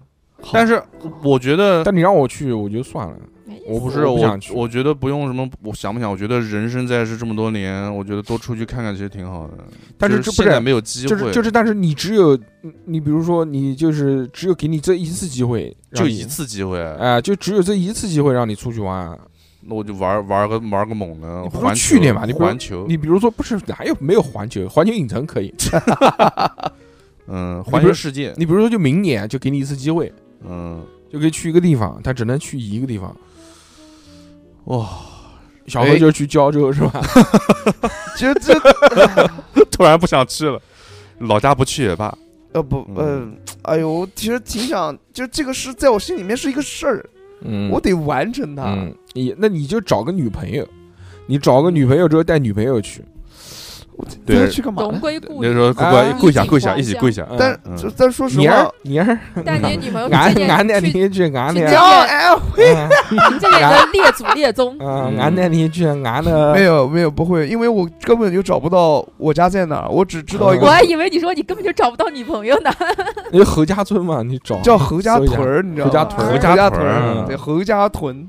Speaker 4: 但是我觉得，
Speaker 2: 但你让我去，我就算了。
Speaker 5: 没意思
Speaker 4: 我不是
Speaker 5: [LAUGHS]
Speaker 2: 我不
Speaker 4: 我
Speaker 2: 想去，
Speaker 4: 我觉得不用什么，我想不想？我觉得人生在世这么多年，我觉得多出去看看其实挺好的。
Speaker 2: 但是
Speaker 4: 就
Speaker 2: 这
Speaker 4: 是
Speaker 2: 不
Speaker 4: 现在
Speaker 2: 是，
Speaker 4: 没有机
Speaker 2: 就是
Speaker 4: 会，
Speaker 2: 就是，但是你只有你，比如说你就是只有给你这一次机会，让
Speaker 4: 就
Speaker 2: 你
Speaker 4: 一，次机会，
Speaker 2: 哎、就只有这一次机会让你出去玩。啊
Speaker 4: 那我就玩玩个玩个猛的。
Speaker 2: 你不是
Speaker 4: 环球
Speaker 2: 去年嘛你不是
Speaker 4: 环球，
Speaker 2: 你比如说，不是哪有没有环球，环球影城可以。
Speaker 4: 嗯，
Speaker 2: 你
Speaker 4: 环
Speaker 2: 不
Speaker 4: 球
Speaker 2: 是
Speaker 4: 世界，
Speaker 2: 你比如说，就明年就给你一次机会， [LAUGHS]
Speaker 4: 嗯，
Speaker 2: 就可以去一个地方，但只能去一个地方。
Speaker 4: 哇，
Speaker 2: 小
Speaker 3: 哎
Speaker 2: 何就是去胶州是吧？ [LAUGHS]
Speaker 3: 其实这
Speaker 4: 突然不想去了，老家不去也罢。
Speaker 3: 呃不呃，
Speaker 2: 嗯
Speaker 3: 哎呦，我其实挺想，就这个是在我心里面是一个事儿，
Speaker 2: 嗯
Speaker 3: 我得完成它。
Speaker 2: 嗯，你那你就找个女朋友，你找个女朋友之后带女朋友去，
Speaker 3: 我得
Speaker 4: 对
Speaker 3: 再去干嘛呢？
Speaker 5: 荣归故
Speaker 4: 那
Speaker 5: 里哎
Speaker 4: 时，候
Speaker 2: 啊
Speaker 4: 跪跪跪下跪下，
Speaker 5: 一
Speaker 4: 一
Speaker 5: 起
Speaker 4: 起
Speaker 5: 狂
Speaker 4: 跪下。
Speaker 3: 但
Speaker 4: 嗯
Speaker 3: 这但说实
Speaker 2: 你儿
Speaker 3: 话，
Speaker 2: 你儿，
Speaker 5: 带你女
Speaker 4: [LAUGHS]
Speaker 5: 朋友去
Speaker 2: 俺
Speaker 5: 见
Speaker 2: 俺带
Speaker 5: 去
Speaker 2: 你去，俺
Speaker 5: 去
Speaker 2: 的
Speaker 5: 见
Speaker 3: 叫哎， [LAUGHS]
Speaker 2: 嗯
Speaker 5: 这
Speaker 4: [LAUGHS]
Speaker 5: 个人列祖列宗，
Speaker 2: 嗯，俺带你去，俺
Speaker 3: 没
Speaker 2: 的
Speaker 3: 有没有不会，因为我根本就找不到我家在哪儿，我只知道一
Speaker 5: 我
Speaker 3: 个
Speaker 5: 还以为你说你根本就找不到女朋友呢。
Speaker 2: 你侯家村嘛，你找
Speaker 3: [LAUGHS] 叫侯家屯
Speaker 2: 搜一下
Speaker 3: 儿，你知道吗？
Speaker 2: 侯家
Speaker 5: 屯儿
Speaker 3: 侯家
Speaker 4: 侯家
Speaker 2: 屯
Speaker 3: 屯
Speaker 2: 儿嗯
Speaker 3: 儿，对，侯家屯。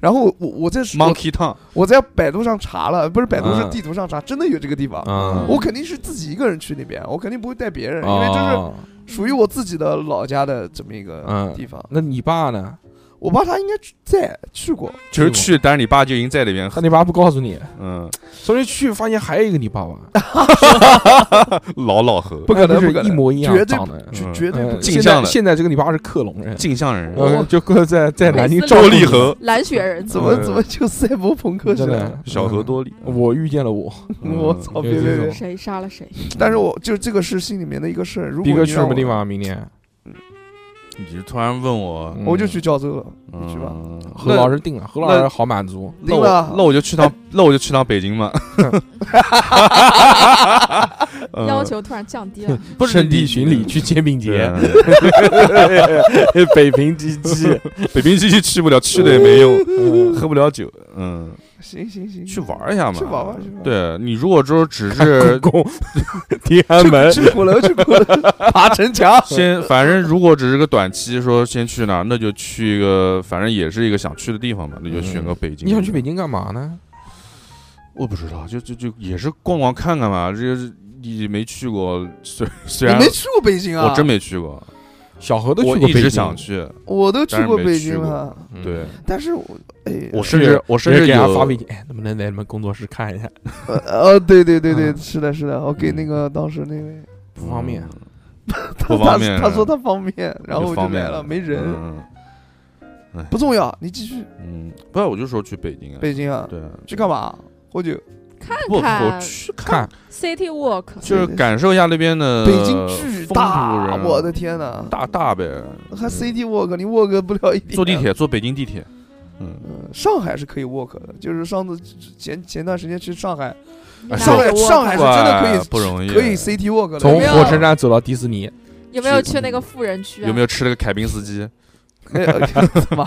Speaker 3: 然后我我在我
Speaker 4: Monkey Town，
Speaker 3: 我在百度上查了，不是百度是
Speaker 2: 嗯
Speaker 3: 地图上查，真的有这个地方。
Speaker 2: 嗯，
Speaker 3: 我肯定是自己一个人去那边，我肯定不会带别人，因为这
Speaker 2: 哦
Speaker 3: 是属于我自己的老家的这么一个
Speaker 2: 嗯
Speaker 3: 地方。
Speaker 2: 那你爸呢？
Speaker 3: 我爸他应该去在去过，
Speaker 4: 就是去，但是你爸就已经在里面，
Speaker 2: 他你爸不告诉你，
Speaker 4: 嗯，
Speaker 2: 所以去发现还有一个你爸爸，
Speaker 4: 老老猴，
Speaker 3: 不可能
Speaker 2: 哎是
Speaker 3: 不可
Speaker 2: 一
Speaker 3: 能
Speaker 2: 模一样
Speaker 3: 绝对
Speaker 2: 长得。
Speaker 3: 绝
Speaker 4: 嗯
Speaker 3: 绝对
Speaker 2: 嗯
Speaker 3: 不可能。
Speaker 4: 镜
Speaker 2: 现
Speaker 4: 像
Speaker 2: 在
Speaker 4: 的
Speaker 2: 现在这个你爸是克隆人，
Speaker 4: 镜像人，
Speaker 2: 呃，就搁在在南京
Speaker 5: 类似
Speaker 2: 赵
Speaker 4: 周
Speaker 5: 赵
Speaker 4: 立
Speaker 5: 立
Speaker 4: 和
Speaker 5: 蓝雪人，
Speaker 3: 怎么
Speaker 4: 嗯
Speaker 3: 怎么就赛博朋克去
Speaker 2: 真
Speaker 3: 了？
Speaker 2: 的
Speaker 4: 小河，多利，
Speaker 2: 嗯我遇见了我，
Speaker 4: 嗯
Speaker 3: [LAUGHS] 我操！
Speaker 2: 就
Speaker 3: 别
Speaker 2: 是
Speaker 3: 别
Speaker 2: 这
Speaker 3: 别
Speaker 2: 种！
Speaker 5: 谁杀了谁？
Speaker 3: 但是我就这个是心里面的一个事儿。如果
Speaker 2: 逼哥
Speaker 3: 你
Speaker 2: 去
Speaker 3: 让
Speaker 2: 什么
Speaker 3: 我
Speaker 2: 地，方啊？明天
Speaker 4: 你就突然问我，
Speaker 2: 嗯
Speaker 3: 我就去胶州了。
Speaker 4: 嗯
Speaker 3: 你去吧。
Speaker 2: 何老师定哎了，何老师好满足，
Speaker 4: 那
Speaker 3: 定了
Speaker 4: 我那我就去趟，那我就去趟北京
Speaker 5: [LAUGHS]
Speaker 4: 嘛。嗯
Speaker 5: 要求突然降
Speaker 4: [LAUGHS]
Speaker 5: 低了，
Speaker 4: 不是
Speaker 2: 圣地巡礼去啊煎饼
Speaker 4: 对
Speaker 2: 节，
Speaker 3: 啊
Speaker 2: [LAUGHS] 北平鸡鸡，
Speaker 4: [LAUGHS] 北冰机器去不了，去了也没用，
Speaker 2: 嗯
Speaker 4: 喝不了酒，嗯，
Speaker 3: 行行行，
Speaker 4: 去玩一下嘛，
Speaker 3: 去玩玩去玩。，
Speaker 4: 对你如果说只是
Speaker 2: 故宫、 [LAUGHS] 天啊安门，
Speaker 3: 去鼓楼去鼓楼
Speaker 4: [LAUGHS]
Speaker 3: 爬城墙。
Speaker 4: 先，反正如果只是个短期，说先去哪儿，那就去一个，反正也是一个想去的地方嘛，那就选个北京。
Speaker 2: 嗯你想去北？京干嘛呢？
Speaker 4: 我不知道，就就就也是逛逛看看嘛。这个是你没去过，虽虽
Speaker 3: [LAUGHS] 你
Speaker 4: 然
Speaker 3: 没去过北京啊？
Speaker 4: 我真，没去过，
Speaker 2: 小何都去
Speaker 4: 我
Speaker 2: 过北
Speaker 4: 一
Speaker 2: 京，
Speaker 4: 直想去。
Speaker 3: 我都去
Speaker 4: 当然
Speaker 3: 过
Speaker 4: 没
Speaker 3: 北
Speaker 4: 去
Speaker 3: 京
Speaker 4: 过
Speaker 3: 了。
Speaker 2: 嗯
Speaker 4: 对，
Speaker 3: 但是我哎，
Speaker 4: 我甚至我甚至
Speaker 2: 给他
Speaker 4: 有
Speaker 2: 发微信，哎，能不能来你们工作室看一下？
Speaker 3: 呃呃，对对对对，
Speaker 2: 嗯
Speaker 3: 是的，是的，我给那个当时那位，
Speaker 2: 不方 [LAUGHS]
Speaker 3: 嗯
Speaker 2: 便，
Speaker 3: 他
Speaker 4: 不方便
Speaker 3: 他他说他方便，然后
Speaker 4: 就
Speaker 3: 我就
Speaker 4: 方便
Speaker 3: 来了，没人，
Speaker 4: 嗯
Speaker 3: 不重要，你继续
Speaker 4: 嗯，不，我就说去北京啊。
Speaker 3: 北京啊，
Speaker 4: 对，
Speaker 3: 去干嘛？喝酒，
Speaker 4: 不，
Speaker 5: 看
Speaker 4: 我
Speaker 5: 看
Speaker 4: 去看，
Speaker 2: 看
Speaker 5: City Walk，
Speaker 4: 就是感受一下那边的
Speaker 3: 北京巨
Speaker 4: 风土
Speaker 3: 大，
Speaker 4: 人
Speaker 3: 我的天哪，
Speaker 4: 大大呗，
Speaker 3: 还 CT walk，你 walk 不了一点。
Speaker 4: 坐地，铁，坐北京地铁，嗯，
Speaker 3: 嗯，上海是可以 walk 的，就是上次前前段时间去上海，
Speaker 5: 你
Speaker 4: 哎
Speaker 5: 哪
Speaker 4: 上
Speaker 5: 有
Speaker 3: 海
Speaker 5: walk 啊
Speaker 3: 上海是真的可以
Speaker 4: 哇不容易，
Speaker 3: 可以 CT walk 的，
Speaker 2: 从
Speaker 5: 没有
Speaker 2: 火车站走到迪士尼，
Speaker 5: 有没有去那个富人区啊？
Speaker 4: 有没有吃了个凯宾斯基？
Speaker 3: 没有， [LAUGHS] 他妈，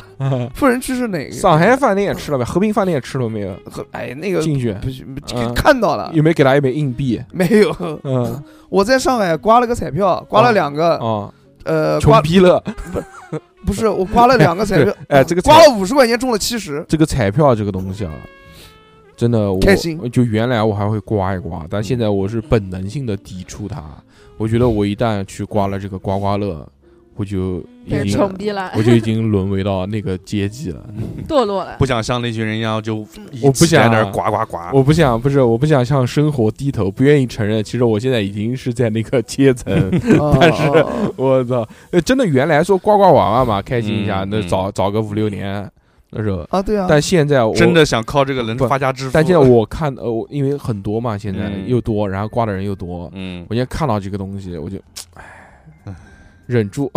Speaker 3: 富人区是哪个？
Speaker 2: 上海饭店吃了没？和平饭店吃了没有？
Speaker 3: 和，哎，那个
Speaker 2: 进去
Speaker 4: 啊
Speaker 3: 不是不是
Speaker 2: 嗯
Speaker 3: 看到了
Speaker 2: 有没有给他一枚硬币？
Speaker 3: 没有？
Speaker 2: 嗯
Speaker 3: 我在上海刮了个彩票，刮了两个，
Speaker 2: 啊，
Speaker 3: 呃，
Speaker 2: 穷
Speaker 3: 刮
Speaker 2: 逼了！，
Speaker 3: 不是我刮了两个彩票
Speaker 2: 哎这个彩
Speaker 3: 刮了五十块钱中了七十，
Speaker 2: 这个彩票这个东西啊，真的我
Speaker 3: 开心
Speaker 2: 就原来我还会刮一刮，但现在我是本能性的抵触它。我觉得我一旦去刮了这个刮刮乐，我就已
Speaker 5: 被
Speaker 2: 经
Speaker 5: 穷逼了，
Speaker 2: [LAUGHS] 我就已经沦为到那个阶
Speaker 4: [LAUGHS]
Speaker 2: 级了。
Speaker 5: 堕落了
Speaker 4: 不。想像那群人一样，就一
Speaker 2: 我不
Speaker 4: 起在
Speaker 2: 想啊
Speaker 4: 那儿呱呱呱。
Speaker 2: 我不想，不是，我不想向生活低头，不愿意承认，其实我现在已经是在那个阶层。
Speaker 3: 但
Speaker 2: 是 [LAUGHS] 我操，呃真的原来说刮刮玩玩嘛，开心一下，
Speaker 4: 嗯
Speaker 2: 那
Speaker 4: 嗯
Speaker 2: 早早个五六年那时候，
Speaker 3: 啊，对啊，
Speaker 2: 但现在我
Speaker 4: 真。的想靠这个能
Speaker 2: 不
Speaker 4: 发家致富，
Speaker 2: 但现在我看呃，我因为很多嘛，现在
Speaker 4: 嗯
Speaker 2: 又多，然后刮的人又多，
Speaker 4: 嗯
Speaker 2: 我现在看到这个东西，我就，唉， [LAUGHS] 忍住。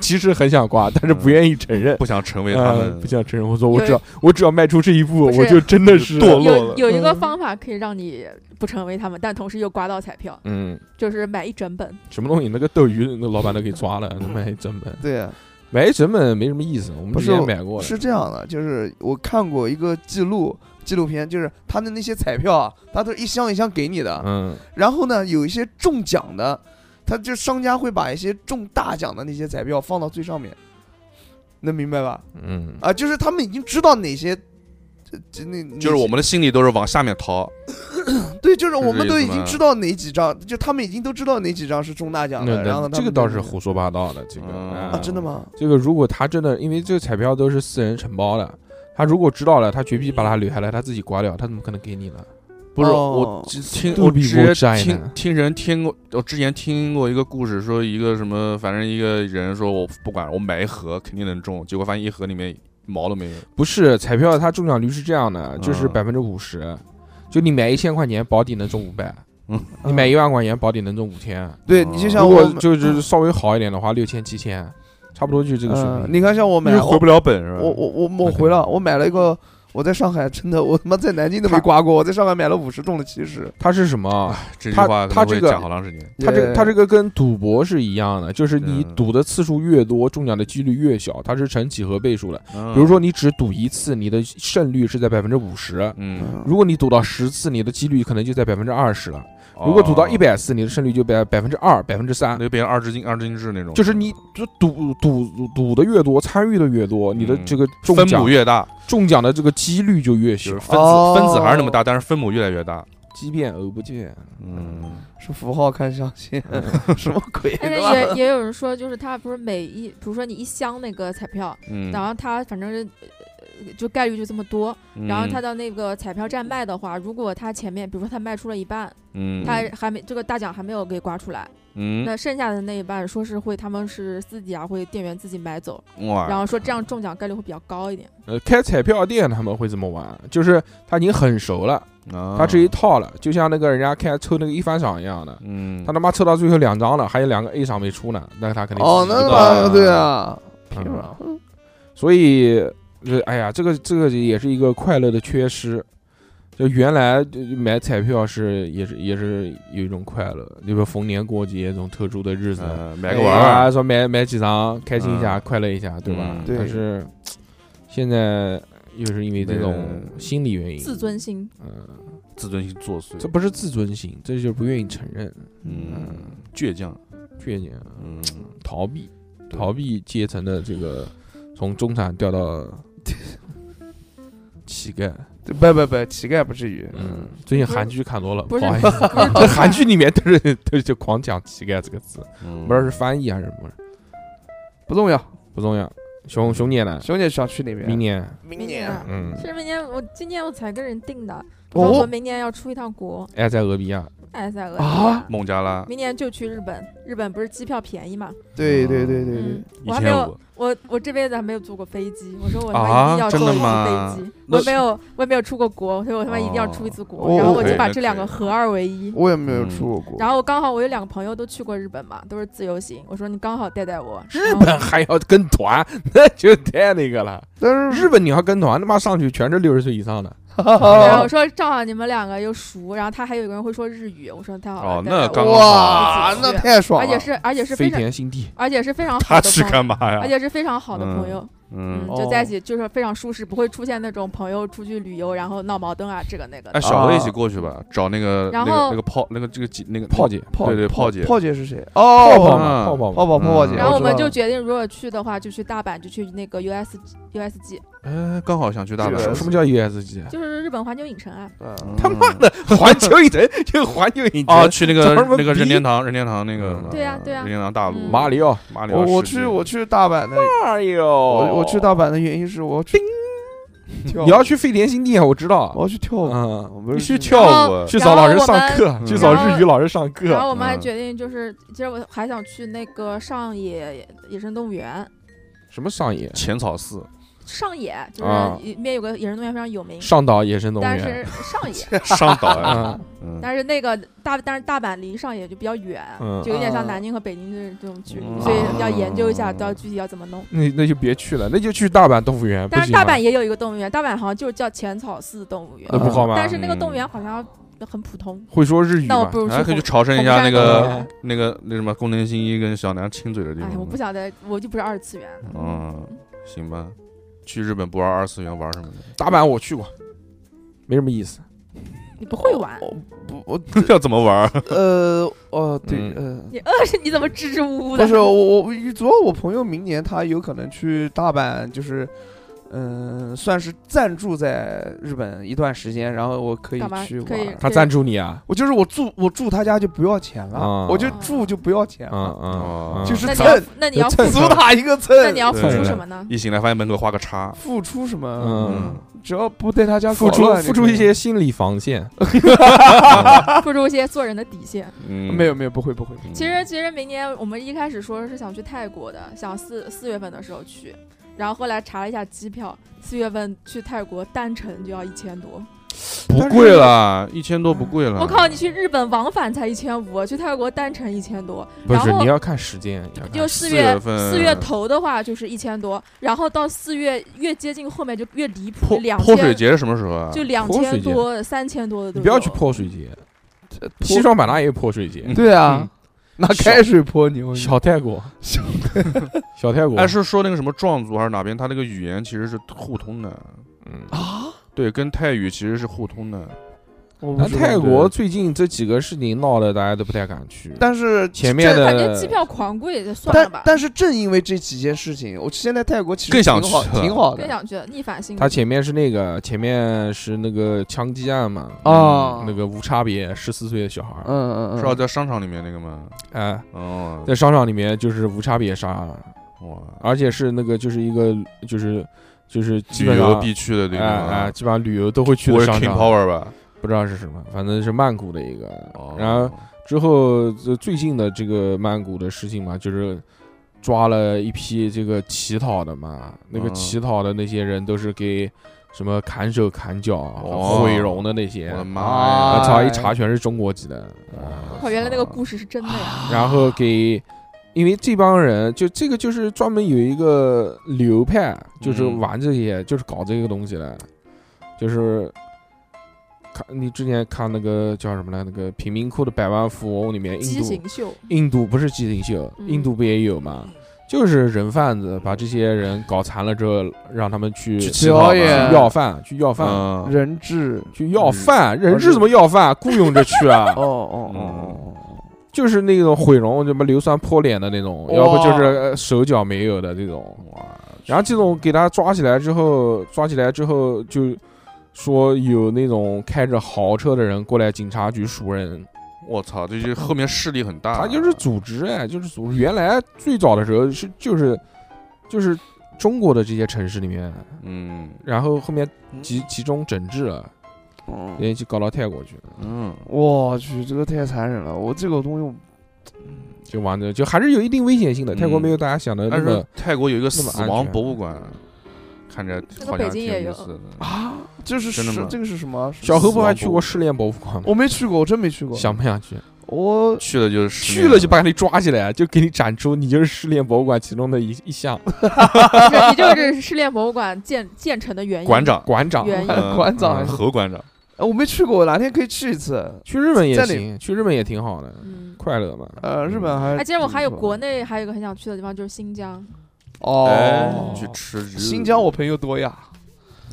Speaker 2: 其实很想刮，但是不愿意承认，
Speaker 4: 嗯不想成为他
Speaker 2: 呃
Speaker 4: 们
Speaker 2: 不，想承认。我说我
Speaker 5: 有
Speaker 2: 只要我只要迈出这一步，
Speaker 5: 不是
Speaker 2: 我就真的
Speaker 5: 嗯
Speaker 4: [LAUGHS]
Speaker 2: 是
Speaker 4: 堕落了
Speaker 5: 有有一个
Speaker 2: 嗯
Speaker 5: 方法可以让你不成为他们，但同时又刮到彩票，
Speaker 2: 嗯，
Speaker 5: 就是买一整本。
Speaker 2: 什么东西那个斗鱼那个老板都给抓了，买一整本，
Speaker 3: 对啊，
Speaker 2: 买一整本没什么意思。我们
Speaker 3: 不
Speaker 2: 之
Speaker 3: 是
Speaker 2: 前买过的，
Speaker 3: 是这样的，就是我看过一个记录纪录片，就是他的那些彩票啊，他都是一箱一箱给你的，
Speaker 2: 嗯
Speaker 3: 然后呢，有一些中奖的，他就商家会把一些中大奖的那些彩票放到最上面，能明白吧？
Speaker 2: 嗯，
Speaker 3: 啊，就是他们已经知道哪些。这这那哪
Speaker 4: 就是
Speaker 3: 些
Speaker 4: 我们的心里都是往下面掏，
Speaker 3: 对，就是
Speaker 4: 是
Speaker 3: 我
Speaker 4: 这
Speaker 3: 们
Speaker 4: 意
Speaker 3: 都
Speaker 4: 思
Speaker 3: 已经
Speaker 4: 吗
Speaker 3: 知道哪几张，就他们已经都知道哪几张是中大奖
Speaker 2: 那
Speaker 3: 的，然
Speaker 2: 那
Speaker 3: 后他
Speaker 2: 这个
Speaker 3: 们
Speaker 2: 倒
Speaker 3: 就是
Speaker 2: 胡说八道的，这个
Speaker 4: 嗯
Speaker 2: 啊
Speaker 3: 啊，真的？吗？
Speaker 2: 这个如果他真的，因为这个彩票都是四人承包的，他如果知道了，他绝逼把他留下来，他自己刮掉，他怎么可能给你呢？
Speaker 4: 不是
Speaker 3: 哦
Speaker 4: 我只听
Speaker 2: 杜
Speaker 4: 我
Speaker 2: 比
Speaker 4: 直
Speaker 2: 莫
Speaker 4: 接
Speaker 2: 摘呢
Speaker 4: 听听人听过，我之前听过一个故事，说一个什么，反正一个人说我不管，我买一盒肯定能中，结果发现一盒里面毛都没有。
Speaker 2: 不是彩票，它中奖率是这样的，就是
Speaker 4: 嗯
Speaker 2: 百分之五十，就你买一千块钱，保底能中五百；你
Speaker 3: 嗯
Speaker 2: 买一万块钱，保底能中五千。
Speaker 3: 对你就像
Speaker 2: 如
Speaker 3: 我
Speaker 2: 果
Speaker 3: 们
Speaker 2: 就是稍微好一点的话，六千、七千，差不多就是这个水
Speaker 3: 嗯，
Speaker 2: 平。
Speaker 3: 你看像我买
Speaker 4: 那就回不了本
Speaker 2: 嗯
Speaker 4: 是吧？
Speaker 3: 我我我我
Speaker 2: 那肯定
Speaker 3: 回了，我买了一个，我在上海真的，我他妈在南京都没
Speaker 2: 他
Speaker 3: 刮过，我在上海买了五十，中了七十。
Speaker 2: 它是什么啊？
Speaker 4: 这句
Speaker 2: 他
Speaker 4: 话可
Speaker 2: 他
Speaker 4: 能会
Speaker 2: 这个
Speaker 4: 讲好长时间。
Speaker 2: 它这个
Speaker 3: 也
Speaker 2: 它这个跟赌博是一样的，就是你
Speaker 4: 嗯
Speaker 2: 赌的次数越多，中奖的几率越小，它是成几何倍数的。
Speaker 4: 比
Speaker 2: 比如说，你只赌一次，你的胜率是在百分之五十。
Speaker 4: 嗯，
Speaker 2: 如果你赌到十次，你的几率可能就在百分之二十了。
Speaker 4: 哦
Speaker 2: 如果赌到一
Speaker 4: 百。
Speaker 2: 百次，你的胜率就百百分之二、百分之三
Speaker 4: 那。就变成二十斤二十斤制那种，
Speaker 2: 就是你就赌赌赌赌的越多，参与的越多，你的
Speaker 4: 嗯
Speaker 2: 这个中
Speaker 4: 分母
Speaker 2: 奖
Speaker 4: 越大，
Speaker 2: 中奖的这个几率就越
Speaker 4: 就是。
Speaker 2: 小
Speaker 4: 分子、
Speaker 3: 哦
Speaker 4: 分子还是那么大，但是分母越来越大。
Speaker 2: 畸变偶不见，哦
Speaker 4: 嗯，
Speaker 3: 是符号看象限，
Speaker 2: 嗯
Speaker 3: [LAUGHS] 什么鬼？
Speaker 5: 但是
Speaker 4: [LAUGHS]
Speaker 5: 也也有人说，就是他不是每一，比如说你一箱那个彩票，
Speaker 4: 嗯，
Speaker 5: 然后他反正是呃就概率就这么多，
Speaker 4: 嗯
Speaker 5: 然后他到那个彩票站卖的话，如果他前面比如说他卖出了一半，
Speaker 4: 嗯
Speaker 5: 他还没这个大奖还没有给刮出来，
Speaker 4: 嗯
Speaker 5: 那剩下的那一半说是会他们是自己啊会店员自己买走，
Speaker 4: 嗯哇，
Speaker 5: 然后说这样中奖概率会比较高一点。
Speaker 2: 呃，开彩票店他们会这么玩，就是他已经很熟了，
Speaker 4: 啊
Speaker 2: 他这一套了，就像那个人家开抽那个一番赏一样的，
Speaker 4: 嗯，
Speaker 2: 他他妈抽到最后两张了，还有两个 A 赏没出呢，那他肯定
Speaker 3: 哦，
Speaker 2: 自己
Speaker 3: 那
Speaker 2: 知
Speaker 4: 个
Speaker 2: 道
Speaker 3: 妈对啊，凭
Speaker 2: 嗯
Speaker 3: 啥？
Speaker 2: 所以这哎呀，这个这个也是一个快乐的缺失。就原来就买彩票是也是也是有一种快乐，你比如逢年过节这种特殊的日子，
Speaker 4: 呃买个玩
Speaker 3: 哎呀
Speaker 4: 儿，
Speaker 2: 啊，说买买几张，开心一下，
Speaker 4: 嗯
Speaker 2: 快乐一下，对吧？
Speaker 4: 嗯
Speaker 3: 对
Speaker 2: 但是现在又是因为这种
Speaker 4: 没
Speaker 2: 心理原因，
Speaker 5: 自尊心，
Speaker 2: 嗯，
Speaker 4: 自尊心作祟，
Speaker 2: 这不是自尊心，这就是不愿意承认，
Speaker 4: 嗯，倔强，
Speaker 2: 倔强，
Speaker 4: 嗯，
Speaker 2: 逃避，
Speaker 4: 对
Speaker 2: 逃避阶层的这个从中产掉到乞丐。
Speaker 3: 对不不不，乞丐不至于。
Speaker 2: 嗯，最近韩剧看多了，
Speaker 5: 不是
Speaker 2: 好意思，这韩
Speaker 4: [LAUGHS]
Speaker 2: 剧里面都是都是就狂讲“乞丐”这个词，
Speaker 4: 嗯
Speaker 2: 不知道是翻译还是什么，
Speaker 3: 不重要。
Speaker 2: 不重要。熊熊姐呢？
Speaker 3: 熊姐想去哪边？
Speaker 2: 明年，
Speaker 5: 明年啊
Speaker 2: 嗯，
Speaker 5: 其实明年我今年我才跟人定的，说我
Speaker 3: 哦
Speaker 5: 们，明年要出一趟国，
Speaker 2: 埃塞俄比亚， [LAUGHS]
Speaker 5: 埃塞俄比亚
Speaker 3: 啊
Speaker 4: 孟加拉
Speaker 5: 明年就去日本，日本不是机票便宜嘛？
Speaker 3: 对对对对对
Speaker 5: 嗯，，我还没有
Speaker 4: 1500，
Speaker 5: 我我这辈子还没有坐过飞机。我说我他
Speaker 4: 啊
Speaker 5: 妈一定要坐
Speaker 4: 真
Speaker 5: 一
Speaker 4: 的
Speaker 5: 次
Speaker 4: 吗
Speaker 5: 飞机，
Speaker 4: 那
Speaker 5: 我也没有我也没有出过国，所以我他妈一定要出一次
Speaker 3: 哦
Speaker 5: 国。然后我
Speaker 3: 可以
Speaker 5: 就把
Speaker 4: 那
Speaker 5: 这两
Speaker 4: 可
Speaker 5: 个
Speaker 4: 以
Speaker 5: 合二为一。
Speaker 3: 我也没
Speaker 2: 嗯
Speaker 3: 有出过国。
Speaker 5: 然后我刚好我有两个朋友都去过日本嘛，都是自由行。我说你刚好带带我。
Speaker 2: 日本还要跟团， [LAUGHS] 那就太那个了。
Speaker 5: 嗯
Speaker 3: 但是
Speaker 2: 日本你要跟团，他妈上去全是六十岁以上的，
Speaker 5: 然后
Speaker 3: 哇
Speaker 5: 我说正好你们两个又熟，然后他还有一个人会说日语，我说太好了。
Speaker 4: 哦
Speaker 5: 带带
Speaker 4: 那
Speaker 5: 我
Speaker 4: 刚哇
Speaker 5: 好
Speaker 3: 那太爽
Speaker 5: 而
Speaker 3: 了！
Speaker 5: 且是而且是非
Speaker 2: 飞
Speaker 5: 常
Speaker 2: 田新地。
Speaker 5: 而且是非常好
Speaker 4: 他
Speaker 5: 的
Speaker 4: 去
Speaker 5: 朋友，
Speaker 4: 干嘛
Speaker 5: 而
Speaker 4: 呀？
Speaker 5: 且是非常好的朋友。嗯，
Speaker 4: 嗯，
Speaker 5: 就在一
Speaker 3: 哦
Speaker 5: 起就是非常舒适，不会出现那种朋友出去旅游然后闹矛盾啊，这个那个
Speaker 4: 哎，
Speaker 5: 的。
Speaker 4: 小辉一起过去吧，找那个那
Speaker 5: 啊然
Speaker 4: 个
Speaker 5: 后
Speaker 4: 那个炮那个这个姐那个
Speaker 2: 炮姐
Speaker 4: 那个对对炮姐，
Speaker 3: 炮姐是谁？
Speaker 2: 泡
Speaker 3: 哦，
Speaker 2: 泡嘛，
Speaker 4: 嗯
Speaker 2: 泡泡
Speaker 3: 泡
Speaker 2: 嘛，
Speaker 3: 泡泡泡姐。
Speaker 4: 嗯
Speaker 5: 然后我们
Speaker 3: 知道
Speaker 5: 就
Speaker 3: 了
Speaker 5: 决定，如果去的话，就去大阪，就去那个 US USG，
Speaker 4: 哎，刚好想去大
Speaker 3: 这
Speaker 4: 阪
Speaker 3: 个，
Speaker 2: 啊什么叫 USG？
Speaker 5: 就是日本环球影城啊。
Speaker 3: 嗯
Speaker 2: 他妈的，环球影城就环球影
Speaker 4: 哦，
Speaker 2: 城，
Speaker 4: 去那个
Speaker 2: 找什么
Speaker 4: 那个
Speaker 2: 逼
Speaker 4: 任天堂任天堂那个，
Speaker 5: 对呀对呀
Speaker 4: 任天堂大陆
Speaker 5: 嗯
Speaker 2: 马里奥，
Speaker 4: 马里奥
Speaker 3: 我我
Speaker 4: 世
Speaker 3: 去
Speaker 4: 界
Speaker 3: 我去大阪的，
Speaker 2: 哎呦，
Speaker 3: 我
Speaker 2: 我
Speaker 3: 我去大，阪的原因是我要去跳舞，
Speaker 2: 你要去飞田新地啊，我知道
Speaker 3: 我，要去跳舞，
Speaker 2: 嗯，
Speaker 3: 我不
Speaker 4: 你
Speaker 3: 是
Speaker 4: 去
Speaker 3: 去
Speaker 4: 跳舞，
Speaker 2: 去找老师上课
Speaker 4: 我，们
Speaker 2: 去找日语老师上
Speaker 5: 然后
Speaker 2: 课，
Speaker 5: 我们还
Speaker 4: 嗯
Speaker 5: 决定，就是其实我还想去那个上野野生动物园，
Speaker 2: 什么上野、
Speaker 4: [LAUGHS] 浅草寺，
Speaker 5: 上野就
Speaker 2: 啊
Speaker 5: 是里面有个野生动物园非常有名，
Speaker 2: 上岛野生动物
Speaker 5: 但
Speaker 2: 园，
Speaker 5: 是上野，
Speaker 4: 上岛呀，
Speaker 2: 嗯
Speaker 4: 嗯
Speaker 5: 但是那个大但是大阪离上野就比较远，
Speaker 2: 嗯
Speaker 5: 就有点像
Speaker 3: 啊
Speaker 5: 南京和北京这这种距离，
Speaker 4: 嗯
Speaker 5: 所以要研究一下，
Speaker 4: 啊
Speaker 5: 到具体要怎么弄。
Speaker 2: 那那就别去了，那就去大阪动物园，不
Speaker 5: 但是
Speaker 2: 行吗呃
Speaker 5: 大阪也有一个动物园，大阪好像就叫浅草寺动物园，
Speaker 2: 那不好
Speaker 4: 嗯
Speaker 2: 吗？
Speaker 5: 但是那个动物园好像很普通。
Speaker 2: 会说日语
Speaker 5: 那我
Speaker 2: 吗
Speaker 5: 不？如去
Speaker 4: 哎，可以去
Speaker 5: 红，
Speaker 4: 朝圣一
Speaker 5: 红
Speaker 4: 下
Speaker 5: 山
Speaker 4: 那
Speaker 5: 动物
Speaker 4: 个
Speaker 5: 园
Speaker 4: 那个那什么宫藤新一跟小南亲嘴的地
Speaker 5: 哎，我
Speaker 4: 方
Speaker 5: 不。想再，我就不是二次元了。
Speaker 4: 嗯，行吧，去日本不玩二次元玩什么的？ [LAUGHS]
Speaker 2: 大阪我去过，没什么意思。
Speaker 5: 你不会玩，
Speaker 3: 我不我
Speaker 4: 要怎么玩？
Speaker 3: 呃哦对
Speaker 2: 嗯
Speaker 3: 呃。
Speaker 5: 你呃是你怎么支支吾吾的？
Speaker 3: 不是我我主要我朋友明年他有可能去大阪，就是嗯、算是暂住在日本一段时间，然后我可以
Speaker 5: 干嘛
Speaker 3: 去玩。
Speaker 5: 可以
Speaker 2: 他赞助你啊？
Speaker 3: 我就是我住我住他家就不要钱了，
Speaker 2: 啊
Speaker 3: 我就住就不要钱
Speaker 2: 嗯
Speaker 3: 了，
Speaker 4: 哦
Speaker 2: 嗯，
Speaker 3: 就是
Speaker 5: 那你要
Speaker 3: 蹭，
Speaker 5: 那你要付
Speaker 2: 蹭
Speaker 5: 出
Speaker 3: 足， [LAUGHS] 他一个蹭。
Speaker 5: 那你要付出
Speaker 4: 对
Speaker 5: 什么呢？
Speaker 4: 一醒来发现门口画个叉，
Speaker 3: 付出什么？
Speaker 2: 嗯，
Speaker 3: 只要不在他家
Speaker 2: 付
Speaker 3: 搞
Speaker 2: 出
Speaker 3: 乱就
Speaker 2: 付
Speaker 3: 可
Speaker 2: 出
Speaker 3: 以
Speaker 2: 一些心理防线。
Speaker 5: 付出一些做人的底线。
Speaker 4: 嗯
Speaker 3: 没有没有不会不会，
Speaker 5: 其实其实明年我们一开始说是想去泰国的，想四四月份的时候去，然后后来查了一下机票，四月份去泰国单程就要一千多。
Speaker 4: 不贵了，一千多不贵
Speaker 2: 啊
Speaker 4: 了。
Speaker 5: 我靠，你去日本往返才一千五，啊去泰国单程一千多，
Speaker 2: 不是
Speaker 5: 然，后
Speaker 2: 你要看时间，要看
Speaker 5: 就
Speaker 4: 四
Speaker 5: 四
Speaker 4: 月
Speaker 5: 月
Speaker 4: 份
Speaker 5: 四月头的话就是一千多，然后到四月越接近后面就越离谱
Speaker 4: 泼，
Speaker 5: 两
Speaker 4: 泼水
Speaker 5: 千
Speaker 4: 节是什么时候啊？
Speaker 5: 就两
Speaker 2: 泼水
Speaker 5: 千
Speaker 2: 节
Speaker 5: 多、三千多的都
Speaker 2: 你不要去
Speaker 5: 有。
Speaker 2: 泼水节，西双版纳也有泼水节，
Speaker 3: 对啊
Speaker 2: 嗯，
Speaker 3: 拿开水泼你，我跟你
Speaker 2: 小泰国，
Speaker 3: 小
Speaker 2: [LAUGHS] 小泰国
Speaker 4: 哎，，是说那个什么壮族还是哪边？他那个语言其实是互通的，
Speaker 2: 嗯，
Speaker 3: 啊，
Speaker 4: 对，跟泰语其实是互通的。
Speaker 3: 我不
Speaker 2: 但
Speaker 3: 知道
Speaker 2: 泰国最近这几个事情闹的，大家都不太敢去。
Speaker 3: 但是
Speaker 2: 前
Speaker 5: 就
Speaker 2: 面
Speaker 5: 是感觉机
Speaker 2: 的
Speaker 5: 票狂贵，就算了
Speaker 3: 但
Speaker 5: 吧。
Speaker 3: 但是正因为这几件事情，我现在泰国其实
Speaker 4: 更想
Speaker 3: 挺好
Speaker 4: 去了
Speaker 3: 挺好
Speaker 5: 更
Speaker 3: 的。
Speaker 5: 想去了逆反心理。
Speaker 2: 他前面是那个，前面是那个枪击案嘛，嗯
Speaker 4: 嗯
Speaker 3: 哦
Speaker 2: 那个无差别十四岁的小孩儿，
Speaker 3: 嗯嗯嗯，
Speaker 4: 是要在商场里面那个吗？
Speaker 2: 哎，
Speaker 4: 哦，
Speaker 2: 在商场里面就是无差别杀，
Speaker 4: 哇，
Speaker 2: 而且是那个就是一个就是就是基
Speaker 4: 旅
Speaker 2: 本
Speaker 4: 游
Speaker 2: 上
Speaker 4: 必去的地
Speaker 2: 哎哎，
Speaker 4: 方，
Speaker 2: 基本上旅游都会哎去
Speaker 4: 我
Speaker 2: 的
Speaker 4: 是
Speaker 2: 商
Speaker 4: King
Speaker 2: 场，
Speaker 4: 啊 Power 吧？
Speaker 2: 不知道是什么，反正是曼谷的一个。
Speaker 4: 哦
Speaker 2: 然后之后这最近的这个曼谷的事情嘛，就是抓了一批这个乞讨的嘛，那个
Speaker 4: 嗯
Speaker 2: 乞讨的那些人都是给什么砍手砍脚、啊
Speaker 4: 哦
Speaker 2: 毁容的那些，
Speaker 4: 我的
Speaker 2: 哎我
Speaker 4: 妈呀！
Speaker 3: 啊
Speaker 2: 操，一查全是中国籍的。
Speaker 5: 哇，哦原来
Speaker 4: 嗯
Speaker 5: 那个故事是真的
Speaker 4: 啊
Speaker 5: 呀！
Speaker 2: 然后给，因为这帮人就这个就是专门有一个流派，就是
Speaker 4: 嗯
Speaker 2: 玩这些，就是搞这个东西的，就是。看你之前看那个叫什么来，那个贫民窟的百万富翁里面，印
Speaker 5: 畸
Speaker 2: 度
Speaker 5: 形秀，
Speaker 2: 印度不是畸形秀，
Speaker 5: 嗯
Speaker 2: 印度不也有吗？就是人贩子把这些人搞残了之后，让他们去
Speaker 4: 去
Speaker 2: 去
Speaker 4: 乞讨
Speaker 3: 表
Speaker 4: 吧
Speaker 3: 演
Speaker 2: 要饭，去要饭，
Speaker 4: 嗯，
Speaker 3: 人质。
Speaker 2: 去要饭。人是
Speaker 3: 是
Speaker 2: 怎么要饭？雇佣着去
Speaker 4: [LAUGHS]
Speaker 2: 啊
Speaker 3: 哦，哦哦
Speaker 4: 嗯
Speaker 3: 哦
Speaker 2: 就是那种毁容，什么硫酸泼脸的那种，
Speaker 3: 哇
Speaker 2: 要不就是呃手脚没有的这种。
Speaker 4: 哇，
Speaker 2: 然后这种给他抓起来之后，抓起来之后就说有那种开着豪车的人过来警察局赎人，
Speaker 4: 我操，这就后面势力很大，
Speaker 2: 他就是组织哎，就是组织。原来最早的时候是就是就是中国的这些城市里面，
Speaker 4: 嗯
Speaker 2: 然后后面集集中整治了，
Speaker 3: 哦
Speaker 2: 人家就搞到泰国去了，
Speaker 4: 嗯，
Speaker 3: 我去，这个太残忍了！我这个东西，
Speaker 2: 就玩的就还是有一定危险性的。
Speaker 4: 嗯
Speaker 2: 泰国没有大家想呃的那
Speaker 4: 但是
Speaker 2: 么
Speaker 4: 泰国有一个
Speaker 2: 那么
Speaker 4: 死
Speaker 2: 安
Speaker 4: 亡
Speaker 2: 全啊
Speaker 4: 博物馆，看着
Speaker 5: 那个
Speaker 4: 好
Speaker 5: 北
Speaker 4: 像
Speaker 5: 京
Speaker 4: 挺
Speaker 5: 也
Speaker 4: 有
Speaker 5: 有
Speaker 4: 意思的。
Speaker 3: 啊，这是
Speaker 4: 真的
Speaker 3: 什
Speaker 4: 吗
Speaker 3: 这个是什么？
Speaker 2: 小何
Speaker 4: 死
Speaker 2: 不
Speaker 4: 亡
Speaker 2: 还去
Speaker 4: 博物哦
Speaker 2: 过
Speaker 4: 馆
Speaker 2: 失恋博物馆吗？
Speaker 3: 我没去过，我真没去过。
Speaker 2: 想不想去？
Speaker 3: 我
Speaker 4: 去了就是十
Speaker 2: [LAUGHS] 去
Speaker 4: 年
Speaker 2: 了就把你抓起来，啊就给你展出你就是失恋博物馆其中的一一项
Speaker 4: 哦
Speaker 5: [LAUGHS] 不是你这个
Speaker 3: [LAUGHS]
Speaker 5: 是失恋博物馆建建成的原因。
Speaker 4: 馆长，
Speaker 2: 馆长。
Speaker 5: 原因
Speaker 4: 嗯
Speaker 3: 馆长还
Speaker 4: 嗯
Speaker 3: 是
Speaker 4: 何馆长，
Speaker 3: 呃我没去过，哪天可以去一次？
Speaker 2: 去日本也
Speaker 3: 在
Speaker 2: 行，去日本也挺好的，
Speaker 5: 嗯，
Speaker 2: 快乐嘛。嗯
Speaker 3: 呃，日
Speaker 4: 啊
Speaker 3: 本还
Speaker 5: 哎，其实我还有国
Speaker 3: 内
Speaker 5: 内还有一个很想去的地方，就是新疆。
Speaker 4: 哎
Speaker 3: 哦，
Speaker 4: 去吃
Speaker 3: 新疆我朋友多呀，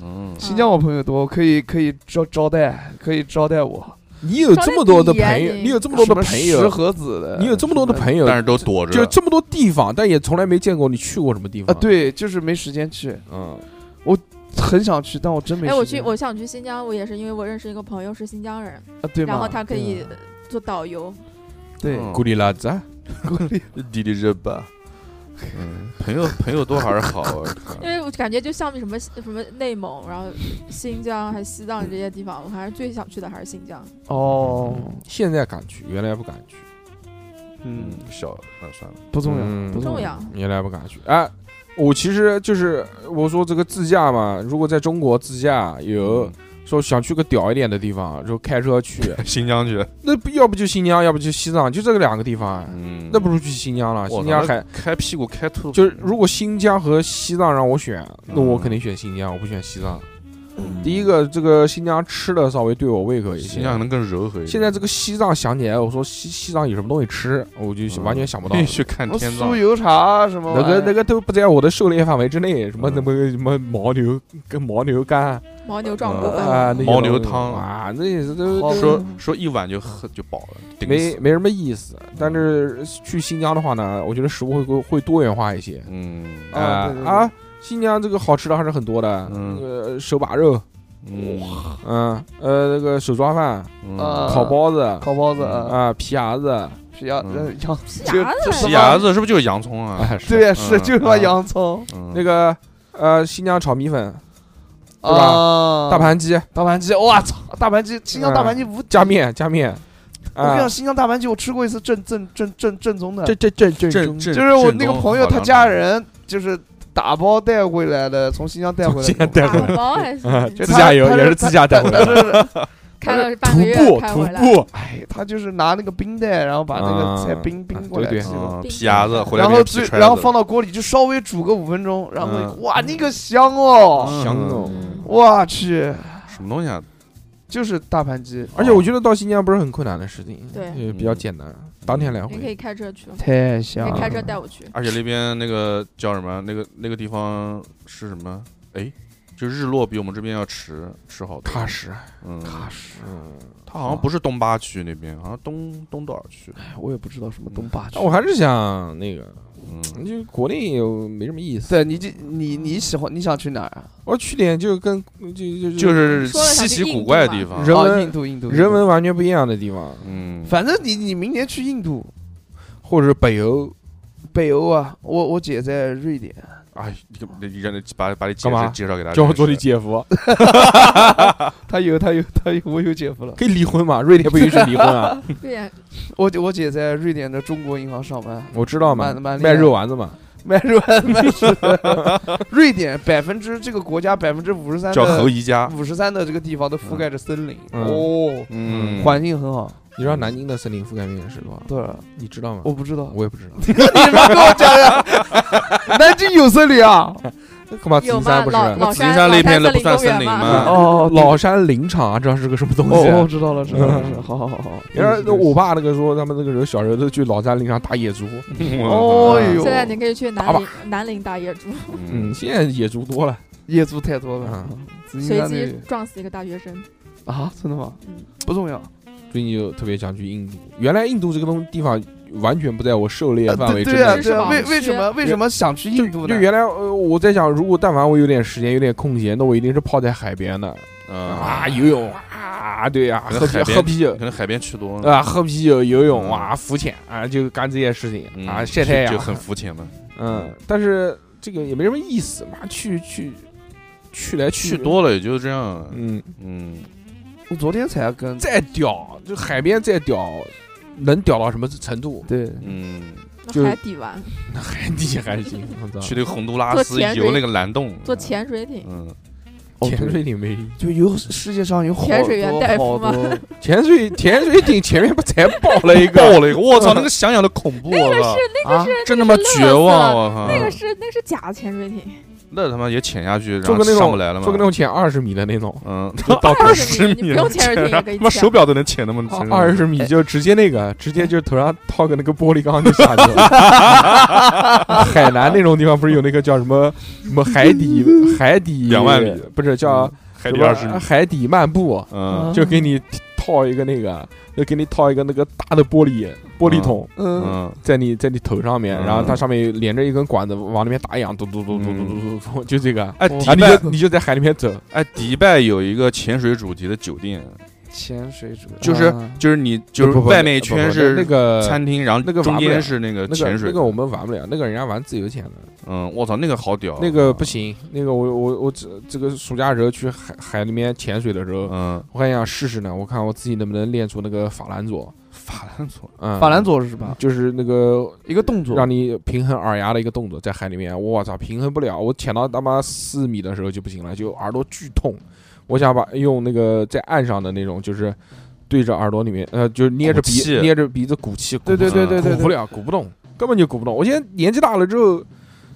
Speaker 4: 嗯，
Speaker 5: 嗯
Speaker 3: 新疆我朋友多，可以可以招招待，可以招待我。
Speaker 2: 你有这么多的朋友，
Speaker 5: 少点语言
Speaker 2: 你有这么多的朋
Speaker 3: 什么石
Speaker 2: 友，
Speaker 3: 河子的，
Speaker 2: 你有这么多的
Speaker 3: 友
Speaker 2: 朋友，
Speaker 4: 但是都躲着，
Speaker 2: 就这么多地方，但也从来没见过你去过什么地
Speaker 3: 啊？
Speaker 2: 方。，
Speaker 3: 对，就是没时间去，
Speaker 2: 嗯，
Speaker 3: 很想去，但我真没时
Speaker 5: 哎，
Speaker 3: 间。
Speaker 5: 我去，我想去新疆，我也是因为我认识一个朋友是新疆人，
Speaker 3: 啊对吗
Speaker 5: 然后他可以
Speaker 3: 对吗
Speaker 5: 呃做导游。
Speaker 3: 对
Speaker 4: 嗯
Speaker 2: 古力拉子啊，
Speaker 3: 鼓励
Speaker 4: 滴滴热巴。嗯，朋友朋友多还是好，啊
Speaker 2: [LAUGHS]
Speaker 4: 我靠
Speaker 5: 因为我感觉就像什么什么内蒙，然后新疆还西藏这些地方，我还是最想去的还是新疆。
Speaker 3: 哦，
Speaker 2: 现在敢去，原来不敢去，
Speaker 3: 嗯
Speaker 4: 嗯，，小那算了，
Speaker 3: 不重
Speaker 2: 嗯
Speaker 3: 要，不
Speaker 5: 重
Speaker 3: 要。
Speaker 5: 要，
Speaker 2: 原来不敢去。哎，我其实就是我说这个自驾嘛，如果在中国自驾
Speaker 4: 嗯
Speaker 2: 有。说想去个屌一点的地方，就开
Speaker 4: [LAUGHS]
Speaker 2: 车去，
Speaker 4: 新疆去，
Speaker 2: 那不要不就新疆，要不就西藏，就这个两个地方，哎
Speaker 4: 嗯
Speaker 2: 那不如去新疆了。
Speaker 4: 我
Speaker 2: 新疆
Speaker 4: 操那
Speaker 2: 还
Speaker 4: 开屁股开吐，
Speaker 2: 就是，如果新疆和西藏让我选，那我
Speaker 4: 嗯
Speaker 2: 肯定选新疆，我不选西藏。
Speaker 4: 嗯
Speaker 2: 第一个，这个新疆吃的稍微对我胃口一些
Speaker 4: 新疆。可能更柔和一点。
Speaker 2: 现在这个西藏想起来，我说西西藏有什么东西吃，我就
Speaker 4: 嗯
Speaker 2: 完
Speaker 4: [LAUGHS]
Speaker 2: 全想不到。哦
Speaker 4: 可以去看
Speaker 3: 什么
Speaker 4: 天葬
Speaker 3: 酥，油茶啊什么
Speaker 2: 那
Speaker 3: 玩意
Speaker 2: 个
Speaker 3: [LAUGHS] 儿？
Speaker 2: 那个都不在我的狩猎范围之内，什么
Speaker 4: 嗯
Speaker 2: 什么什么牦牛跟牦牛肝
Speaker 5: 牦
Speaker 3: 呃
Speaker 5: 牛壮骨粉，
Speaker 2: 啊，那些
Speaker 4: 牦牛
Speaker 2: 东西
Speaker 4: 汤
Speaker 2: 啊，那些都
Speaker 3: 好
Speaker 2: 都
Speaker 4: 说说一碗就喝就饱了，顶
Speaker 2: 没
Speaker 4: 死嗯
Speaker 2: 没什么意思。但是去新疆的话呢，我觉得食物会会多元化一些
Speaker 4: 嗯
Speaker 3: 啊
Speaker 2: 啊
Speaker 3: 对对对
Speaker 2: 啊！新疆这个好吃的还是很多的，
Speaker 4: 嗯
Speaker 2: 呃，手把肉，
Speaker 4: 嗯
Speaker 2: 嗯呃，那个手抓饭、
Speaker 3: 啊
Speaker 2: 烤包子
Speaker 3: 烤包子啊，
Speaker 2: 啊、皮牙子，
Speaker 3: 皮鸭
Speaker 4: 嗯
Speaker 3: 呃洋
Speaker 5: 皮
Speaker 3: 就
Speaker 5: 牙
Speaker 3: 就
Speaker 5: 子
Speaker 3: 是
Speaker 4: 皮牙子是不是就是洋葱啊？
Speaker 2: 哎，是
Speaker 3: [LAUGHS] 对呀，是
Speaker 4: 嗯
Speaker 3: 就是
Speaker 2: 啊
Speaker 3: 把洋葱
Speaker 2: 那
Speaker 4: 那
Speaker 2: 个呃，新疆炒米粉、对吧
Speaker 3: 啊，
Speaker 4: 嗯
Speaker 2: 大盘鸡
Speaker 3: 大盘鸡，我操，大盘鸡，新疆大盘鸡无
Speaker 2: 加。面、加面，
Speaker 3: 我跟你
Speaker 2: 啊
Speaker 3: 讲，，新疆大盘鸡我吃过一次正正正正正宗的，
Speaker 2: 这这这这
Speaker 4: 正
Speaker 2: 这
Speaker 4: 正
Speaker 3: 就是我那个
Speaker 4: 正宗
Speaker 3: 朋友
Speaker 4: 好
Speaker 3: 他
Speaker 4: 凉
Speaker 3: 家
Speaker 4: 的
Speaker 3: 人就是打包带回来的，从新疆带回来
Speaker 2: 新疆
Speaker 3: [LAUGHS] 的。
Speaker 2: 带回
Speaker 5: 打
Speaker 2: 来，
Speaker 5: 包还是
Speaker 2: 啊
Speaker 3: 就
Speaker 2: 自
Speaker 3: 他
Speaker 2: 驾游
Speaker 3: 他
Speaker 2: 也是自驾带回来
Speaker 3: 他是
Speaker 5: 开了半
Speaker 2: 徒
Speaker 5: 个月
Speaker 2: 步
Speaker 5: 开
Speaker 2: 徒
Speaker 5: 回来。
Speaker 2: 步，
Speaker 3: 哎，他就是拿那个冰袋，然后把那个菜
Speaker 2: 啊
Speaker 3: 冰
Speaker 2: 啊
Speaker 3: 冰过来
Speaker 2: 对
Speaker 3: 吃
Speaker 2: 对
Speaker 3: 的。
Speaker 4: 嗯皮牙子，回来
Speaker 3: 然后
Speaker 4: 变成
Speaker 3: 最
Speaker 4: 皮，揣
Speaker 3: 然后
Speaker 4: 子
Speaker 3: 放到锅里，就稍微煮个五分钟，然后
Speaker 4: 嗯
Speaker 3: 哇，那个香哦！
Speaker 4: 嗯
Speaker 2: 香哦。
Speaker 5: 嗯
Speaker 3: 我去，
Speaker 4: 什么东西啊？
Speaker 3: 就是大盘鸡，
Speaker 2: 而且我觉得到新疆不是很困难的事情，
Speaker 5: 对
Speaker 2: 也比较简单，当天来
Speaker 5: 你可
Speaker 2: 回。
Speaker 5: 以开车去，
Speaker 3: 太香
Speaker 5: 可以
Speaker 3: 了。
Speaker 5: 开车带我去。
Speaker 4: 而且那边那个叫什么？那个那个地方是什么？哎，就日落比我们这边要迟迟好多。
Speaker 2: 踏实，
Speaker 4: 嗯，
Speaker 2: 踏实。
Speaker 4: 它好像不是东八区那边，好像东东多少区？
Speaker 3: 哎我也不知道什么东坝区。
Speaker 2: 但我还是想那个，
Speaker 4: 嗯，
Speaker 2: 就国内又没什么意思。
Speaker 3: 对你这你你喜欢你想去哪儿啊？
Speaker 2: 我去点就跟就就
Speaker 4: 就是
Speaker 5: 说了
Speaker 4: 稀
Speaker 5: 想
Speaker 4: 奇
Speaker 5: 去印
Speaker 4: 古
Speaker 5: 度
Speaker 4: 怪的
Speaker 5: 嘛
Speaker 4: 地方。
Speaker 2: 人
Speaker 3: 哦
Speaker 2: 文
Speaker 3: 印度印度
Speaker 2: 人，文完全不一样的地方，
Speaker 4: 嗯，
Speaker 3: 反正你你明年去印度
Speaker 2: 或者是北欧，
Speaker 3: 北欧啊，我我姐在瑞典，
Speaker 4: 哎，你你你让你把把你介
Speaker 2: 干嘛
Speaker 4: 绍介绍给他认识，
Speaker 2: 叫我做你姐夫，
Speaker 3: 她有她有她有我有姐夫了。
Speaker 2: 可以离婚嘛？瑞典不允许离婚 [LAUGHS] 啊，
Speaker 5: 瑞典
Speaker 3: 我姐我姐在瑞典的中国银行上班，
Speaker 2: 我知道嘛，
Speaker 3: 蛮蛮厉
Speaker 2: 卖
Speaker 3: 害
Speaker 2: 肉丸子嘛，
Speaker 3: [LAUGHS] 卖肉卖肉的。瑞典百分之这个国家百分之五十三
Speaker 4: 叫侯
Speaker 3: 的
Speaker 4: 宜家。
Speaker 3: 五十三的这个地方都覆盖着森林
Speaker 2: 嗯
Speaker 3: 哦，
Speaker 4: 嗯，
Speaker 3: 环境很好。
Speaker 2: 你知道南京的森林覆盖面是多少？
Speaker 3: 对，
Speaker 2: 你知道吗？
Speaker 3: 我不知道，
Speaker 2: 我也不知道，
Speaker 3: 你们跟我讲呀， [LAUGHS] 南京有森林啊？
Speaker 2: 那干嘛紫
Speaker 5: 有
Speaker 2: 金
Speaker 5: 吗
Speaker 2: 山？不是
Speaker 5: 老老
Speaker 4: 紫金
Speaker 5: 山
Speaker 4: 山
Speaker 5: 老
Speaker 4: 那片
Speaker 5: 森
Speaker 4: 的不
Speaker 5: 林
Speaker 4: 算
Speaker 5: 公
Speaker 4: 森
Speaker 5: 园
Speaker 4: 林
Speaker 5: 吗？
Speaker 4: [LAUGHS] 吗？
Speaker 3: [LAUGHS] 哦
Speaker 2: 老山林场啊，知道是个什么东西
Speaker 3: 哦，
Speaker 2: 啊？
Speaker 3: 知道了，知道了，知道了好好好好。
Speaker 2: 原来我爸那个说，他们那个时候小时候都去老山林场打野猪，
Speaker 3: 哦
Speaker 4: 嗯
Speaker 3: 呦，
Speaker 5: 现在你可以去
Speaker 2: 打
Speaker 5: 南宁南宁打野猪，
Speaker 2: 嗯，现在野猪多了，
Speaker 3: 业主太多了
Speaker 2: 嗯，
Speaker 3: 紫金
Speaker 5: 随
Speaker 3: 山
Speaker 5: 机
Speaker 3: 那
Speaker 5: 撞死一个大学生。
Speaker 3: 啊，真的吗
Speaker 5: 嗯？
Speaker 3: 不重要，
Speaker 2: 最近就特别想去印度。原来印度这个东地方完全不在我狩猎
Speaker 3: 呃
Speaker 2: 范围
Speaker 3: 对
Speaker 2: 之
Speaker 3: 对啊，
Speaker 2: 内。
Speaker 5: 是
Speaker 3: 对啊，
Speaker 5: 吧
Speaker 3: 为为什么为什么想去印度
Speaker 2: 就
Speaker 3: 呢
Speaker 2: 就？原来呃，我在想，如果但凡我有点时间、有点空闲，那我一定是泡在海边的
Speaker 4: 啊
Speaker 2: 啊，，游泳啊，对呀，
Speaker 4: 可能
Speaker 2: 喝啤
Speaker 4: 海边
Speaker 2: 喝啤酒
Speaker 4: 可能海边去多了
Speaker 2: 啊，喝啤酒、游泳
Speaker 4: 嗯
Speaker 2: 啊，浮潜啊，就干这些事情
Speaker 4: 嗯
Speaker 2: 啊，晒太
Speaker 4: 就
Speaker 2: 阳
Speaker 4: 就，很肤浅了。
Speaker 2: 嗯，但是这个也没什么意思嘛，去去去来去
Speaker 4: 去，多了也就这样。
Speaker 2: 嗯，
Speaker 4: 嗯，
Speaker 3: 我昨天才跟
Speaker 2: 再屌，就海边再屌，能屌到什么程度？ [LAUGHS]
Speaker 3: 对
Speaker 4: 嗯，
Speaker 2: 就
Speaker 5: 那海底玩，
Speaker 2: 那海底还 [LAUGHS] 行，我操，
Speaker 4: 去那个洪都拉
Speaker 5: 做
Speaker 4: 斯
Speaker 5: 潜
Speaker 4: 游
Speaker 5: 水
Speaker 4: 那个蓝洞，
Speaker 5: 坐潜水艇，
Speaker 4: 嗯，
Speaker 3: 哦
Speaker 2: 潜
Speaker 3: 对
Speaker 2: 水艇没意义，
Speaker 3: 就有世界上有好
Speaker 5: 潜水员
Speaker 3: 多
Speaker 5: 戴
Speaker 3: 好
Speaker 5: 夫吗 [LAUGHS]
Speaker 3: 多，
Speaker 2: 潜 [LAUGHS] 水潜水艇前面不
Speaker 4: [LAUGHS]
Speaker 2: 才爆了一个，
Speaker 4: 爆了一个，
Speaker 2: [LAUGHS]
Speaker 4: 我操，那个想想都恐怖，我操，
Speaker 3: 啊，
Speaker 4: 真他妈
Speaker 5: 那个是
Speaker 4: 绝望，啊
Speaker 5: 乐
Speaker 4: 我
Speaker 2: 啊
Speaker 4: 靠，
Speaker 5: 那个是那个是假潜水艇，
Speaker 4: 那他妈也潜下去，然
Speaker 2: 做
Speaker 4: 后
Speaker 2: 个那
Speaker 4: 上不
Speaker 2: 种
Speaker 4: 来了嘛，
Speaker 2: 做个那种潜二十米的那种，
Speaker 4: 嗯，
Speaker 5: 到
Speaker 4: 二
Speaker 5: 20
Speaker 4: 十
Speaker 5: 米
Speaker 4: 米，
Speaker 5: 你不哦用潜水艇
Speaker 2: 啊
Speaker 5: 也可以
Speaker 4: 他妈
Speaker 5: 潜
Speaker 4: 手表都能潜啊那么深，
Speaker 2: 二十米就直接那 [LAUGHS] 个，直接就头上套个那个玻璃缸就下去了。 [LAUGHS] 海南那种地方不是有那个叫什么什么海 [LAUGHS] 底海底
Speaker 4: 两万米，嗯
Speaker 2: 不是叫
Speaker 4: 海
Speaker 2: 什
Speaker 4: 底
Speaker 2: 么
Speaker 4: 二十米，
Speaker 2: 海底漫步，
Speaker 4: 嗯
Speaker 2: 就给你套一个那个，就给你套一个那个大的玻璃玻璃桶。
Speaker 3: 嗯，
Speaker 4: 嗯，
Speaker 2: 在你在你头上面，
Speaker 4: 嗯
Speaker 2: 然后它上面连着一根管子往那边打氧，嘟嘟嘟嘟嘟嘟嘟嘟，就这个。啊，
Speaker 4: 哎，
Speaker 3: 哇
Speaker 4: 迪
Speaker 2: 你
Speaker 4: 拜，
Speaker 2: 就你就在海里面走，
Speaker 4: 哎，迪拜有一个潜水主题的酒店，
Speaker 3: 潜水者
Speaker 4: 就是
Speaker 3: 啊
Speaker 4: 就是你就是
Speaker 2: 不不
Speaker 4: 外面一
Speaker 2: 不
Speaker 4: 圈
Speaker 2: 不
Speaker 4: 是
Speaker 2: 那个
Speaker 4: 餐厅，然后
Speaker 2: 那个
Speaker 4: 中
Speaker 2: 玩不
Speaker 4: 间
Speaker 2: 了
Speaker 4: 是那个
Speaker 2: 那
Speaker 4: 潜
Speaker 2: 个
Speaker 4: 水
Speaker 2: 那个我们玩不了，那个人家玩自由潜的，
Speaker 4: 嗯，我操，那个好屌，啊
Speaker 2: 那个不行。那个我我我这这个暑假时候去海海里面潜水的时候，
Speaker 4: 嗯，
Speaker 2: 我还想试试呢，我看我自己能不能练出那个法兰佐。
Speaker 4: 法兰
Speaker 2: [LAUGHS]
Speaker 4: 佐，
Speaker 2: 嗯，
Speaker 3: 法兰佐是吧？
Speaker 2: 就是那个
Speaker 3: 一个动作
Speaker 2: 让你平衡耳压的一个动作，在海里面，我操，平衡不了，我潜到他妈四米的时候就不行了，就耳朵剧痛。我想把用那个在岸上的那种，就是对着耳朵里面，呃，就是捏着
Speaker 4: 鼓气
Speaker 2: 鼻捏着鼻子鼓气，鼓
Speaker 3: 对对对对对
Speaker 2: 鼓不
Speaker 3: 对，
Speaker 2: 了，鼓不动，根本就鼓不动。我现在年纪大了之后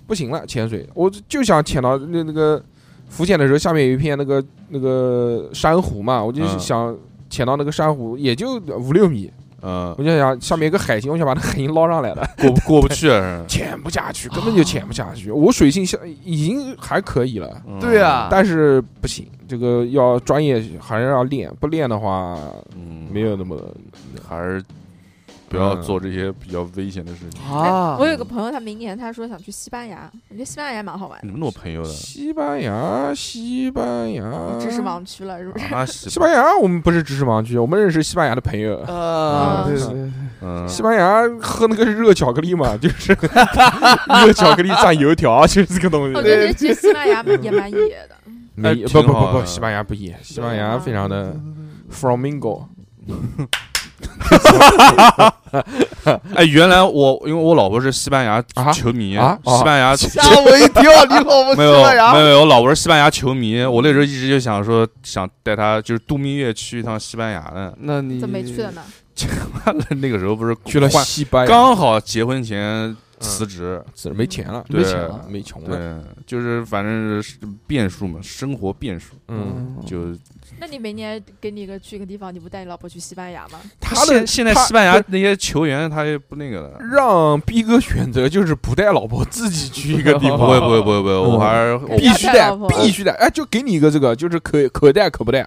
Speaker 2: 不行了，潜水，我就想潜到那那个浮潜的时候，下面有一片那个那个珊瑚嘛，我就
Speaker 4: 嗯
Speaker 2: 想潜到那个珊瑚，也就五六米，
Speaker 4: 嗯，
Speaker 2: 我就想下面有个海星，我想把那海星捞上来了。
Speaker 4: 过不过不去，啊是
Speaker 2: 潜不下去，根本就潜不下去。我水性像已经还可以了， [LAUGHS]
Speaker 4: 嗯
Speaker 3: 对啊
Speaker 2: 但是不行，这个要专业还是要练，不练的话
Speaker 4: 嗯，
Speaker 2: 没有那么
Speaker 4: 还是不要
Speaker 2: 嗯
Speaker 4: 做这些比较危险的事情。
Speaker 3: 啊，
Speaker 5: 我有个朋友，他明年他说想去西班牙，我觉得西班牙也蛮好玩
Speaker 4: 你
Speaker 5: 的，
Speaker 4: 们那么朋友的
Speaker 2: 西班牙，西班牙，
Speaker 5: 知识盲区了是不是？ [LAUGHS]
Speaker 4: 啊？西
Speaker 2: 西班牙，我们不是知识盲区，我们认识西班牙的朋友。 [LAUGHS]
Speaker 3: 啊，
Speaker 5: 嗯
Speaker 3: 对对对，
Speaker 4: 嗯，
Speaker 2: 西班牙喝那个热巧克力嘛， [LAUGHS] 就是热巧克力蘸油条，啊 [LAUGHS] 就是这个东
Speaker 5: 我觉
Speaker 2: 西。
Speaker 5: 得其实西班牙也蛮野的，
Speaker 2: 没
Speaker 4: 哎
Speaker 2: 不不
Speaker 4: 挺好
Speaker 2: 不不，
Speaker 4: 的
Speaker 2: 西班牙不一，西班牙非常的 flamingo。
Speaker 4: 哎，原来我因为我老婆是西班牙
Speaker 2: 啊
Speaker 4: 球迷，
Speaker 2: 啊啊
Speaker 4: 西班牙球
Speaker 3: 吓我一跳，你老
Speaker 5: [LAUGHS]
Speaker 3: 婆
Speaker 4: 没有
Speaker 3: 西班
Speaker 4: 没
Speaker 3: 牙
Speaker 4: 有没有，我老婆是西班牙球迷，我那时候一直就想说想带她就是度蜜月去一趟西班牙呢。 [LAUGHS]
Speaker 3: 那你
Speaker 5: 啊怎么没去的呢？
Speaker 4: 那个时候不是
Speaker 2: 去了
Speaker 4: 换
Speaker 2: 西班牙，
Speaker 4: 刚好结婚前辞职，
Speaker 2: 只是没钱了，
Speaker 4: 对
Speaker 2: 没钱了，没穷了，
Speaker 4: 对，就是反正是变数嘛，生活变数，
Speaker 2: 嗯，
Speaker 4: [LAUGHS] 就
Speaker 5: 那你每年给你一个去一个地方，你不带你老婆去西班牙吗？
Speaker 2: 他
Speaker 4: 现
Speaker 2: 的
Speaker 4: 现在
Speaker 2: 他
Speaker 4: 西班牙
Speaker 2: 不
Speaker 4: 那些球员他也不那个了。
Speaker 2: 是让逼哥选择就是不带老婆，自己去一个地
Speaker 4: 不
Speaker 2: 方，
Speaker 4: 会不会不会不会，我
Speaker 5: [LAUGHS]
Speaker 4: 还是
Speaker 5: 不
Speaker 2: 必
Speaker 5: 要
Speaker 2: 须
Speaker 5: 带
Speaker 2: 带
Speaker 5: 老婆，
Speaker 2: 必须带，哎，就给你一个这个，就是可可带可不带，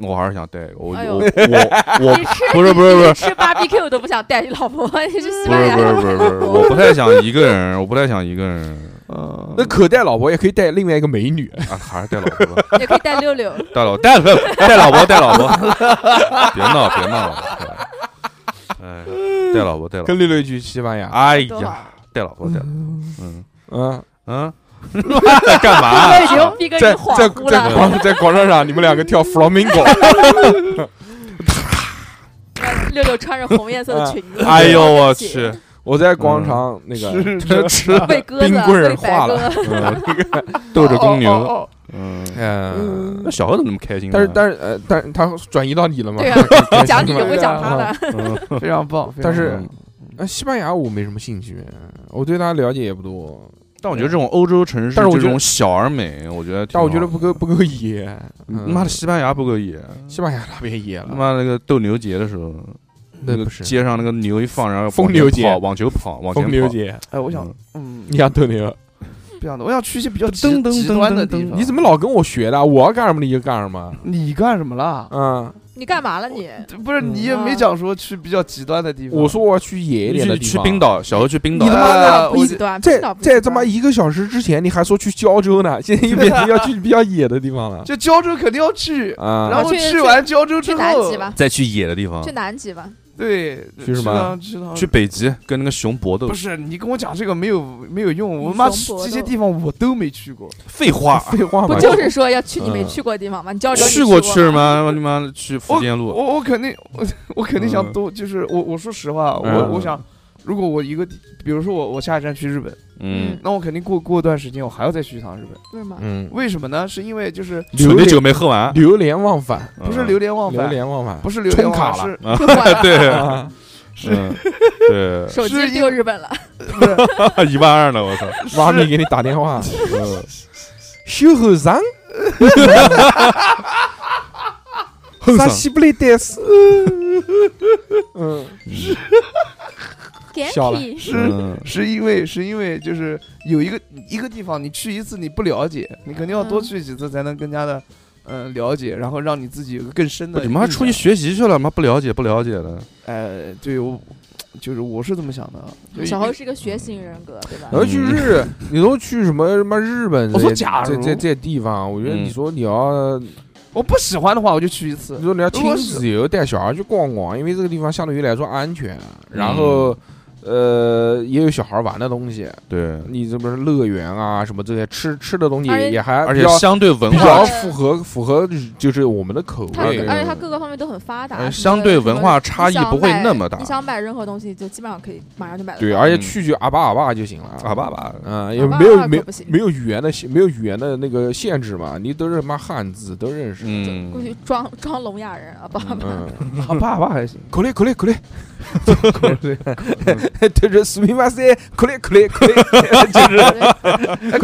Speaker 4: 我还是想带一个我
Speaker 5: 哎
Speaker 4: 我
Speaker 5: 呦
Speaker 4: 我
Speaker 5: [LAUGHS]
Speaker 4: 我
Speaker 5: 你吃
Speaker 4: 不是不是不是
Speaker 5: 你吃 BBQ 都不想带你老婆，你去西
Speaker 4: 不
Speaker 5: 班
Speaker 4: 是
Speaker 5: 牙
Speaker 4: 不是不是不
Speaker 5: [LAUGHS]
Speaker 4: 是，我不太想一个人，我不太想一个人
Speaker 3: 嗯，
Speaker 2: 那可带老婆也可以带另外一个美女，
Speaker 4: 啊，还是带老婆吧，
Speaker 5: 也可以带六六。
Speaker 4: 带老带带带老婆带老婆， [LAUGHS] 别闹别闹了，哎，带老婆带老婆，
Speaker 2: 跟六六去西班牙，
Speaker 4: 哎
Speaker 5: 多
Speaker 4: 呀，
Speaker 5: 好，
Speaker 4: 带老婆带老婆，嗯
Speaker 2: 嗯，
Speaker 4: 嗯， [LAUGHS] 干嘛？
Speaker 2: [LAUGHS]
Speaker 5: 已经逼哥已经
Speaker 2: 在在
Speaker 5: 恍惚
Speaker 2: 在
Speaker 5: 了。
Speaker 2: 广在广场上，你们两个
Speaker 5: [LAUGHS]
Speaker 2: 跳 flamingo，
Speaker 5: 六六穿着红颜色
Speaker 2: 嗯
Speaker 5: 的裙子，
Speaker 4: 哎呦我去，
Speaker 2: 我在广场那个
Speaker 3: 吃吃吃
Speaker 5: [LAUGHS]
Speaker 2: [LAUGHS]
Speaker 5: 喂鸽子，
Speaker 2: 冰棍
Speaker 5: 喂白
Speaker 2: 儿化
Speaker 5: 鸽
Speaker 2: 了，嗯 [LAUGHS]
Speaker 4: 斗着公
Speaker 2: 哦
Speaker 4: 牛，，嗯，
Speaker 2: 嗯。
Speaker 4: 那小何怎么那么开心呢？
Speaker 2: 但是但是呃，但是他转移到你了嘛？
Speaker 5: 对啊，
Speaker 4: [LAUGHS]
Speaker 2: 开
Speaker 5: 讲你
Speaker 2: 心
Speaker 5: 也
Speaker 2: 了
Speaker 5: 会讲
Speaker 4: 嗯
Speaker 5: 他的。
Speaker 3: 非常棒。
Speaker 2: 但
Speaker 5: 嗯
Speaker 2: 是
Speaker 3: 非常棒
Speaker 2: 呃，西班牙我没什么兴趣，我对他了解也不多，
Speaker 4: 但我觉得这种欧洲城市，
Speaker 2: 但是我
Speaker 4: 这
Speaker 2: 觉得
Speaker 4: 种小而美，我觉得挺
Speaker 2: 但我觉得
Speaker 4: 好
Speaker 2: 不够不够野。
Speaker 4: 的，
Speaker 2: 嗯
Speaker 4: 妈的，西班牙不够野，
Speaker 2: 西班牙那边野
Speaker 4: 他
Speaker 2: 了，
Speaker 4: 妈那个斗牛节的时候，
Speaker 2: 那
Speaker 4: 个
Speaker 2: 不是
Speaker 4: 街上那个牛一放，然后
Speaker 2: 疯
Speaker 4: 往前
Speaker 2: 牛节
Speaker 4: 跑往球跑，往前
Speaker 2: 风流
Speaker 4: 跑。
Speaker 2: 姐，
Speaker 3: 哎，我想
Speaker 4: 嗯，
Speaker 3: 嗯，
Speaker 2: 你想斗牛？
Speaker 3: 不想的，我想去一些比较极
Speaker 4: 噔噔
Speaker 3: 极
Speaker 4: 噔
Speaker 3: 端的
Speaker 4: 噔噔
Speaker 3: 地方。
Speaker 2: 你怎么老跟我学的？我要干什么你就干什
Speaker 3: [LAUGHS]
Speaker 2: 么。
Speaker 3: 你干什么啦？
Speaker 2: 嗯，
Speaker 5: 你干嘛了你？
Speaker 3: 不是你也没讲说去比较极端的地方。
Speaker 2: 我说我要去野一点的
Speaker 4: 去
Speaker 2: 地
Speaker 4: 去
Speaker 2: 方。
Speaker 4: 冰，岛，小何去冰岛
Speaker 2: 你，他妈
Speaker 3: 呃
Speaker 2: 的
Speaker 5: 不
Speaker 2: 你
Speaker 5: 极端，
Speaker 2: 在
Speaker 5: 冰岛不极
Speaker 2: 在
Speaker 5: 端
Speaker 2: 他妈一个小时之前你还说去胶州呢，现在又变成要去比较野的地方了。
Speaker 3: 就胶州肯定要去，
Speaker 2: 啊，
Speaker 3: 然后
Speaker 5: 去
Speaker 3: 去完胶州
Speaker 5: 去
Speaker 3: 之
Speaker 5: 南
Speaker 3: 后
Speaker 5: 极，吧，
Speaker 4: 再去野的地方
Speaker 5: 去，南极吧。
Speaker 3: 对，
Speaker 2: 去什么
Speaker 3: 趟去趟
Speaker 4: 去北极跟那个熊搏斗
Speaker 3: 不。是你跟我讲这个没有没有用，我妈
Speaker 5: 熊搏斗
Speaker 3: 这些地方我都没去过。
Speaker 4: 废话，
Speaker 2: 废话
Speaker 5: 不
Speaker 2: 嘛，
Speaker 5: 就是说要去你没
Speaker 2: 嗯
Speaker 5: 去过的地方吗？你叫着
Speaker 4: 去过
Speaker 5: 过
Speaker 4: 去了？吗？我他妈去福建路，
Speaker 3: 我我肯定我我肯定想
Speaker 4: 嗯
Speaker 3: 多，就是我我说实话，我
Speaker 2: 嗯
Speaker 3: 我想，如果我一个地，比如说我我下一站去日本，
Speaker 4: 嗯，
Speaker 3: 那我肯定过过段时间我还要再去一趟日本。
Speaker 5: 为什么？
Speaker 2: 嗯，
Speaker 3: 为什么呢？是因为就是
Speaker 4: 酒
Speaker 2: 榴
Speaker 4: 那
Speaker 2: 莲
Speaker 4: 酒没喝完，
Speaker 2: 流连忘返，
Speaker 3: 不
Speaker 4: 嗯
Speaker 3: 是流连忘
Speaker 2: 流
Speaker 3: 返，
Speaker 2: 连忘返
Speaker 3: 不是流连忘
Speaker 2: 充卡
Speaker 3: 返，是
Speaker 5: 不管了
Speaker 4: 对
Speaker 2: 啊，
Speaker 4: 是，嗯对
Speaker 5: 手机
Speaker 3: 是因
Speaker 5: 丢
Speaker 3: 为
Speaker 5: 日本了，
Speaker 3: 不是
Speaker 4: 一万二呢，我操，
Speaker 2: 妈咪给你打电
Speaker 3: [LAUGHS]
Speaker 2: 话，修后上，
Speaker 4: 后
Speaker 2: 啥
Speaker 4: 上
Speaker 2: 西不来得死，嗯，笑了
Speaker 4: [LAUGHS]
Speaker 5: Genki
Speaker 3: 是
Speaker 4: 嗯
Speaker 3: 是因为是因为就是有一个一个地方你去一次你不了解，你肯定要多去几次才能更加的嗯了解，然后让你自己有个更深的
Speaker 4: 你
Speaker 3: 印象。
Speaker 4: 妈出去学习去了，妈不了解不了解的，
Speaker 3: 呃，对我就是我是这么想的啊，就
Speaker 5: 小侯是一个学型人格，对吧
Speaker 2: 然？后去日，你都去什么什么日本这
Speaker 3: 我
Speaker 2: 些
Speaker 3: 说假
Speaker 2: 这
Speaker 3: 如
Speaker 2: 这这地方，我觉得
Speaker 4: 嗯
Speaker 2: 你说你要
Speaker 3: 我不喜欢的话我就去一次
Speaker 2: 你。说你要
Speaker 3: 如果
Speaker 2: 亲
Speaker 3: 是
Speaker 2: 子游带小孩去逛逛，因为这个地方相对于来说安全，然后呃也有小孩玩的东西，
Speaker 4: 对，
Speaker 2: 你这不是乐园啊什么这些吃吃的东西
Speaker 5: 而且
Speaker 2: 也还
Speaker 4: 而
Speaker 2: 比
Speaker 4: 且
Speaker 2: 较
Speaker 4: 相对文
Speaker 2: 比
Speaker 4: 化
Speaker 5: 化
Speaker 2: 较符合符合就是我们的口
Speaker 5: 他而
Speaker 2: 味，
Speaker 5: 且他各个方面都很发达，
Speaker 4: 呃
Speaker 5: 什么
Speaker 4: 相对
Speaker 5: 什么
Speaker 4: 文化差异
Speaker 5: 你想
Speaker 4: 不会
Speaker 5: 买
Speaker 4: 那么大
Speaker 5: 你想买任何东西，就基本上可以马上就买得
Speaker 2: 对，
Speaker 5: 到
Speaker 2: 而且
Speaker 4: 嗯
Speaker 2: 去就阿巴阿巴就行了，
Speaker 4: 啊爸爸，
Speaker 2: 嗯，也
Speaker 5: 阿巴
Speaker 2: 没
Speaker 5: 阿巴可
Speaker 2: 有没有
Speaker 5: 不行
Speaker 2: 没有语言的限没有语言的那个限制嘛，你都是妈汉字都认识，
Speaker 4: 嗯
Speaker 5: 估，计装装聋哑人啊，不，
Speaker 2: 嗯，
Speaker 3: 好吧好吧还行，
Speaker 2: 口令口令口令， [LAUGHS] 就是苏明马塞，口令口令口令，就是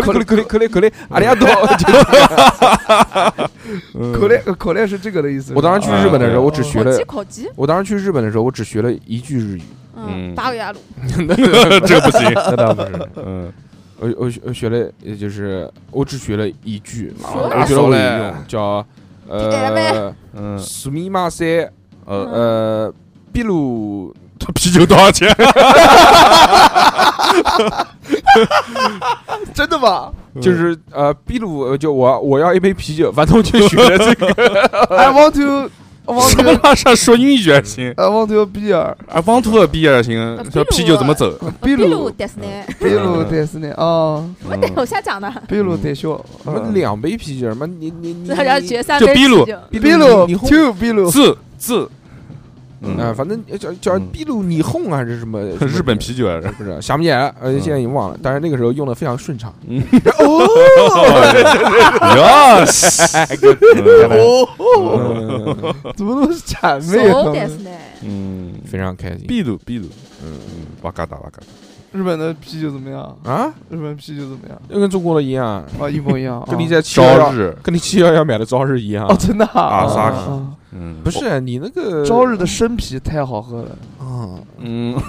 Speaker 2: 口令口令口令口令，阿里亚多，
Speaker 3: 口令口令呃是这个的意
Speaker 2: 嗯
Speaker 3: 思。啊
Speaker 2: 我当时去日本的时候，我只学
Speaker 5: 口
Speaker 2: 了
Speaker 5: 级，口级，
Speaker 2: 我当时去日本的时候，我只学了一句日语，
Speaker 5: 嗯，
Speaker 4: 嗯
Speaker 5: 巴格雅鲁，
Speaker 4: 这个不行，
Speaker 2: 那倒不是。
Speaker 4: 嗯，
Speaker 2: 我我学我学了，也就是我只学了一句，
Speaker 5: 说
Speaker 2: 我觉得我有用，叫
Speaker 5: 点
Speaker 2: 呃
Speaker 5: 呗，
Speaker 4: 嗯，
Speaker 2: すみません，
Speaker 4: 呃，
Speaker 2: 呃，秘鲁，
Speaker 4: 这啤酒嗯多少钱？
Speaker 3: [LAUGHS] 真的吗？
Speaker 2: 就是呃，秘鲁，呃就我我要一杯啤酒，反正我就学了这个
Speaker 3: [LAUGHS] I want to I [LAUGHS]
Speaker 4: 什么
Speaker 3: want to 呃
Speaker 4: 拉上说英语还啊行，
Speaker 3: I want to be
Speaker 2: [LAUGHS]
Speaker 3: a
Speaker 4: 啊，汪兔的毕业行
Speaker 5: 啊，
Speaker 4: 说
Speaker 5: 秘鲁
Speaker 4: 啤酒怎么
Speaker 5: [LAUGHS]
Speaker 4: 走？
Speaker 3: 秘
Speaker 5: 秘鲁
Speaker 3: 鲁
Speaker 5: 迪士尼，
Speaker 4: 嗯
Speaker 3: 秘鲁迪士尼啊，
Speaker 5: 我得我瞎讲的，
Speaker 3: 秘鲁得秀，
Speaker 2: 嗯什么两杯啤酒，什么你你你，
Speaker 5: [LAUGHS] 然后决赛
Speaker 4: 就
Speaker 5: 杯
Speaker 4: 秘鲁
Speaker 5: 啤酒
Speaker 3: 秘鲁
Speaker 2: 你你
Speaker 3: to 秘鲁
Speaker 4: 字字，
Speaker 2: 啊，
Speaker 4: 嗯，
Speaker 2: 反正叫叫
Speaker 4: 嗯
Speaker 2: 秘鲁你哄还是什么
Speaker 4: 日本啤酒还
Speaker 5: [LAUGHS]
Speaker 4: 是
Speaker 2: 是？不是？想不起来了，而且呃现在已经忘了，但是那个时候用的非常顺畅。
Speaker 4: 哟西，
Speaker 3: 哦，
Speaker 2: 嗯，
Speaker 3: [LAUGHS] 怎么那么谄媚
Speaker 5: ，so
Speaker 3: 啊？
Speaker 5: Disney，
Speaker 4: [LAUGHS] 嗯，
Speaker 2: [LAUGHS] 非常开心。
Speaker 4: 秘鲁秘鲁，嗯，哇嘎达哇嘎达，
Speaker 3: 日本的啤酒怎么样？
Speaker 2: 啊，
Speaker 3: 日本啤酒怎么样？
Speaker 2: 就跟中国的一样，
Speaker 3: 啊，一模一样。
Speaker 2: 跟
Speaker 3: 啊
Speaker 2: 你在七幺
Speaker 4: 朝
Speaker 2: 幺，
Speaker 4: 日，
Speaker 2: [LAUGHS] 跟你七幺幺买的朝日一样
Speaker 3: 哦，。真的
Speaker 4: 阿
Speaker 3: 啊
Speaker 4: 萨克
Speaker 3: 啊
Speaker 4: 嗯，
Speaker 2: 不是你那个嗯
Speaker 3: 朝日的生啤太好喝了，
Speaker 2: 啊，
Speaker 4: 嗯，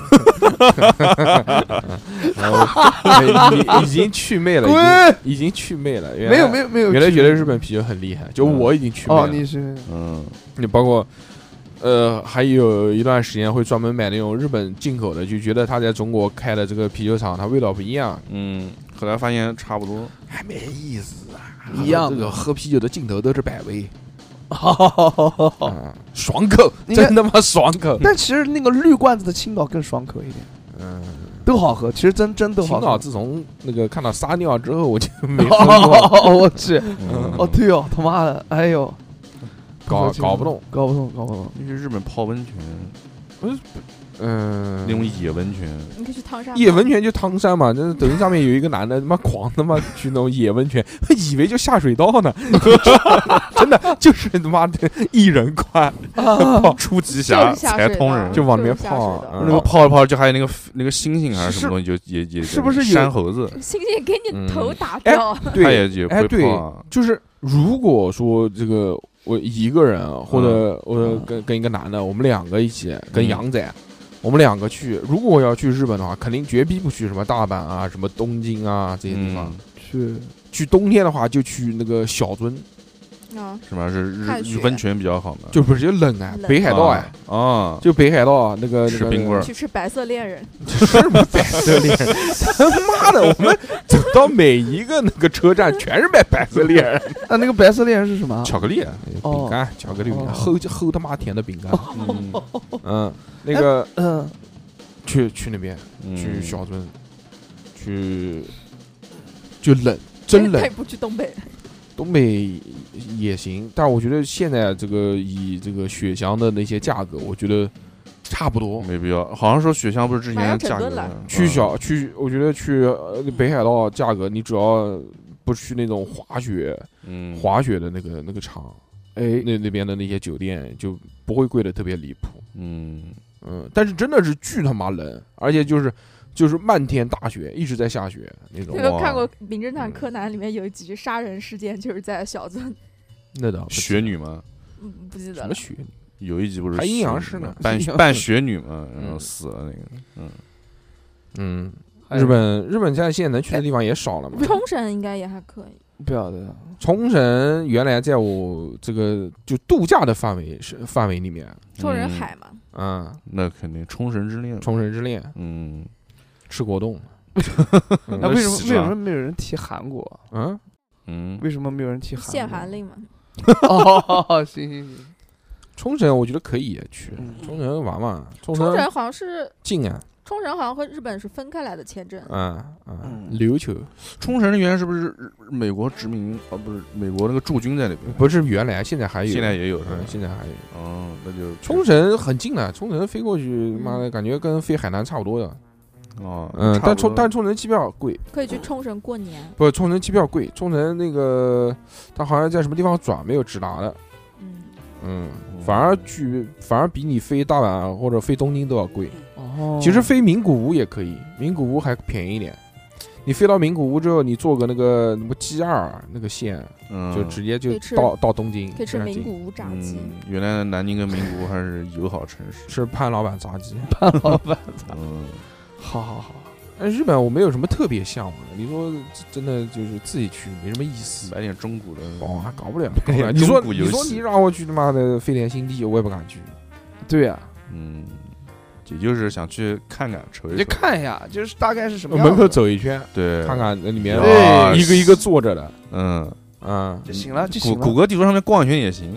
Speaker 2: 已已经祛魅了，已经已经祛魅了。
Speaker 3: 没有没
Speaker 2: 有，
Speaker 3: 有没有，
Speaker 2: 原来觉得日本啤酒很厉害，就我已经祛
Speaker 3: 哦，
Speaker 2: 魅了。
Speaker 3: 你
Speaker 2: [LAUGHS]
Speaker 3: 是
Speaker 4: 嗯，
Speaker 2: 你包括。呃，还有一段时间会专门买那种日本进口的，就觉得他在中国开的这个啤酒厂，它味道不一样，
Speaker 4: 嗯，后来发现差不多。
Speaker 2: 还没意思啊。
Speaker 3: 一样
Speaker 2: 这
Speaker 3: 的
Speaker 2: 个喝啤酒的尽头都是百威，
Speaker 3: 哦，
Speaker 2: 啊，爽口，
Speaker 3: 应该
Speaker 2: 真他妈爽口。
Speaker 3: 但其实那个绿罐子的青岛更爽口一点，
Speaker 2: 嗯，
Speaker 3: [LAUGHS] 都好喝，其实真真都
Speaker 2: 青
Speaker 3: 好
Speaker 2: 岛
Speaker 3: 喝。
Speaker 2: 自从那个看到撒尿之后，我
Speaker 3: [LAUGHS]
Speaker 2: 就没喝过，
Speaker 3: 哦，我去，
Speaker 4: 嗯
Speaker 3: 哦，对哦，他妈的，哎呦，
Speaker 2: 搞搞不懂。
Speaker 3: 搞不懂，搞不懂。
Speaker 4: 你去日本泡温泉，
Speaker 2: 嗯，
Speaker 4: 那种野温泉，
Speaker 5: 你可以去汤山。
Speaker 2: 野温泉就汤山嘛，就是抖音上面有一个男的他妈狂他妈去那种野温泉， [LAUGHS] 以为就下水道
Speaker 3: [LAUGHS]
Speaker 2: 呢， [LAUGHS] 真的就是他妈的一人宽，
Speaker 3: 啊，
Speaker 4: 出极
Speaker 5: 就
Speaker 4: 侠
Speaker 5: 是下
Speaker 4: 才
Speaker 5: 水道
Speaker 4: 通人，
Speaker 2: 就往里面
Speaker 5: 就是下水
Speaker 2: 泡
Speaker 5: 道
Speaker 2: 嗯
Speaker 4: 那个泡着啊泡着就还有那个那个猩猩还是
Speaker 3: 是
Speaker 4: 什么东西，就也也
Speaker 3: 是不是有
Speaker 4: 山猴子？
Speaker 5: 星星给
Speaker 2: 嗯
Speaker 5: 你头打
Speaker 4: 哎
Speaker 5: 掉，
Speaker 4: [LAUGHS] 它
Speaker 2: 对，
Speaker 4: 也也
Speaker 2: 哎
Speaker 4: 会
Speaker 2: 对
Speaker 4: 泡啊。
Speaker 2: 就是如果说这个我一个人啊或者我跟跟一个男的，我们两个一起
Speaker 4: 嗯
Speaker 2: 跟杨仔。我们两个去，如果要去日本的话，肯定绝逼不去什么大阪啊、什么东京啊这些地
Speaker 4: 嗯，
Speaker 2: 方。
Speaker 3: 去
Speaker 2: 去冬天的话，就去那个小樽，
Speaker 5: 啊，
Speaker 4: 是吧？是日
Speaker 5: 看
Speaker 4: 日
Speaker 5: 雪
Speaker 4: 温泉比较好嘛？
Speaker 2: 就不是就冷啊，
Speaker 5: 冷
Speaker 2: 北海道哎、
Speaker 4: 啊 [LAUGHS] 啊，
Speaker 2: 就北海道啊那个
Speaker 4: 吃
Speaker 2: 那个
Speaker 4: 冰棍儿
Speaker 5: 去吃白色恋人，
Speaker 2: 是白色恋 [LAUGHS] 人，他妈的，我们走到每一个那个车站全是卖白色哎恋人，
Speaker 3: 啊，那个白色恋人是什么啊？
Speaker 4: 巧克力，
Speaker 3: 哦
Speaker 2: 饼干、巧克力饼干，
Speaker 3: 哦
Speaker 2: 齁齁他妈甜的饼干，
Speaker 4: 嗯
Speaker 2: 嗯，那个
Speaker 3: 嗯，
Speaker 2: 去去那边
Speaker 4: 嗯
Speaker 2: 去小樽，去就冷，
Speaker 5: [LAUGHS]
Speaker 2: 真
Speaker 5: 他也
Speaker 2: 冷，
Speaker 5: 不去东北，
Speaker 2: 东北也行，但我觉得现在这个以这个雪乡的那些价格，我觉得差不多。
Speaker 4: 没必要。好像说雪乡不是之
Speaker 5: 买
Speaker 4: 前
Speaker 5: 辆整
Speaker 4: 价格
Speaker 5: 顿来
Speaker 2: 去
Speaker 4: 嗯
Speaker 2: 小去，我觉得去呃北海道价格，你只要不去那种滑雪
Speaker 4: 嗯
Speaker 2: 滑雪的那个那个场，
Speaker 3: 哎，
Speaker 2: 那那边的那些酒店就不会贵的特别离谱。
Speaker 4: 嗯
Speaker 2: 嗯，但是真的是巨他妈冷，而且就是就是漫天大雪，一直在下雪那种
Speaker 5: 有
Speaker 4: 对
Speaker 5: 没
Speaker 4: 吧。
Speaker 5: 有看过《名侦探柯南》里面有几句杀人事件，就是在小樽，
Speaker 2: 那倒不是
Speaker 4: 雪女嘛，
Speaker 5: 嗯，不记得
Speaker 2: 什
Speaker 5: 了
Speaker 2: 么。雪？
Speaker 4: 有一集不是
Speaker 2: 还阴
Speaker 4: 雪
Speaker 2: 阳
Speaker 4: 女
Speaker 2: 师
Speaker 4: 嘛 [LAUGHS]
Speaker 2: 呢
Speaker 4: 扮
Speaker 2: 阴阳
Speaker 4: 扮
Speaker 2: 师
Speaker 4: 雪女嘛，然后
Speaker 2: 嗯
Speaker 4: 死了那个。
Speaker 2: 嗯，
Speaker 3: 还有
Speaker 2: 日本日本现在现在能去的地方也少了嘛。
Speaker 5: 冲绳应该也还可以，
Speaker 3: 不晓得，啊
Speaker 2: 冲绳原来在我这个就度假的范围是范围里面，
Speaker 5: 冲绳
Speaker 4: 嗯
Speaker 5: 海嘛，
Speaker 2: 啊、嗯，
Speaker 4: 那肯定《冲绳之恋》。
Speaker 2: 冲绳之恋
Speaker 4: 嗯，
Speaker 2: 吃果冻，嗯
Speaker 3: 那为什么
Speaker 4: 喜
Speaker 3: 为什
Speaker 4: 欢
Speaker 3: 么没有人提韩国？
Speaker 2: 嗯，
Speaker 4: 嗯，
Speaker 3: 为什么没有人提韩？
Speaker 5: 限韩。令嘛，
Speaker 3: 哦， [LAUGHS] 行行行，
Speaker 2: 冲绳我觉得可以去，
Speaker 3: 嗯
Speaker 2: 冲绳玩玩，冲
Speaker 5: 冲
Speaker 2: 绳
Speaker 5: 绳好像是
Speaker 2: 近啊，
Speaker 5: 冲绳好像和日本是分开来的签证，
Speaker 2: 啊啊，
Speaker 3: 嗯
Speaker 2: 琉球
Speaker 4: 冲绳原来是不是日日美国殖民啊？不是美国那个驻军在里边，
Speaker 2: 不是原来，现在还有，
Speaker 4: 现在也哎有是吧
Speaker 2: 嗯，？现在还有。
Speaker 4: 哦，那就
Speaker 2: 冲绳很近的，冲绳飞过去，
Speaker 5: 嗯
Speaker 2: 妈的感觉跟飞海南差不多的。
Speaker 4: 哦，
Speaker 2: 嗯，
Speaker 4: 差
Speaker 2: 但
Speaker 4: 不
Speaker 2: 冲
Speaker 4: 多
Speaker 2: 但冲绳机票贵，
Speaker 5: 可以去冲绳过年。
Speaker 2: 不，冲绳机票贵，冲绳那个它好像在什么地方转没有直达的，
Speaker 5: 嗯，
Speaker 2: 嗯，
Speaker 4: 哦
Speaker 2: 反而去反而比你飞大阪或者飞东京都要贵。
Speaker 3: 哦，
Speaker 2: 其实飞名古屋也可以，名古屋还便宜一点。你飞到名古屋之后，你坐个那个什么 G 二啊那个线，
Speaker 4: 嗯
Speaker 2: 就直接就
Speaker 5: 可以吃
Speaker 2: 到到东京，
Speaker 5: 可以吃
Speaker 2: 非常
Speaker 5: 名
Speaker 2: 近
Speaker 5: 古屋炸鸡，
Speaker 4: 嗯，原来南京跟名古屋还是友好城市。
Speaker 3: [LAUGHS]
Speaker 2: 吃潘老板炸鸡。
Speaker 3: 老板，
Speaker 4: 嗯，
Speaker 3: 好好好，
Speaker 2: 但日本我没有什么特别向往的，你说真的就是自己去没什么意思。
Speaker 4: 买点中古的。
Speaker 2: 哦，还搞不了，搞
Speaker 4: 哎
Speaker 2: 不
Speaker 4: 呀
Speaker 2: 了。你说
Speaker 4: 中古
Speaker 2: 你
Speaker 4: 游
Speaker 2: 说
Speaker 4: 戏
Speaker 2: 你让我去他妈的飞田新地，我也不敢去。
Speaker 3: 对啊呀，
Speaker 4: 嗯，也就是想去看看，瞅一
Speaker 3: 你
Speaker 4: 瞅。
Speaker 3: 看一下，就是大概是什么样子
Speaker 2: 门口走一圈，
Speaker 4: 对，
Speaker 2: 看。看那里面啊
Speaker 4: 对
Speaker 2: 一个一个坐着的，
Speaker 4: 嗯，
Speaker 2: 嗯，
Speaker 3: 就行了，就
Speaker 4: 谷
Speaker 3: 行
Speaker 4: 谷
Speaker 3: 了，
Speaker 4: 歌地图上面逛一圈也行。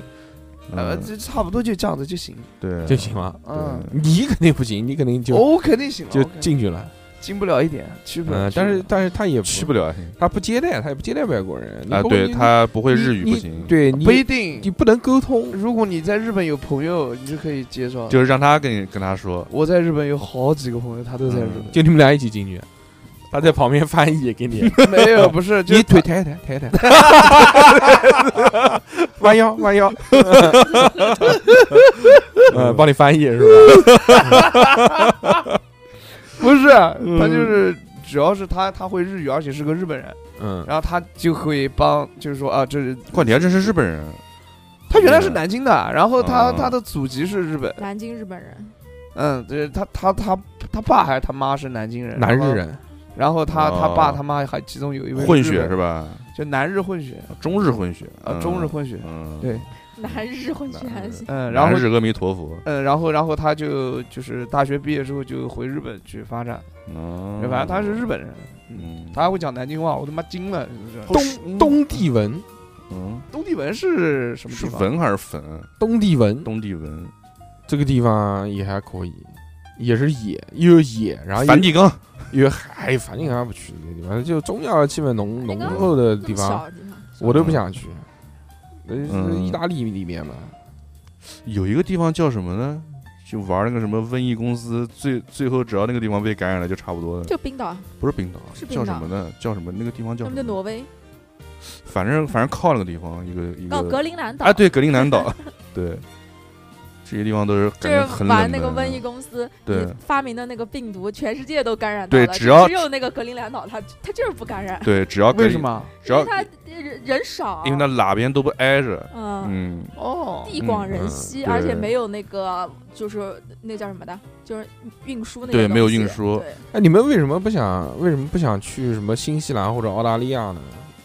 Speaker 3: 呃，
Speaker 4: 嗯，
Speaker 3: 就差不多就这样子就行。
Speaker 4: 对，
Speaker 2: 就行了。
Speaker 3: 嗯，
Speaker 4: 对。
Speaker 2: 你肯定不行，你肯定就
Speaker 3: 我肯定行了，
Speaker 2: 就
Speaker 3: 我肯定
Speaker 2: 进去了。
Speaker 3: 进不了一点，去不了
Speaker 2: 嗯，。但
Speaker 3: 去
Speaker 2: 哦是
Speaker 3: 不了
Speaker 2: 但是他也
Speaker 4: 去
Speaker 2: 不
Speaker 4: 不了
Speaker 2: 他不接待，他也不接待外国人。你
Speaker 4: 啊，
Speaker 2: 不
Speaker 4: 对
Speaker 2: 你
Speaker 4: 他不会
Speaker 2: 你
Speaker 4: 日语不
Speaker 2: 你
Speaker 4: 行，，
Speaker 2: 对你
Speaker 3: 不一定
Speaker 2: 你，不能沟通。
Speaker 3: 如果你在日本有朋友，你就可以介绍。
Speaker 4: 就是让他跟你跟他说，
Speaker 3: 我在日本有好几个朋友，他都在日本。
Speaker 2: 就你们俩一起进去，他在旁边翻译给你，
Speaker 3: 没有，不是，就
Speaker 2: [LAUGHS] 你腿抬一抬，抬一抬， [LAUGHS] 弯腰弯 [LAUGHS] 腰，嗯呃，帮你翻译是吧？
Speaker 3: 不 [LAUGHS] 不是，他就是只要是他他会日语，而且是个日本人，
Speaker 6: 嗯，
Speaker 3: 然后他就会帮，就是说啊，这是
Speaker 4: 哇，你还真是日本人，
Speaker 3: 他原来是南京的，然后他
Speaker 4: 嗯
Speaker 3: 他的祖籍是日本，
Speaker 5: 南京日本人，
Speaker 3: 嗯，对，他他他他爸还是他妈是南京人，
Speaker 2: 南嗯日
Speaker 3: 然后，
Speaker 2: 人，
Speaker 3: 然后他他
Speaker 4: 哦
Speaker 3: 爸他妈还其中有一位
Speaker 4: 混血
Speaker 3: 是
Speaker 4: 是
Speaker 3: 吧？
Speaker 4: 吧？
Speaker 3: 就南日混血
Speaker 4: 中日混血
Speaker 3: 啊，中日，混血，
Speaker 4: 嗯，
Speaker 3: 对，
Speaker 5: 南日混血还行。
Speaker 3: 嗯，然后
Speaker 4: 南日阿弥陀佛，
Speaker 3: 嗯，然后然后他就就是大学毕业之后就回日本去发展，
Speaker 4: 嗯
Speaker 3: 反正他是日本人，
Speaker 4: 嗯，
Speaker 3: 他还会讲南京话，我他妈惊了，就是
Speaker 2: 东东帝汶，
Speaker 4: 嗯
Speaker 3: 东帝汶是什么
Speaker 4: 是
Speaker 3: 地方？
Speaker 4: 文还是粉？
Speaker 2: 东帝汶
Speaker 4: 东帝汶，
Speaker 2: 这个地方也还可以，也是野，又有野，然后
Speaker 4: 梵
Speaker 2: 又
Speaker 4: 蒂冈，
Speaker 2: 又有海，梵蒂冈不去那地方，就宗教气氛浓
Speaker 5: 梵
Speaker 2: 浓
Speaker 5: 蒂冈
Speaker 2: 厚的
Speaker 5: 这
Speaker 2: 地
Speaker 5: 么
Speaker 2: 方，
Speaker 5: 小的地方，
Speaker 2: 我都不想去。那是
Speaker 4: 嗯
Speaker 2: 意大利里面嘛，
Speaker 4: 有一个地方叫什么呢？就玩那个什么瘟疫公司，最最后只要那个地方被感染了，就差不多了。
Speaker 5: 就冰岛，
Speaker 4: 不是冰岛，啊
Speaker 5: 是冰
Speaker 4: 叫
Speaker 5: 岛
Speaker 4: 什么呢？叫什么？那个地方叫
Speaker 5: 他
Speaker 4: 什
Speaker 5: 们就
Speaker 4: 么？
Speaker 5: 挪威，
Speaker 4: 反正反正靠那个地方，一个一
Speaker 5: 哦，格
Speaker 4: 个
Speaker 5: 陵兰岛。
Speaker 4: 啊，对，格陵兰岛， [LAUGHS] 对，这些地方都是
Speaker 5: 就
Speaker 4: 感觉
Speaker 5: 是
Speaker 4: 很冷的。
Speaker 5: 玩那个瘟疫公司，
Speaker 4: 对
Speaker 5: 你发明的那个病毒，全世界都感染到
Speaker 4: 对
Speaker 5: 了，
Speaker 4: 只要
Speaker 5: 只有那个格陵兰岛，它它就是不感染，
Speaker 4: 对，只要格
Speaker 3: 为
Speaker 4: 陵
Speaker 3: 什？么？
Speaker 4: 只要
Speaker 5: 因为它人人少，
Speaker 4: 因为那哪边都不挨着，
Speaker 5: 嗯。
Speaker 4: 嗯，
Speaker 3: 哦，
Speaker 5: 地广人
Speaker 2: 嗯
Speaker 5: 稀，
Speaker 4: 对
Speaker 5: 而且没有那个，就是那叫什么的，就是运输那个
Speaker 4: 对
Speaker 5: 东
Speaker 4: 没有
Speaker 5: 西
Speaker 4: 运输
Speaker 5: 对，
Speaker 2: 哎，你们为什么不想为什么不想去什么新西兰或者澳大利亚呢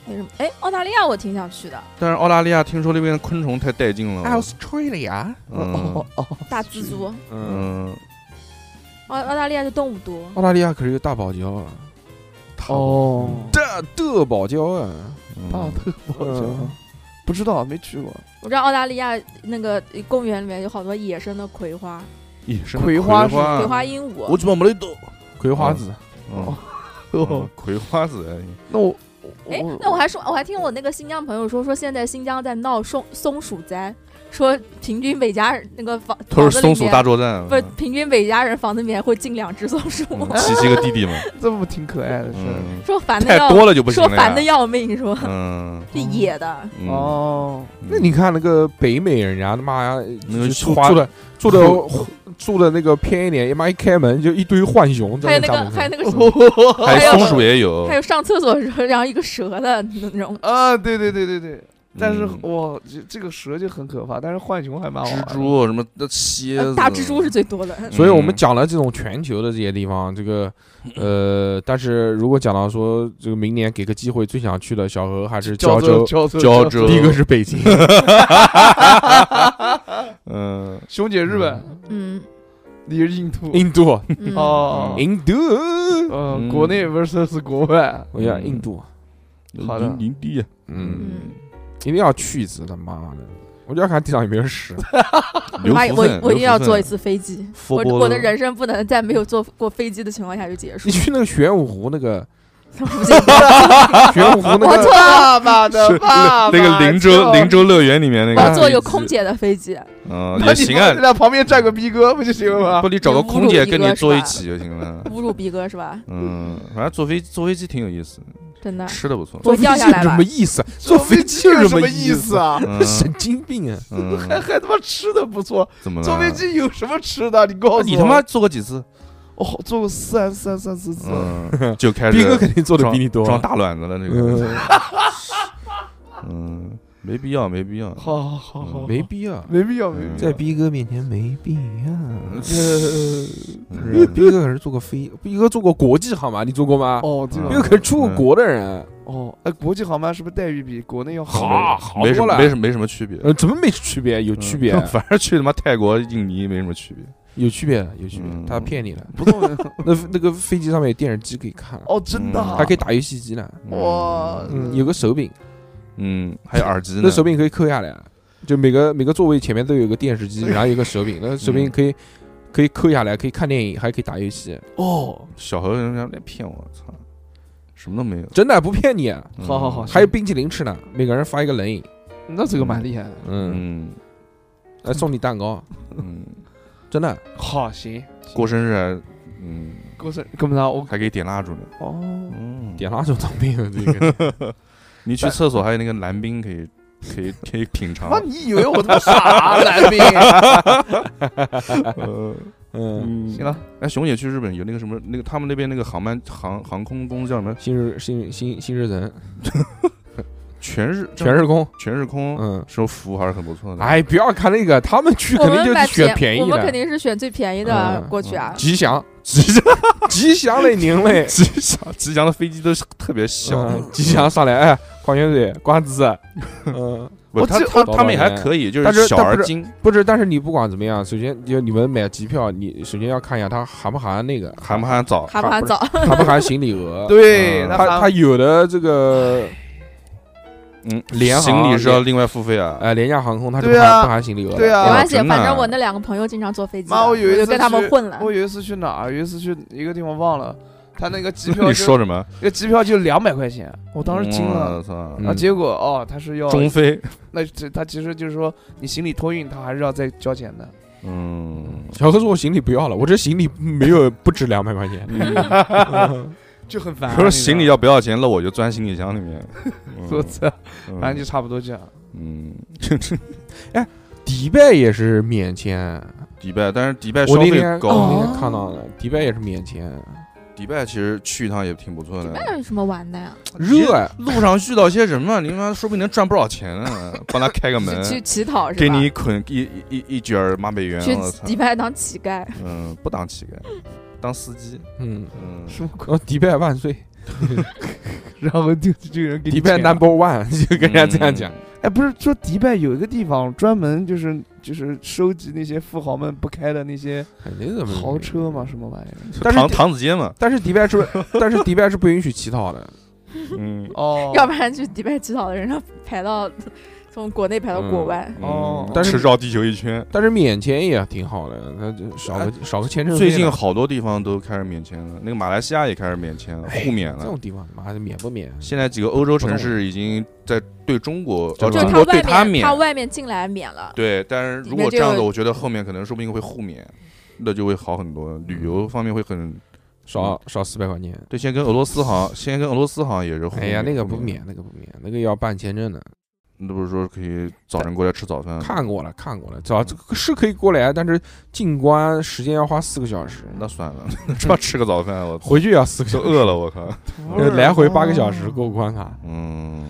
Speaker 5: 为什么？哎，澳大利亚我挺想去的，
Speaker 4: 但是澳大利亚听说那边的昆虫太带劲了，
Speaker 2: 哎？Australia，
Speaker 4: 嗯
Speaker 5: 大蜘蛛，
Speaker 2: 嗯，
Speaker 4: 嗯，
Speaker 5: 澳澳大利亚就动物多，
Speaker 2: 澳大利亚可是有大堡礁啊，
Speaker 3: 哦，
Speaker 2: 大的堡礁啊，
Speaker 4: 嗯
Speaker 3: 大特堡
Speaker 2: 嗯
Speaker 3: 礁，不知道没去过。
Speaker 5: 我知道澳大利亚那个公园里面有好多野生的葵花、
Speaker 4: 咦是
Speaker 3: 葵花
Speaker 4: 花
Speaker 3: 是
Speaker 5: 葵
Speaker 4: 花，
Speaker 5: 花鹦鹉
Speaker 4: 啊我，怎么没懂？
Speaker 2: 葵花籽，
Speaker 4: 嗯
Speaker 3: 哦
Speaker 4: 嗯，葵花籽，
Speaker 3: 那我
Speaker 5: 哎，那我还说，我还听我那个新疆朋友说，说现在新疆在闹松松鼠灾，说平均每家人那个房
Speaker 4: 都是松
Speaker 5: 房子里
Speaker 4: 鼠
Speaker 5: 面
Speaker 4: 大作战，
Speaker 5: 不是平均每家人房子里面会进两只松鼠，
Speaker 4: 嗯七七个弟
Speaker 5: [LAUGHS]
Speaker 4: 弟嘛，
Speaker 3: 这不挺可爱的事儿
Speaker 4: 嗯，
Speaker 5: 说烦的
Speaker 4: 太
Speaker 5: 要
Speaker 4: 多了就不行
Speaker 5: 说
Speaker 4: 了呀，
Speaker 5: 烦的要命，说
Speaker 4: 嗯，
Speaker 5: 这野的，
Speaker 4: 嗯，
Speaker 3: 哦，
Speaker 2: 那你看那个北美人家他妈
Speaker 4: 那个
Speaker 2: 住
Speaker 4: 花 [LAUGHS]
Speaker 2: 住的住的住的那个偏一点，一妈一开门就一堆浣熊
Speaker 5: 还有那
Speaker 2: 在那
Speaker 5: 个
Speaker 2: 上
Speaker 5: 还有
Speaker 2: 面。
Speaker 5: 那个什么，
Speaker 4: 还
Speaker 5: 还有
Speaker 4: 有松鼠也有嗯
Speaker 5: 还，有上厕所的时候然后一个蛇的那种，
Speaker 3: 啊，对对对对对，但是
Speaker 4: 嗯
Speaker 3: 哇，这这个蛇就很可怕，但是浣熊还蛮好玩
Speaker 4: 蜘
Speaker 3: 的。
Speaker 4: 蛛什么的蝎
Speaker 5: 呃
Speaker 4: 子，
Speaker 5: 大蜘蛛是最多的，
Speaker 2: 所以我们
Speaker 4: 嗯
Speaker 2: 讲了这种全球的这些地方，这个呃，但是如果讲到说这个明年给个机会，最想去的小何还是
Speaker 3: 胶
Speaker 2: 胶州，
Speaker 3: 胶州
Speaker 4: 胶州
Speaker 2: 第一个是北京，
Speaker 4: 嗯，
Speaker 3: 熊姐日本，
Speaker 5: 嗯
Speaker 3: 你是印度
Speaker 2: 印度，
Speaker 5: [LAUGHS] 嗯，
Speaker 3: 哦，
Speaker 2: 印度，
Speaker 3: 嗯，
Speaker 4: 嗯
Speaker 3: 国内 versus 国外，
Speaker 2: 我要印度，
Speaker 3: 好的
Speaker 4: 林地，啊
Speaker 2: 嗯，
Speaker 5: 嗯
Speaker 2: 一定要去一次，他妈的，我就要看地上有没有屎。 [LAUGHS]
Speaker 4: 嗯刘
Speaker 5: 我妈
Speaker 4: 福
Speaker 5: 我
Speaker 4: 分
Speaker 5: 我一定要坐
Speaker 4: 刘
Speaker 5: 一，次飞机，
Speaker 4: 福
Speaker 5: 我
Speaker 4: 分佛波
Speaker 5: 我的
Speaker 4: 勒
Speaker 5: 人生不能在没有坐过飞机的情况下就结束
Speaker 2: 你，去那个玄武湖那个
Speaker 5: 不行，
Speaker 2: 玄武湖那 [LAUGHS]
Speaker 5: 我
Speaker 2: 个
Speaker 5: 错了，
Speaker 3: 爸爸
Speaker 4: 是那
Speaker 3: 的爸爸，
Speaker 5: 啊
Speaker 4: 个林州林州乐园里面那
Speaker 5: 我
Speaker 4: 个
Speaker 5: 要
Speaker 4: 飞机，
Speaker 5: 坐有空姐的飞机，
Speaker 4: 嗯，
Speaker 3: 那
Speaker 4: 也
Speaker 3: 你
Speaker 4: 行
Speaker 3: 在
Speaker 4: 啊，
Speaker 3: 那旁边站个逼哥不就行了吗？
Speaker 4: 不，你找个
Speaker 5: 你侮辱
Speaker 4: 空姐
Speaker 5: 一
Speaker 4: 跟
Speaker 5: 个
Speaker 4: 你
Speaker 5: 是
Speaker 4: 坐一
Speaker 5: 吧
Speaker 4: 起就行了。
Speaker 5: [LAUGHS] 侮辱逼哥是吧？
Speaker 4: 嗯，反正坐飞坐飞机挺有意思，
Speaker 5: 真的，
Speaker 4: 吃的不错。
Speaker 2: 坐
Speaker 5: 会
Speaker 2: 飞机
Speaker 5: 掉下来
Speaker 2: 有什
Speaker 5: 吧
Speaker 2: 么意思？啊坐飞机
Speaker 3: 有
Speaker 2: 有
Speaker 3: 什么意
Speaker 2: 意
Speaker 3: 思？啊？
Speaker 4: 嗯
Speaker 2: 神经病啊！
Speaker 5: [LAUGHS]
Speaker 3: 还
Speaker 4: 嗯，
Speaker 3: 还他妈吃的不错，
Speaker 4: 怎么了？
Speaker 3: 坐飞机有什么吃的？哦你告诉
Speaker 4: 啊
Speaker 3: 我，
Speaker 4: 你他妈坐过几次？
Speaker 3: 哦，坐过三三三四次，
Speaker 4: 嗯，就开始
Speaker 2: 斌哥肯定做的比你多。
Speaker 4: 装大卵子了那个。[LAUGHS]
Speaker 2: 嗯，
Speaker 4: 嗯，没必要，没必要。
Speaker 3: 好好好好，
Speaker 2: 没必要，
Speaker 3: 没必要，没
Speaker 4: 嗯
Speaker 3: 必要
Speaker 2: 在逼哥面前没必要。因为
Speaker 4: 嗯
Speaker 2: 逼哥可是做过飞，逼哥做过国际航班，你做过吗？
Speaker 3: 哦，这
Speaker 4: 嗯
Speaker 2: 逼哥
Speaker 3: 个
Speaker 2: 可是出过国的人，
Speaker 3: 哦，哎，国际航班是不是待遇比国内要
Speaker 2: 好好
Speaker 4: 没什
Speaker 2: 多
Speaker 4: 么，
Speaker 2: 了
Speaker 4: 没什么，没什么区别。
Speaker 2: 啊呃，怎么没区别？有区别，
Speaker 4: 嗯 [LAUGHS] 反正去他妈泰国、印尼没什么区别。
Speaker 2: 有区别，有区别
Speaker 4: 嗯。
Speaker 2: 他骗你了。
Speaker 3: 不错，
Speaker 2: 那那个飞机上面有电视机可以看，
Speaker 3: 哦，真的啊，
Speaker 2: 还可以打游戏机呢。
Speaker 3: 哇
Speaker 2: 嗯，有个手柄，
Speaker 4: 嗯，还有耳机呢
Speaker 2: 那。手柄可以扣下来，啊就每个每个座位前面都有个电视机，然后有个手柄，那手
Speaker 4: 嗯
Speaker 2: 柄可以可以扣下来，可以看电影，还可以打游戏，
Speaker 3: 哦，
Speaker 4: 小何人家来骗我，操，什么都没有。
Speaker 2: 真的不骗你。啊
Speaker 4: 嗯
Speaker 3: 好好好
Speaker 2: 还有冰淇淋吃呢，每个人发一个冷饮，
Speaker 3: 那这个蛮厉害的，
Speaker 2: 嗯，
Speaker 4: 嗯
Speaker 2: 还送你蛋糕，
Speaker 4: 嗯，
Speaker 2: 真的。
Speaker 3: 好行，
Speaker 4: 过生日还嗯
Speaker 3: 郭生，哥们啥？我
Speaker 4: 还可以点蜡烛呢。
Speaker 3: 哦，
Speaker 4: 嗯，
Speaker 2: 点蜡烛倒没有这个，
Speaker 4: 你去厕所还有那个蓝冰可以可以可以品尝
Speaker 3: 啊妈，。你以为我他妈傻？蓝冰，
Speaker 2: [LAUGHS] 嗯，
Speaker 6: 嗯，
Speaker 3: 行了，
Speaker 4: 哎，熊姐去日本有那个什么，那个他们那边那个航班航航空公司叫什么？
Speaker 2: 新日新新新日层，
Speaker 4: 全日
Speaker 2: 全日空，
Speaker 4: 全日空，
Speaker 2: 嗯，
Speaker 4: 时候服务还是很不错的。[LAUGHS]
Speaker 3: 嗯
Speaker 2: 哎，不要看那个，他们去
Speaker 5: 我
Speaker 2: 肯定
Speaker 5: 们
Speaker 2: 就
Speaker 5: 买
Speaker 2: 是选便
Speaker 5: 我
Speaker 2: 宜
Speaker 5: 们肯
Speaker 2: 的，
Speaker 5: 定是选最便宜的
Speaker 2: 嗯
Speaker 5: 过去啊。
Speaker 2: 吉祥，
Speaker 4: 吉祥，
Speaker 2: 吉祥嘞，您嘞
Speaker 4: 吉祥吉祥的飞机都是特别小，
Speaker 2: 嗯吉祥上来，哎，矿泉水、瓜子，嗯，
Speaker 4: 不，
Speaker 3: 我
Speaker 4: 他
Speaker 3: 记。
Speaker 4: 他
Speaker 2: 多
Speaker 4: 他们也
Speaker 2: 少
Speaker 4: 还
Speaker 2: 钱
Speaker 4: 可以，就
Speaker 2: 但是
Speaker 4: 小
Speaker 2: 但不
Speaker 4: 而
Speaker 2: 是
Speaker 4: 精，
Speaker 2: 哎不是，但是你不管怎么样，首先就你们买机票，你首先要看一下它含不含
Speaker 4: [LAUGHS]
Speaker 2: 那个，
Speaker 4: 含不含早？
Speaker 5: 含不含早？
Speaker 2: 含不含行李额
Speaker 3: 对，
Speaker 4: 嗯
Speaker 3: 那
Speaker 2: 它它有的这个
Speaker 4: 嗯，
Speaker 2: 联
Speaker 4: 行
Speaker 2: 航
Speaker 4: 李是要另外付费
Speaker 3: 哎
Speaker 4: 啊。
Speaker 2: 呃廉价航空，它是不
Speaker 3: 对啊
Speaker 2: 含不含行李额的。
Speaker 3: 对啊
Speaker 5: 没关系，
Speaker 4: 真的啊
Speaker 5: 反正我那两个朋友经常坐飞机的，
Speaker 3: 妈我有一次
Speaker 5: 就跟他们
Speaker 3: 去
Speaker 5: 混了。
Speaker 3: 我有一次去哪儿，有一次去一个地方忘了，他那个机
Speaker 4: [LAUGHS]
Speaker 3: 票
Speaker 4: 你
Speaker 3: 就
Speaker 4: 说什么？
Speaker 3: 那个机票就两百块钱，我当时惊了
Speaker 4: 我。操！
Speaker 2: 嗯
Speaker 3: 啊，结果哦，他是要
Speaker 4: 中
Speaker 3: [LAUGHS]
Speaker 4: 非，
Speaker 3: 那这他其实就是说你行李托运，他还是要再交钱的。
Speaker 4: 嗯，
Speaker 2: 小何说：“我行李不要了，我这行李没有不止两百块钱。
Speaker 3: 嗯就很烦
Speaker 4: [LAUGHS]
Speaker 3: 啊
Speaker 4: 他说行李要不要钱，那我就钻行李箱里
Speaker 3: [LAUGHS]
Speaker 4: 面。嗯
Speaker 3: 我操，
Speaker 4: 嗯
Speaker 3: 反正就差不多这样。
Speaker 4: 嗯，
Speaker 2: 迪拜也是免签，
Speaker 4: 迪拜，但是迪拜消
Speaker 2: 我那
Speaker 4: 费
Speaker 2: 天
Speaker 4: 高啊
Speaker 2: 我，
Speaker 3: 哦
Speaker 2: 那天看到了，迪拜也是免签，
Speaker 4: 迪拜其实去一趟也挺不错的。
Speaker 5: 那有什么玩的呀？
Speaker 2: 热啊，
Speaker 4: 路上遇到些人嘛，你妈说不定能赚不少钱
Speaker 5: [LAUGHS]
Speaker 4: 呢，帮他开个门，
Speaker 5: 去去乞讨是吧？
Speaker 4: 给你一捆一一一一卷儿马北元，
Speaker 5: 去
Speaker 4: 我操
Speaker 5: 迪，拜当乞丐，
Speaker 4: 嗯，不当乞丐，当司机，
Speaker 2: 嗯，
Speaker 4: 嗯，
Speaker 3: 什么鬼？
Speaker 2: 哦，迪拜万岁，
Speaker 3: [LAUGHS] 然后就这个人给你
Speaker 2: 迪拜
Speaker 3: 钱了
Speaker 2: number one，就跟人家这样讲，
Speaker 4: 嗯
Speaker 3: 哎，不是说迪拜有一个地方专门就是就是收集那些富豪们不开的那些
Speaker 2: 哎你怎么
Speaker 3: 豪车嘛，？什么玩意儿？
Speaker 2: 但
Speaker 4: 嗯，
Speaker 2: 是
Speaker 4: 唐唐子街嘛，
Speaker 2: 但是迪拜是，但是迪拜是不允许乞讨的，
Speaker 4: 嗯，
Speaker 3: 哦，
Speaker 5: 要不然去迪拜乞讨的人要排到从国内排到国外。
Speaker 3: 哦
Speaker 4: 嗯
Speaker 2: 但
Speaker 4: 是
Speaker 2: 是
Speaker 4: 绕地球一圈。
Speaker 2: 但是免签也挺好的，那就少个少个签证费
Speaker 4: 最
Speaker 2: 了。
Speaker 4: 近好多地方都开始免签了，那个马来西亚也开始免签了，互免
Speaker 2: 这
Speaker 4: 了
Speaker 2: 种。地方，妈的免不免？
Speaker 4: 现在几个欧洲城市已经在对中国，呃，
Speaker 2: 就
Speaker 5: 就是
Speaker 4: 中
Speaker 5: 他
Speaker 4: 国对
Speaker 5: 外
Speaker 4: 他
Speaker 5: 面，
Speaker 4: 免
Speaker 5: 他，外面进来免了，
Speaker 4: 对。但是如
Speaker 5: 里面
Speaker 4: 果
Speaker 5: 就
Speaker 4: 这样
Speaker 5: 有
Speaker 4: 子，我觉得后面可能说不定会互免，那就会好很多，旅游方面会很
Speaker 2: 少少四百块钱。
Speaker 4: 对。现在跟俄罗斯好像，现在跟俄罗斯好像也是互
Speaker 2: 哎
Speaker 4: 嗯免。
Speaker 2: 呀，那个
Speaker 4: 互
Speaker 2: 不免，那个不免，那个要办签证的。
Speaker 4: 那不是说可以早晨过来吃早
Speaker 2: [LAUGHS]
Speaker 4: 饭？
Speaker 2: 看过了，看过了，早这个是可以过来，但是进关时间要花四个小时，
Speaker 4: 那算了，只要 [LAUGHS] 吃个早饭，我 [LAUGHS]
Speaker 2: 回去也要四个
Speaker 4: 就
Speaker 2: 小时，
Speaker 4: 饿了，我靠。
Speaker 2: 呃来回八个小时过关卡。
Speaker 4: 嗯，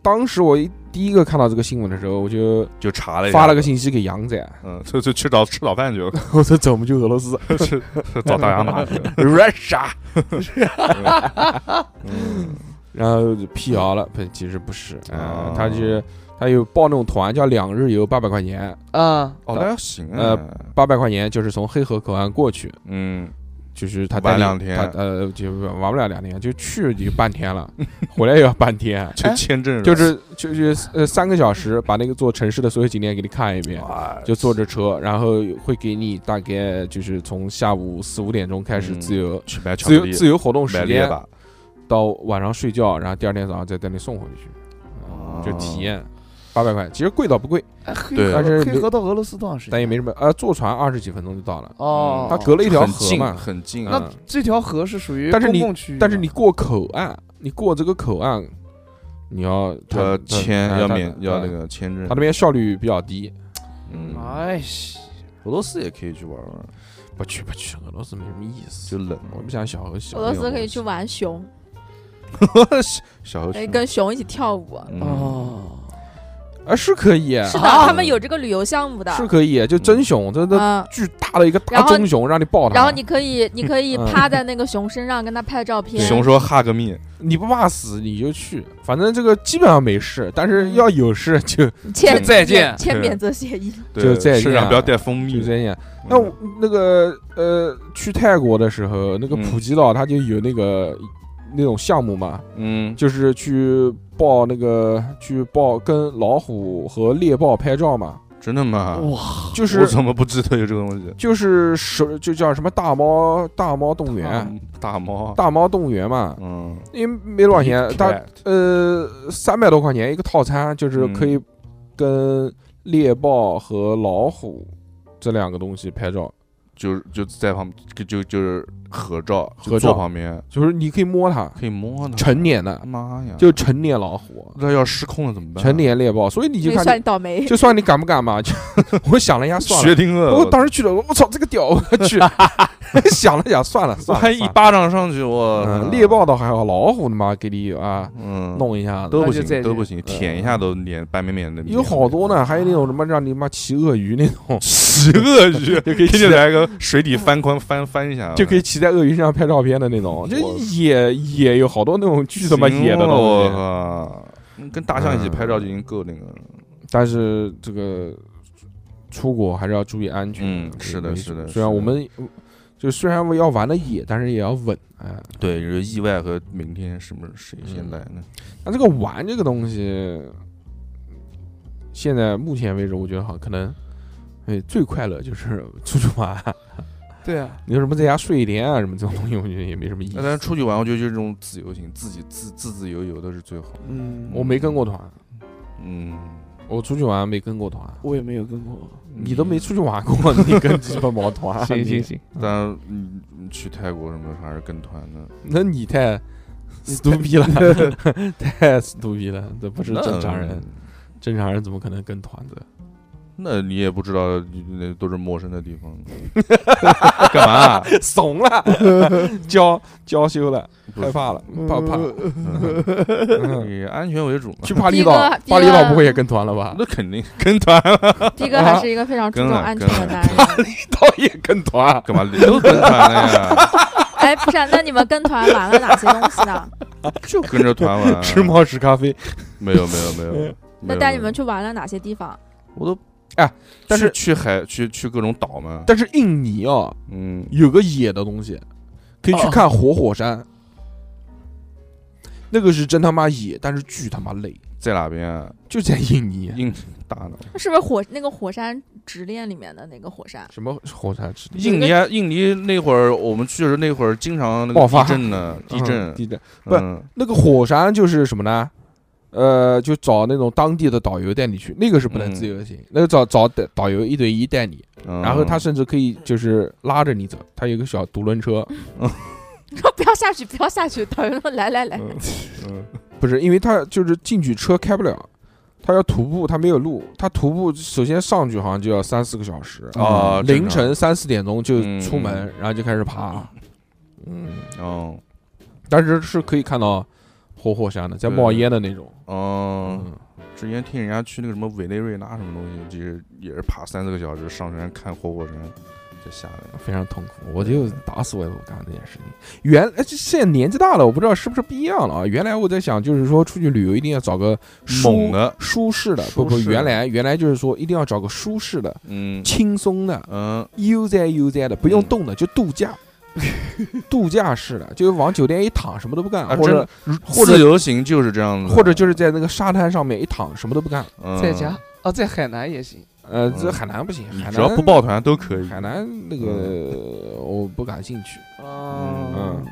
Speaker 2: 当时我一第一个看到这个新闻的时候，我就
Speaker 4: 就查了一下，
Speaker 2: 发了个，信息给杨仔，
Speaker 4: 嗯，就就去早吃早饭去 [LAUGHS] 了，
Speaker 2: 我说走，我们去俄罗斯
Speaker 4: 吃找大洋马去了。
Speaker 2: [LAUGHS] ，Russia。
Speaker 4: [LAUGHS] 嗯
Speaker 2: 然后就辟谣了，不，其实不是，
Speaker 4: 哦
Speaker 2: 啊，他是他有报那种团叫两日游，八百块钱，
Speaker 3: 啊，
Speaker 4: 哦，
Speaker 2: 呃
Speaker 4: 那还行啊，
Speaker 2: 呃八百块钱就是从黑河口岸过去，
Speaker 4: 嗯，
Speaker 2: 就是他
Speaker 4: 玩
Speaker 2: 带你
Speaker 4: 两天
Speaker 2: 他呃，就玩不了两天，就去就半天了， [LAUGHS] 回来也要半天，
Speaker 4: 就签证
Speaker 2: 哎就是就是呃三个小时把那个座城市的所有景点给你看一遍，
Speaker 4: 哇
Speaker 2: 就坐着车，然后会给你大概就是从下午四五点钟开始
Speaker 4: 嗯
Speaker 2: 自由、
Speaker 4: 去买巧
Speaker 2: 自
Speaker 4: 克
Speaker 2: 由
Speaker 4: 力，
Speaker 2: 自由活动时
Speaker 4: 买猎
Speaker 2: 间，
Speaker 4: 吧，
Speaker 2: 到晚上睡觉，然后第二天早上再带你送回去，
Speaker 4: 哦
Speaker 2: 就体验八百块，其实贵倒不贵，
Speaker 3: 哎黑
Speaker 4: 对
Speaker 3: 河
Speaker 2: 但是
Speaker 3: 黑河到俄罗斯多长时间？啊
Speaker 2: 但也没什么，呃，坐船二十几分钟就到了，
Speaker 3: 哦，
Speaker 2: 它隔了一条
Speaker 4: 很
Speaker 2: 河
Speaker 4: 近
Speaker 2: 嘛，
Speaker 4: 很近，啊
Speaker 2: 嗯
Speaker 3: 那这条河是属于
Speaker 2: 但是你
Speaker 3: 公共区域吗，
Speaker 2: 但是你过口岸，你过这个口岸，你要它
Speaker 4: 要
Speaker 2: 它
Speaker 4: 签
Speaker 2: 它
Speaker 4: 要
Speaker 2: 它
Speaker 4: 免要那
Speaker 2: 它
Speaker 4: 个签证
Speaker 2: 它那，边效率比较低，
Speaker 4: 嗯，
Speaker 3: 哎西，
Speaker 4: 俄罗斯也可以去玩玩，
Speaker 2: 不去不去，俄罗斯没什么意思。
Speaker 4: 就冷，
Speaker 2: 我不想小何小
Speaker 5: 俄罗斯可以去玩熊，
Speaker 4: 小猴
Speaker 5: 可以跟熊一起跳舞。
Speaker 2: 嗯
Speaker 3: 哦，
Speaker 2: 啊，是可以，
Speaker 5: 是的，
Speaker 4: 嗯啊
Speaker 5: 他们有这个旅游项目的。
Speaker 2: 是可以，就真熊，这这
Speaker 4: 啊
Speaker 5: 嗯，
Speaker 2: 巨大的一个大
Speaker 5: 然后
Speaker 2: 棕熊，让你抱它，
Speaker 5: 然后你可以，你可以
Speaker 2: 嗯
Speaker 5: 趴在那个熊身上跟他拍照片。
Speaker 4: 熊说哈个蜜，
Speaker 2: 你不怕死你就去，反正这个基本上没事，但
Speaker 5: 嗯
Speaker 2: 是要有事就
Speaker 5: 签
Speaker 3: 再见
Speaker 5: 签
Speaker 4: 对
Speaker 5: 免责协议。
Speaker 4: 对
Speaker 2: 就再见
Speaker 4: 身上不要带蜂
Speaker 2: 就
Speaker 4: 蜜，
Speaker 2: 这样。
Speaker 4: 嗯
Speaker 2: 那我那个呃，去泰国的时候，那个
Speaker 4: 嗯
Speaker 2: 普吉岛它就有那个那种项目嘛，
Speaker 4: 嗯，
Speaker 2: 就是去抱那个去抱跟老虎和猎豹拍照嘛，
Speaker 4: 真的吗？
Speaker 3: 哇，
Speaker 2: 就
Speaker 4: 我
Speaker 2: 是
Speaker 4: 怎么不知道有这个
Speaker 2: [LAUGHS]
Speaker 4: 东西？
Speaker 2: 就是手就叫什么大猫大猫动物园。
Speaker 4: 嗯大猫，
Speaker 2: 啊
Speaker 4: 啊
Speaker 2: 大猫动物园嘛，
Speaker 4: 嗯，
Speaker 2: 因为没多少钱，啊大呃，三百多块钱一个套餐，
Speaker 4: 嗯
Speaker 2: 就是可以跟猎豹和老虎这两个东西拍照，
Speaker 4: 就是就在旁就就就是合照，就
Speaker 2: 合照
Speaker 4: 坐旁边
Speaker 2: 就是你可以摸它，
Speaker 4: 可以摸它。哎
Speaker 2: 成年的
Speaker 4: 妈呀，
Speaker 2: 就成年老虎，
Speaker 4: 那要失控了怎么办？啊
Speaker 2: 成年猎豹，所以你就
Speaker 5: 因为
Speaker 2: 看
Speaker 5: 算你倒霉。
Speaker 2: 就算你敢不敢嘛，就 [LAUGHS] 我想了一下，算
Speaker 4: 薛
Speaker 2: 了。
Speaker 4: 定谔，
Speaker 2: 我当时去了，我操，这个屌，
Speaker 4: [LAUGHS]
Speaker 2: 我去！想了想，算了
Speaker 4: 我
Speaker 2: 算了，
Speaker 4: 还一
Speaker 2: 算了
Speaker 4: 巴掌上去，我
Speaker 2: 嗯，猎，豹倒还好，老虎他妈给你啊
Speaker 4: 嗯，
Speaker 2: 弄一下子，
Speaker 4: 都不
Speaker 3: 那就再
Speaker 4: 行，
Speaker 3: 见
Speaker 4: 都不行，舔一下都脸白绵绵的。
Speaker 2: 嗯有好多
Speaker 4: 啊
Speaker 2: 呢，还有那种什么让你妈骑鳄鱼那
Speaker 4: [LAUGHS]
Speaker 2: 种，
Speaker 4: 骑鳄
Speaker 2: [LAUGHS]
Speaker 4: 鱼， [LAUGHS]
Speaker 2: 就可以
Speaker 4: 给你
Speaker 2: 骑在
Speaker 4: 来个水底翻筐翻翻一下，
Speaker 2: 就可以骑在鳄鱼身上拍照片的那种，就
Speaker 4: 我
Speaker 2: 野野有好多那种巨他妈野的
Speaker 4: 行了哦我
Speaker 2: 东西。
Speaker 4: 靠！跟大象一起拍照就已经够那个了。
Speaker 2: 但是这个出国还是要注意安全。
Speaker 4: 嗯
Speaker 2: 对
Speaker 4: 是的
Speaker 2: 没
Speaker 4: 是的
Speaker 2: 虽
Speaker 4: 是的
Speaker 2: 然我们就虽然要玩的野，但是也要稳。哎，
Speaker 4: 对，有意外和明天什么谁先来呢？
Speaker 2: 那这个玩这个东西，现在目前为止，我觉得好可能，哎，最快乐就是出去玩。 [LAUGHS]
Speaker 3: 对啊，
Speaker 2: 你说什么在家睡一天啊，什么这种东西，我觉得也没什么意
Speaker 4: 那咱
Speaker 2: 思。
Speaker 4: 出去玩，我觉得就是这种自由行，自己自自自由游的是最好的。
Speaker 3: 嗯，
Speaker 2: 我没跟过团，
Speaker 4: 嗯，
Speaker 2: 我出去玩没跟过团，
Speaker 3: 我也没有跟过。嗯
Speaker 2: 你都没出去玩过，你跟鸡巴毛团？啊
Speaker 3: [LAUGHS] 行
Speaker 2: 你
Speaker 3: 行，行，
Speaker 4: 但嗯，你去泰国什么还是跟团的，
Speaker 2: 那你太 stupid
Speaker 3: [LAUGHS]
Speaker 2: 了，太 stupid 了，这不是正常人，正常人怎么可能跟团的？
Speaker 4: 那你也不知道，那都是陌生的地方， [LAUGHS] 干嘛？
Speaker 2: 怂了，
Speaker 3: [LAUGHS]
Speaker 2: 娇娇羞了，害怕了，怕怕。
Speaker 4: [LAUGHS] 嗯以安全为主嘛。
Speaker 2: 去巴厘
Speaker 5: 逼哥
Speaker 2: 岛
Speaker 5: 逼，哥
Speaker 2: 巴厘岛不会也跟团了吧？
Speaker 3: [LAUGHS]
Speaker 4: 那肯定跟团了，
Speaker 5: 逼哥还是一个非常注重
Speaker 4: 啊跟了
Speaker 5: 安全的
Speaker 4: 跟了啊
Speaker 5: 男人。
Speaker 2: 岛也跟团，
Speaker 4: 干嘛都跟团了呀？
Speaker 5: 哎，不是啊，那你们跟团玩了哪些东西呢？
Speaker 4: 就跟着团玩，
Speaker 2: 吃猫屎咖啡。
Speaker 4: 没有没有没有 [LAUGHS] 没有。
Speaker 5: 嗯那带你们去玩了哪些地方？
Speaker 4: 我都
Speaker 2: 哎，但是
Speaker 4: 去去海去去各种岛嘛，
Speaker 2: 但是印尼啊，
Speaker 4: 嗯，
Speaker 2: 有个野的东西，可以去
Speaker 3: 哦
Speaker 2: 看活火山。那个是真他妈野，但是巨他妈累，
Speaker 4: 在哪边啊？
Speaker 2: 就在印尼。
Speaker 4: 印大岛，
Speaker 5: 是不是火那个火山直恋里面的那个火山？
Speaker 2: 什么火山之地？
Speaker 4: 印尼啊，印尼那会儿我们去的时候，那会儿经常那
Speaker 2: 爆
Speaker 4: 个
Speaker 2: 发
Speaker 4: 地震呢，地震
Speaker 2: 嗯，地震。不
Speaker 4: 嗯
Speaker 2: 那个火山就是什么呢？呃，就找那种当地的导游带你去，那个是不能
Speaker 4: 嗯
Speaker 2: 自由行，那个找找导导游一对一带你，
Speaker 4: 嗯
Speaker 2: 然后他甚至可以就是拉着你走，他有个小独轮车，
Speaker 5: 你说不要下去， [LAUGHS] 不要下去，导游说来来来，
Speaker 4: 嗯嗯
Speaker 2: 不是，因为他就是进去车开不了，他要徒步，他没有路，他徒步首先上去好像就要三四个小时
Speaker 4: 啊正常
Speaker 2: 凌晨三四点钟就出门，
Speaker 4: 嗯
Speaker 2: 然后就开始爬，嗯，
Speaker 4: 哦
Speaker 2: 但是是可以看到活火山的，在
Speaker 4: 对
Speaker 2: 冒烟的那种，
Speaker 4: 哦，
Speaker 2: 嗯，
Speaker 4: 之前听人家去那个什么委内瑞拉什么东西，就是也是爬三四个小时上山看活火山，这下来了。
Speaker 2: 非常痛苦，我就打死我也不干这件事情。原来这现在年纪大了，我不知道是不是不一样了啊。原来我在想，就是说出去旅游一定要找个舒
Speaker 4: 猛啊的
Speaker 2: 舒适的，不不，
Speaker 4: 舒适的
Speaker 2: 原来原来就是说一定要找个舒适的、
Speaker 4: 嗯
Speaker 2: 轻松的，
Speaker 4: 嗯
Speaker 2: 悠哉悠哉的，不用动的，就度假，度假式的，就往酒店一躺，什么都不干，
Speaker 4: 啊
Speaker 2: 或者或
Speaker 4: 自
Speaker 2: 者
Speaker 4: 由行就是这样子的，
Speaker 2: 或者就是在那个沙滩上面一躺，什么都不干。
Speaker 4: 嗯
Speaker 3: 在家啊，在海南也行。
Speaker 2: 呃，
Speaker 4: 嗯
Speaker 2: 这海南不行，
Speaker 4: 你
Speaker 2: 海
Speaker 4: 只要
Speaker 2: 南
Speaker 4: 不嗯抱团都可以。
Speaker 2: 海南那个我不感兴趣，
Speaker 4: 嗯
Speaker 2: 嗯
Speaker 3: 啊，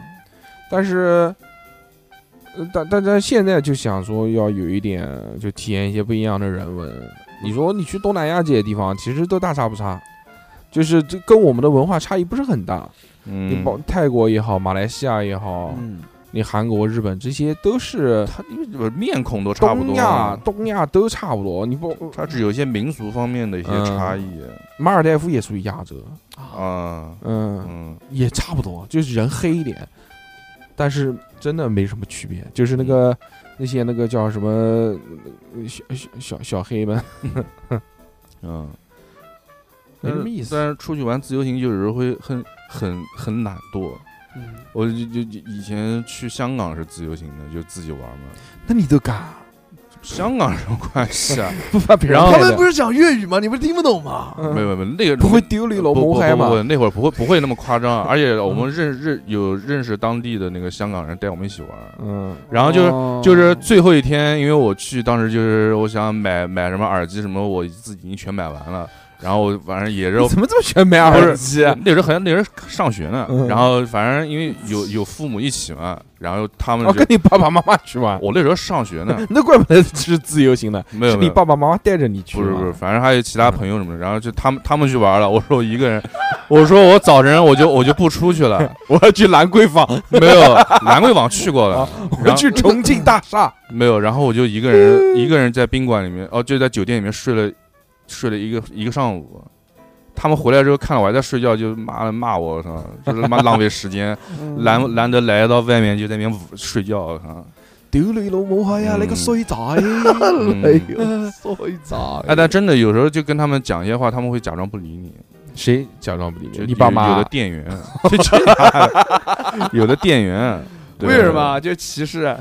Speaker 2: 但是。呃但但但现在就想说要有一点，就体验一些不一样的人文。你说你去东南亚这些地方，其实都大差不差，就是这跟我们的文化差异不是很大。你
Speaker 4: 嗯，
Speaker 2: 包泰国也好，马来西亚也好，
Speaker 3: 嗯，
Speaker 2: 你韩国、日本这些都是
Speaker 4: 他因为这个面孔都差不
Speaker 2: 东
Speaker 4: 多
Speaker 2: 亚
Speaker 4: 嘛，，
Speaker 2: 东亚都差不多。你不
Speaker 4: 它只有一些民俗方面的一些
Speaker 2: 嗯
Speaker 4: 差异
Speaker 2: 马尔代夫也属于亚洲，
Speaker 4: 啊，
Speaker 2: 嗯，
Speaker 4: 嗯，
Speaker 2: 也差不多，就是人黑一点，但是真的没什么区别，就是那
Speaker 4: 嗯
Speaker 2: 个那些那个叫什么呃小小小小黑们， [LAUGHS]
Speaker 4: 嗯，
Speaker 2: 没什么意思
Speaker 4: 但是出去玩自由行，有时候会很很很懒惰。我就就就以前去香港是自由行的，就自己玩嘛。
Speaker 2: 那你都敢？
Speaker 4: 香港什么关系 [LAUGHS] 啊？
Speaker 2: 不怕别人
Speaker 4: 然后
Speaker 2: 害
Speaker 3: 他
Speaker 2: 的
Speaker 3: 们不是讲粤语吗？你不是听不懂吗？
Speaker 2: 嗯
Speaker 4: 没有没有，那个
Speaker 2: 不会丢驴
Speaker 4: 不
Speaker 2: 楼
Speaker 4: 不
Speaker 2: 谋害
Speaker 4: 不不
Speaker 2: 吗？
Speaker 4: 那会儿不会不会那么夸 [LAUGHS] 张，啊而且我们认认有认识当地的那个香港人带我们一起玩，
Speaker 2: 嗯，
Speaker 4: 然后就是
Speaker 3: 哦 [LAUGHS]
Speaker 4: 就是最后一天，因为我去当时就是我想买买什么耳机什么，我自己已经全买完了。然后我反正也是
Speaker 2: 你怎么这么喜欢买
Speaker 4: 不是
Speaker 2: 耳机啊？
Speaker 4: 那时候好像那时候上学呢
Speaker 2: 嗯，
Speaker 4: 然后反正因为有有父母一起嘛，然后他们
Speaker 2: 我
Speaker 4: 就
Speaker 2: 哦跟你爸爸妈妈去吗？，
Speaker 4: 我那时候上学呢
Speaker 2: [LAUGHS] 那怪不得是自由行的，
Speaker 4: 没有
Speaker 2: 是
Speaker 4: 没
Speaker 2: 你
Speaker 4: 有，
Speaker 2: 爸爸妈妈带着你去
Speaker 4: 不是 [LAUGHS]
Speaker 2: 吗
Speaker 4: 不是，反正还有其他朋友什么的，然后就他们他们去玩了，我说我一个人，我说我早晨我就我就不出去了，
Speaker 2: 我要去兰桂坊，
Speaker 4: 没有兰桂坊去过了，
Speaker 2: 我要去重庆大厦。
Speaker 4: 没有，然后我就一个
Speaker 2: 嗯
Speaker 4: 人一个人在宾馆里面，哦，就在酒店里面睡了睡了一个一个上午。他们回来之后看到我还在睡觉，就妈的骂我，我操，就是他妈浪费时
Speaker 2: [LAUGHS]
Speaker 4: 间，
Speaker 2: 嗯
Speaker 4: 难难得来到外面就在那边捂睡觉，我操。
Speaker 2: 屌你老母閪啊！
Speaker 4: 嗯
Speaker 2: 你个
Speaker 4: [LAUGHS]
Speaker 2: 衰仔！
Speaker 3: 哎呦，衰仔！
Speaker 4: 哎，但真的有时候就跟他们讲一些话，他们会假装不理你。
Speaker 2: 谁假装不理
Speaker 4: 就
Speaker 2: 你？
Speaker 4: 有
Speaker 2: 爸妈
Speaker 4: 有的
Speaker 2: 啊？
Speaker 4: 店员， [LAUGHS] 就这样 [LAUGHS] 有的店员，对嗯
Speaker 3: 为什么？就歧视？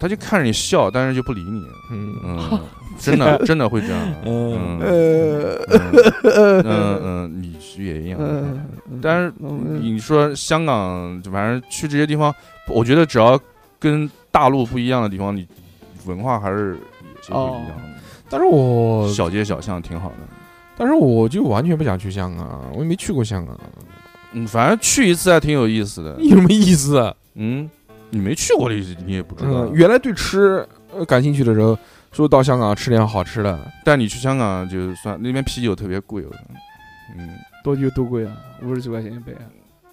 Speaker 4: 他就看着你笑，但是就不理你。
Speaker 2: 嗯，
Speaker 4: 嗯，真的真的会这样。
Speaker 2: 嗯
Speaker 4: 嗯
Speaker 3: 呃，
Speaker 4: 嗯嗯嗯，你也一样。
Speaker 3: 嗯，
Speaker 4: 但是
Speaker 3: 嗯
Speaker 4: 你说香港，反正去这些地方，我觉得只要跟大陆不一样的地方，你文化还是有些不一样的。
Speaker 2: 但是我，
Speaker 4: 小街小巷挺好的。
Speaker 2: 但是我就完全不想去香港啊，我也没去过香港，
Speaker 4: 嗯，反正去一次还挺有意思的。
Speaker 2: 有什么意思啊？
Speaker 4: 嗯，你没去过的，你也不知道
Speaker 2: 嗯，。原来对吃呃感兴趣的时候，说到香港吃点好吃的，
Speaker 4: 但你去香港就算那边啤酒特别贵，我觉得嗯
Speaker 3: 多久多贵啊？五十九块钱一杯啊？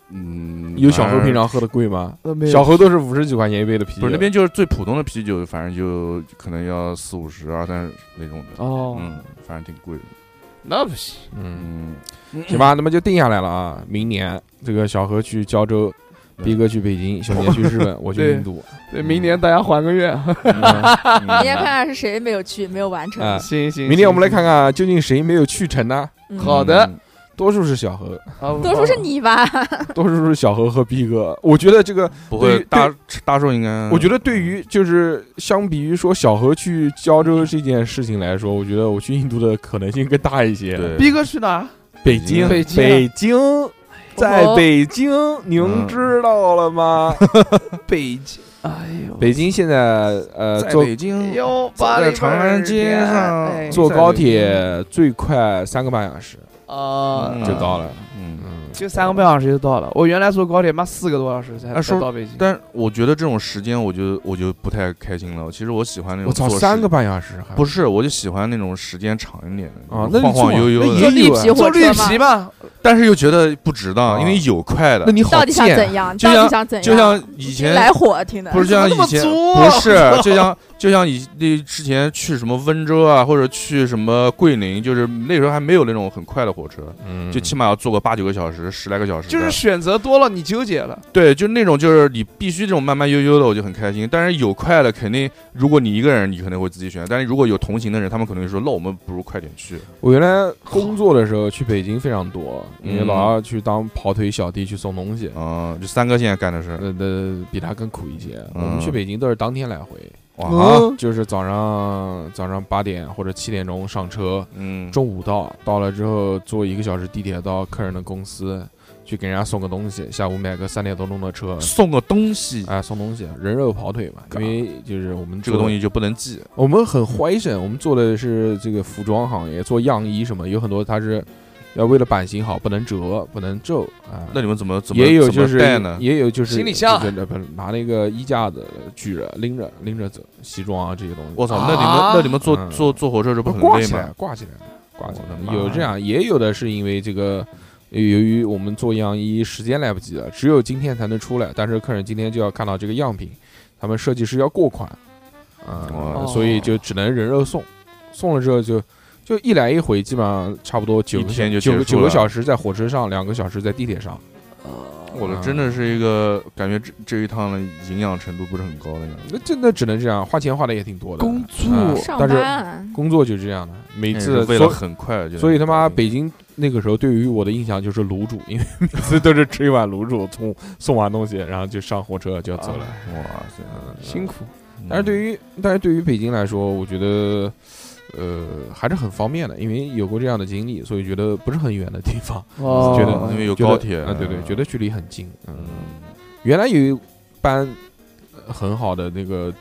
Speaker 4: 嗯，
Speaker 2: 有小
Speaker 4: 反
Speaker 2: 猴
Speaker 4: 正
Speaker 2: 平常喝的贵吗？
Speaker 3: 那呃没有
Speaker 2: 小猴都是五十几块钱一杯的啤酒，
Speaker 4: 不是那边就是最普通的啤酒，反正就可能要四五十、二三十那种的。
Speaker 3: 哦，
Speaker 4: 嗯，反正挺贵的。
Speaker 3: 那不行。
Speaker 2: 嗯，
Speaker 4: 嗯，
Speaker 2: 行吧，那么就定下来了啊。明年这个小何去胶州，
Speaker 4: 对
Speaker 2: 逼哥去北京，小年去日
Speaker 4: [LAUGHS]
Speaker 2: 本，我去
Speaker 3: 对
Speaker 2: 印度。
Speaker 3: 对，明年大家缓个月。
Speaker 5: [LAUGHS] 明天
Speaker 4: 嗯
Speaker 5: 看看是谁没有去，没有完成。
Speaker 2: 啊
Speaker 3: [LAUGHS] 行行，
Speaker 2: 明天我们来
Speaker 3: 行
Speaker 2: 看。看究竟谁没有去成呢？
Speaker 5: 嗯
Speaker 3: 好的，
Speaker 2: 多数是小何，
Speaker 3: 啊
Speaker 5: 多数是。你吧？
Speaker 2: 多数是小何和逼哥。我觉得这个，
Speaker 4: 不会
Speaker 2: 对于
Speaker 4: 大大寿应该，
Speaker 2: 我觉得对于就是相比于说小何去胶州这件事情来说，我觉得我去印度的可能性更大一些。
Speaker 4: 对
Speaker 3: 逼哥去哪儿？
Speaker 2: 北京，
Speaker 3: 北京啊
Speaker 2: 北京，在
Speaker 5: 哦
Speaker 2: 北京，您知道了吗？
Speaker 3: 北京。哎呦，哎
Speaker 2: 北京现在呃，
Speaker 4: 在
Speaker 2: 坐
Speaker 4: 北京
Speaker 3: 哟，巴
Speaker 4: 在
Speaker 3: 黎
Speaker 4: 长安街上
Speaker 3: 哎
Speaker 2: 坐
Speaker 4: 在
Speaker 2: 高
Speaker 4: 北京
Speaker 2: 铁最快三个半小时
Speaker 3: 啊
Speaker 4: 嗯
Speaker 2: 就到了。
Speaker 4: 嗯，
Speaker 2: 嗯，
Speaker 3: 就三个半小时就到了。我原来坐高铁妈四个多小时才
Speaker 4: 哎说
Speaker 3: 才到北京。
Speaker 4: 但我觉得这种时间，我就我就不太开心了。其实我喜欢那种
Speaker 2: 我操，
Speaker 4: 做事
Speaker 2: 三个半小时还
Speaker 4: 不是，我就喜欢那种时间长一点的
Speaker 2: 啊那
Speaker 4: 就晃
Speaker 2: 你
Speaker 4: 晃
Speaker 2: 坐
Speaker 4: 悠悠的
Speaker 2: 那
Speaker 5: 坐
Speaker 2: 也，
Speaker 5: 绿
Speaker 2: 有啊
Speaker 5: 皮
Speaker 3: 坐
Speaker 5: 火
Speaker 3: 绿
Speaker 5: 车吗？
Speaker 3: 皮嘛，
Speaker 4: 但是又觉得不值
Speaker 2: 啊
Speaker 4: 当，因为有快的
Speaker 2: 那，你好
Speaker 5: 到底想
Speaker 2: 贱啊
Speaker 5: 怎样？
Speaker 4: 就
Speaker 5: 到底
Speaker 4: 像
Speaker 5: 想怎样？
Speaker 4: 就像以前
Speaker 5: 哎来火听
Speaker 3: [LAUGHS]
Speaker 5: 的，
Speaker 4: 不是就
Speaker 3: 怎么
Speaker 4: 像
Speaker 3: 那么啊
Speaker 4: 以前 [LAUGHS]
Speaker 3: 作
Speaker 4: 不是
Speaker 3: [LAUGHS]
Speaker 4: 就像就像以那之前去什么温州啊，或者去什么桂林，就是那时候还没有那种很快的火车，
Speaker 2: 嗯
Speaker 4: 就起码要坐个八九个小时、十来个小时的。
Speaker 3: 就是选择多了，你纠结了。
Speaker 4: 对，就那种就是你必须这种慢慢悠悠的，我就很开心。但是有快的，肯定如果你一个人，你可能会自己选；但是如果有同行的人，他们可能会说，那我们不如快点去。
Speaker 2: 我原来工作的时候去北京非常多，因为
Speaker 4: 嗯
Speaker 2: 老要去当跑腿小弟去送东西，
Speaker 4: 嗯，就三哥现在干的事儿，
Speaker 2: 呃的比他更苦一些。我
Speaker 4: 嗯啊
Speaker 2: 们去北京都是当天来回，
Speaker 3: 哦
Speaker 4: 哇，
Speaker 2: 就是早上早上八点或者七点钟上车，
Speaker 4: 嗯，
Speaker 2: 中午到，到了之后坐一个小时地铁到客人的公司去给人家送个东西，下午买个三点多钟的车。
Speaker 4: 送个东西，
Speaker 2: 哎，送东西，人肉跑腿嘛，因为就是我们
Speaker 4: 这个东
Speaker 2: 西。
Speaker 4: 西就不能寄。
Speaker 2: 我们很怀神，我们做的是这个服装行业，做样衣什么，有很多它是要为了版型好，不能折，不能皱啊。
Speaker 4: 那你们怎么怎么
Speaker 2: 也有就是
Speaker 4: 怎么带呢？
Speaker 2: 也有就是
Speaker 3: 行李箱
Speaker 2: 就是那不是拿那个衣架子举着拎着拎着走，西装啊这些东西。
Speaker 4: 我操，
Speaker 3: 啊
Speaker 4: 那你们那你们坐
Speaker 2: 嗯
Speaker 4: 坐坐火车这不
Speaker 2: 不
Speaker 4: 很
Speaker 2: 挂
Speaker 4: 累
Speaker 2: 起来
Speaker 4: 吗？，哦
Speaker 2: 挂起来，挂起
Speaker 4: 我的
Speaker 2: 来。
Speaker 4: 妈
Speaker 2: 有这样，也有的是因为这个。呃由于我们做样衣时间来不及了，只有今天才能出来，但是客人今天就要看到这个样品，他们设计师要过款，啊、
Speaker 4: 哦
Speaker 2: 所以就只能人肉送，送了之后就就一来一回，基本上差不多九
Speaker 4: 一
Speaker 2: 个
Speaker 4: 天就
Speaker 2: 小九个
Speaker 4: 结束
Speaker 2: 九个
Speaker 4: 了哦
Speaker 2: 小时在火车上，两个小时在地铁上，
Speaker 4: 我的
Speaker 2: 嗯
Speaker 4: 真的是一个感觉这这一趟的营养程度不是很高的样子。
Speaker 2: 那真的只能这样，花钱花的也挺多的，
Speaker 3: 工作
Speaker 2: 啊
Speaker 5: 上
Speaker 2: 但是
Speaker 5: 班。
Speaker 2: 工作就是这样的，每
Speaker 4: 也是
Speaker 2: 次
Speaker 4: 为
Speaker 2: 所
Speaker 4: 了很快就，嗯
Speaker 2: 所以他妈北京那个时候对于我的印象就是卤煮，因为每次都是吃一碗卤煮，从送完东西，然后就上火车就要走了。
Speaker 4: 啊
Speaker 2: 嗯
Speaker 4: 哇塞！
Speaker 3: 辛苦。
Speaker 2: 但是对
Speaker 4: 于
Speaker 2: 于但是对于北京来说，我觉得呃还是很方便的，因为有过这样的经历，所以觉得不是很远的地方，
Speaker 3: 哦
Speaker 2: 觉得
Speaker 4: 因为有
Speaker 2: 觉得
Speaker 4: 高铁
Speaker 2: 啊，对对，觉得距离很近。嗯，
Speaker 4: 嗯，
Speaker 2: 原来有一班呃很好的那个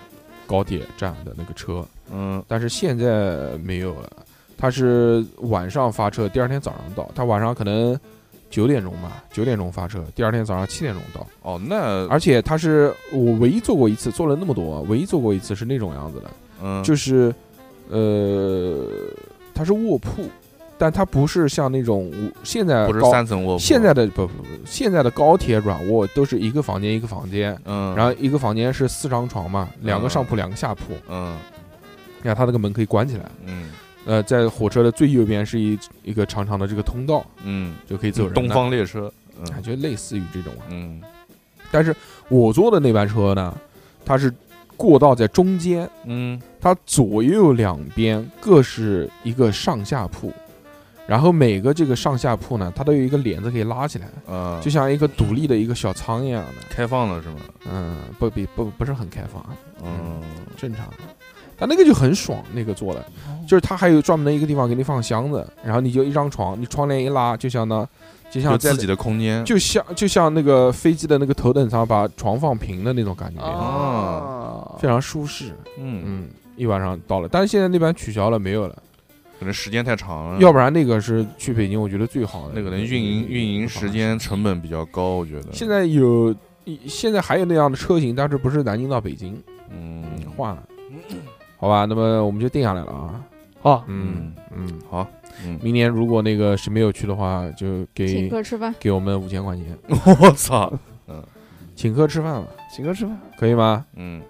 Speaker 2: 高铁站的那个车，
Speaker 4: 嗯，
Speaker 2: 但是现在没有了。他是晚上发车，第二天早上到。他晚上可能九点钟吧，九点钟发车，第二天早上七点钟到。
Speaker 4: 哦，那
Speaker 2: 而且他是我唯一坐过一次，坐了那么多，唯一坐过一次是那种样子的，
Speaker 4: 嗯，
Speaker 2: 就是呃，它是卧铺，但它不是像那种我现在
Speaker 4: 不是
Speaker 2: 高
Speaker 4: 三层卧铺，
Speaker 2: 现在的不不不，现在的高铁软卧都是一个房间一个房间，
Speaker 4: 嗯，
Speaker 2: 然后一个房间是四张床嘛，两个上铺两个下铺，
Speaker 4: 嗯
Speaker 2: 你看它那个门可以关起来。
Speaker 4: 嗯
Speaker 2: 呃，在火车的最右边是一一个长长的这个通道，
Speaker 4: 嗯，
Speaker 2: 就可以走人的。
Speaker 4: 东方列车，
Speaker 2: 感
Speaker 4: 嗯
Speaker 2: 觉类似于这种啊，
Speaker 4: 嗯
Speaker 2: 但是我坐的那班车呢，它是过道在中间，
Speaker 4: 嗯
Speaker 2: 它左右两边各是一个上下铺，然后每个这个上下铺呢，它都有一个帘子可以拉起来，
Speaker 4: 啊，
Speaker 2: 就像一个独立的一个小仓一样的。
Speaker 4: 开放了是吗？
Speaker 2: 嗯，不比不不是很开放，啊，
Speaker 4: 嗯
Speaker 2: 正常。但那个就很爽，那个做的，就是它还有专门的一个地方给你放箱子，然后你就一张床，你窗帘一拉，就相当，就像
Speaker 4: 有
Speaker 2: 在
Speaker 4: 自己的空间，
Speaker 2: 就像就像那个飞机的那个头等舱把床放平的那种感觉一样，
Speaker 3: 啊
Speaker 2: 非常舒适。
Speaker 4: 哦嗯，
Speaker 2: 嗯，一晚上到了，但是现在那班取消了，没有了。
Speaker 4: 可能时间太长了，
Speaker 2: 要不然那个是去北京，我觉得最好
Speaker 4: 嗯
Speaker 2: 的
Speaker 4: 那可能运营运营时。间成本比较高，我觉得。
Speaker 2: 现在有，现在还有那样的车型，但是不是南京到北京，
Speaker 4: 嗯，
Speaker 2: 换了，好吧？那么我们就定下来了啊。
Speaker 3: 好，
Speaker 2: 嗯
Speaker 4: 嗯
Speaker 2: 嗯，
Speaker 4: 好，嗯， [LAUGHS]
Speaker 2: 明年如果那个谁没有去的话，就
Speaker 5: 请
Speaker 2: 给
Speaker 5: 客吃饭，
Speaker 2: 给我们五千块钱，
Speaker 4: 我操，
Speaker 2: 请客吃饭吧，
Speaker 3: 请客吃饭，
Speaker 2: 可以吗？
Speaker 4: 嗯，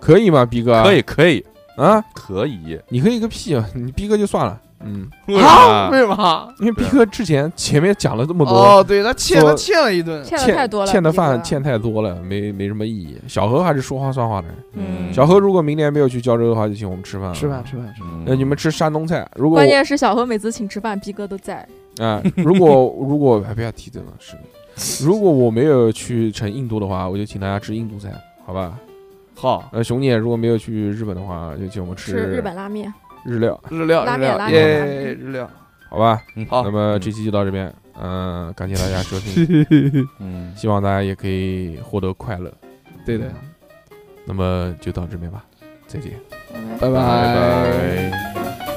Speaker 2: 可以吗，逼哥？
Speaker 4: 可以可以
Speaker 2: 啊，
Speaker 4: 可以，
Speaker 2: 你可以个屁啊！你逼哥就算了，嗯，
Speaker 4: 为
Speaker 3: 啊
Speaker 4: 啥？
Speaker 3: 为什么？
Speaker 2: 因为逼哥之前前面讲了这么多，
Speaker 3: 哦，对他欠
Speaker 2: 说
Speaker 3: 他欠了一顿，
Speaker 5: 欠的
Speaker 2: 欠
Speaker 5: 太多了，
Speaker 2: 欠的
Speaker 5: 这个
Speaker 2: 饭欠太多了，没没什么意义。小何还是说话算话的人。
Speaker 5: 嗯
Speaker 2: 小何如果明年没有去胶州的话，就请我们吃饭。
Speaker 3: 吃饭。吃饭吃饭，
Speaker 4: [LAUGHS] 嗯
Speaker 2: 那你们吃山东菜，如果
Speaker 5: 关
Speaker 2: 我
Speaker 5: 键是小何每次请吃饭，逼哥都在。
Speaker 2: 啊、 [LAUGHS] 如果如果哎还不要提这个事情，如果我没有去成印度的话，我就请大家吃印度菜，好吧？
Speaker 3: 好，
Speaker 2: 呃，熊姐如果没有去日本的话，就请我们吃
Speaker 5: 吃日本拉面，
Speaker 2: 日料，
Speaker 3: 日料
Speaker 5: 拉
Speaker 3: 日
Speaker 5: 面
Speaker 3: 料
Speaker 5: 拉
Speaker 2: 面
Speaker 3: 耶
Speaker 5: 拉面
Speaker 3: 日料，
Speaker 2: 好吧？
Speaker 4: 嗯
Speaker 3: 好
Speaker 2: 那么这期就到这边，嗯、感谢大家收听，
Speaker 4: 嗯，
Speaker 2: 希望大家也可以获得快乐。
Speaker 3: 对的，
Speaker 2: 那么就到这边吧，再见。
Speaker 5: 拜拜
Speaker 3: 拜
Speaker 4: 拜拜。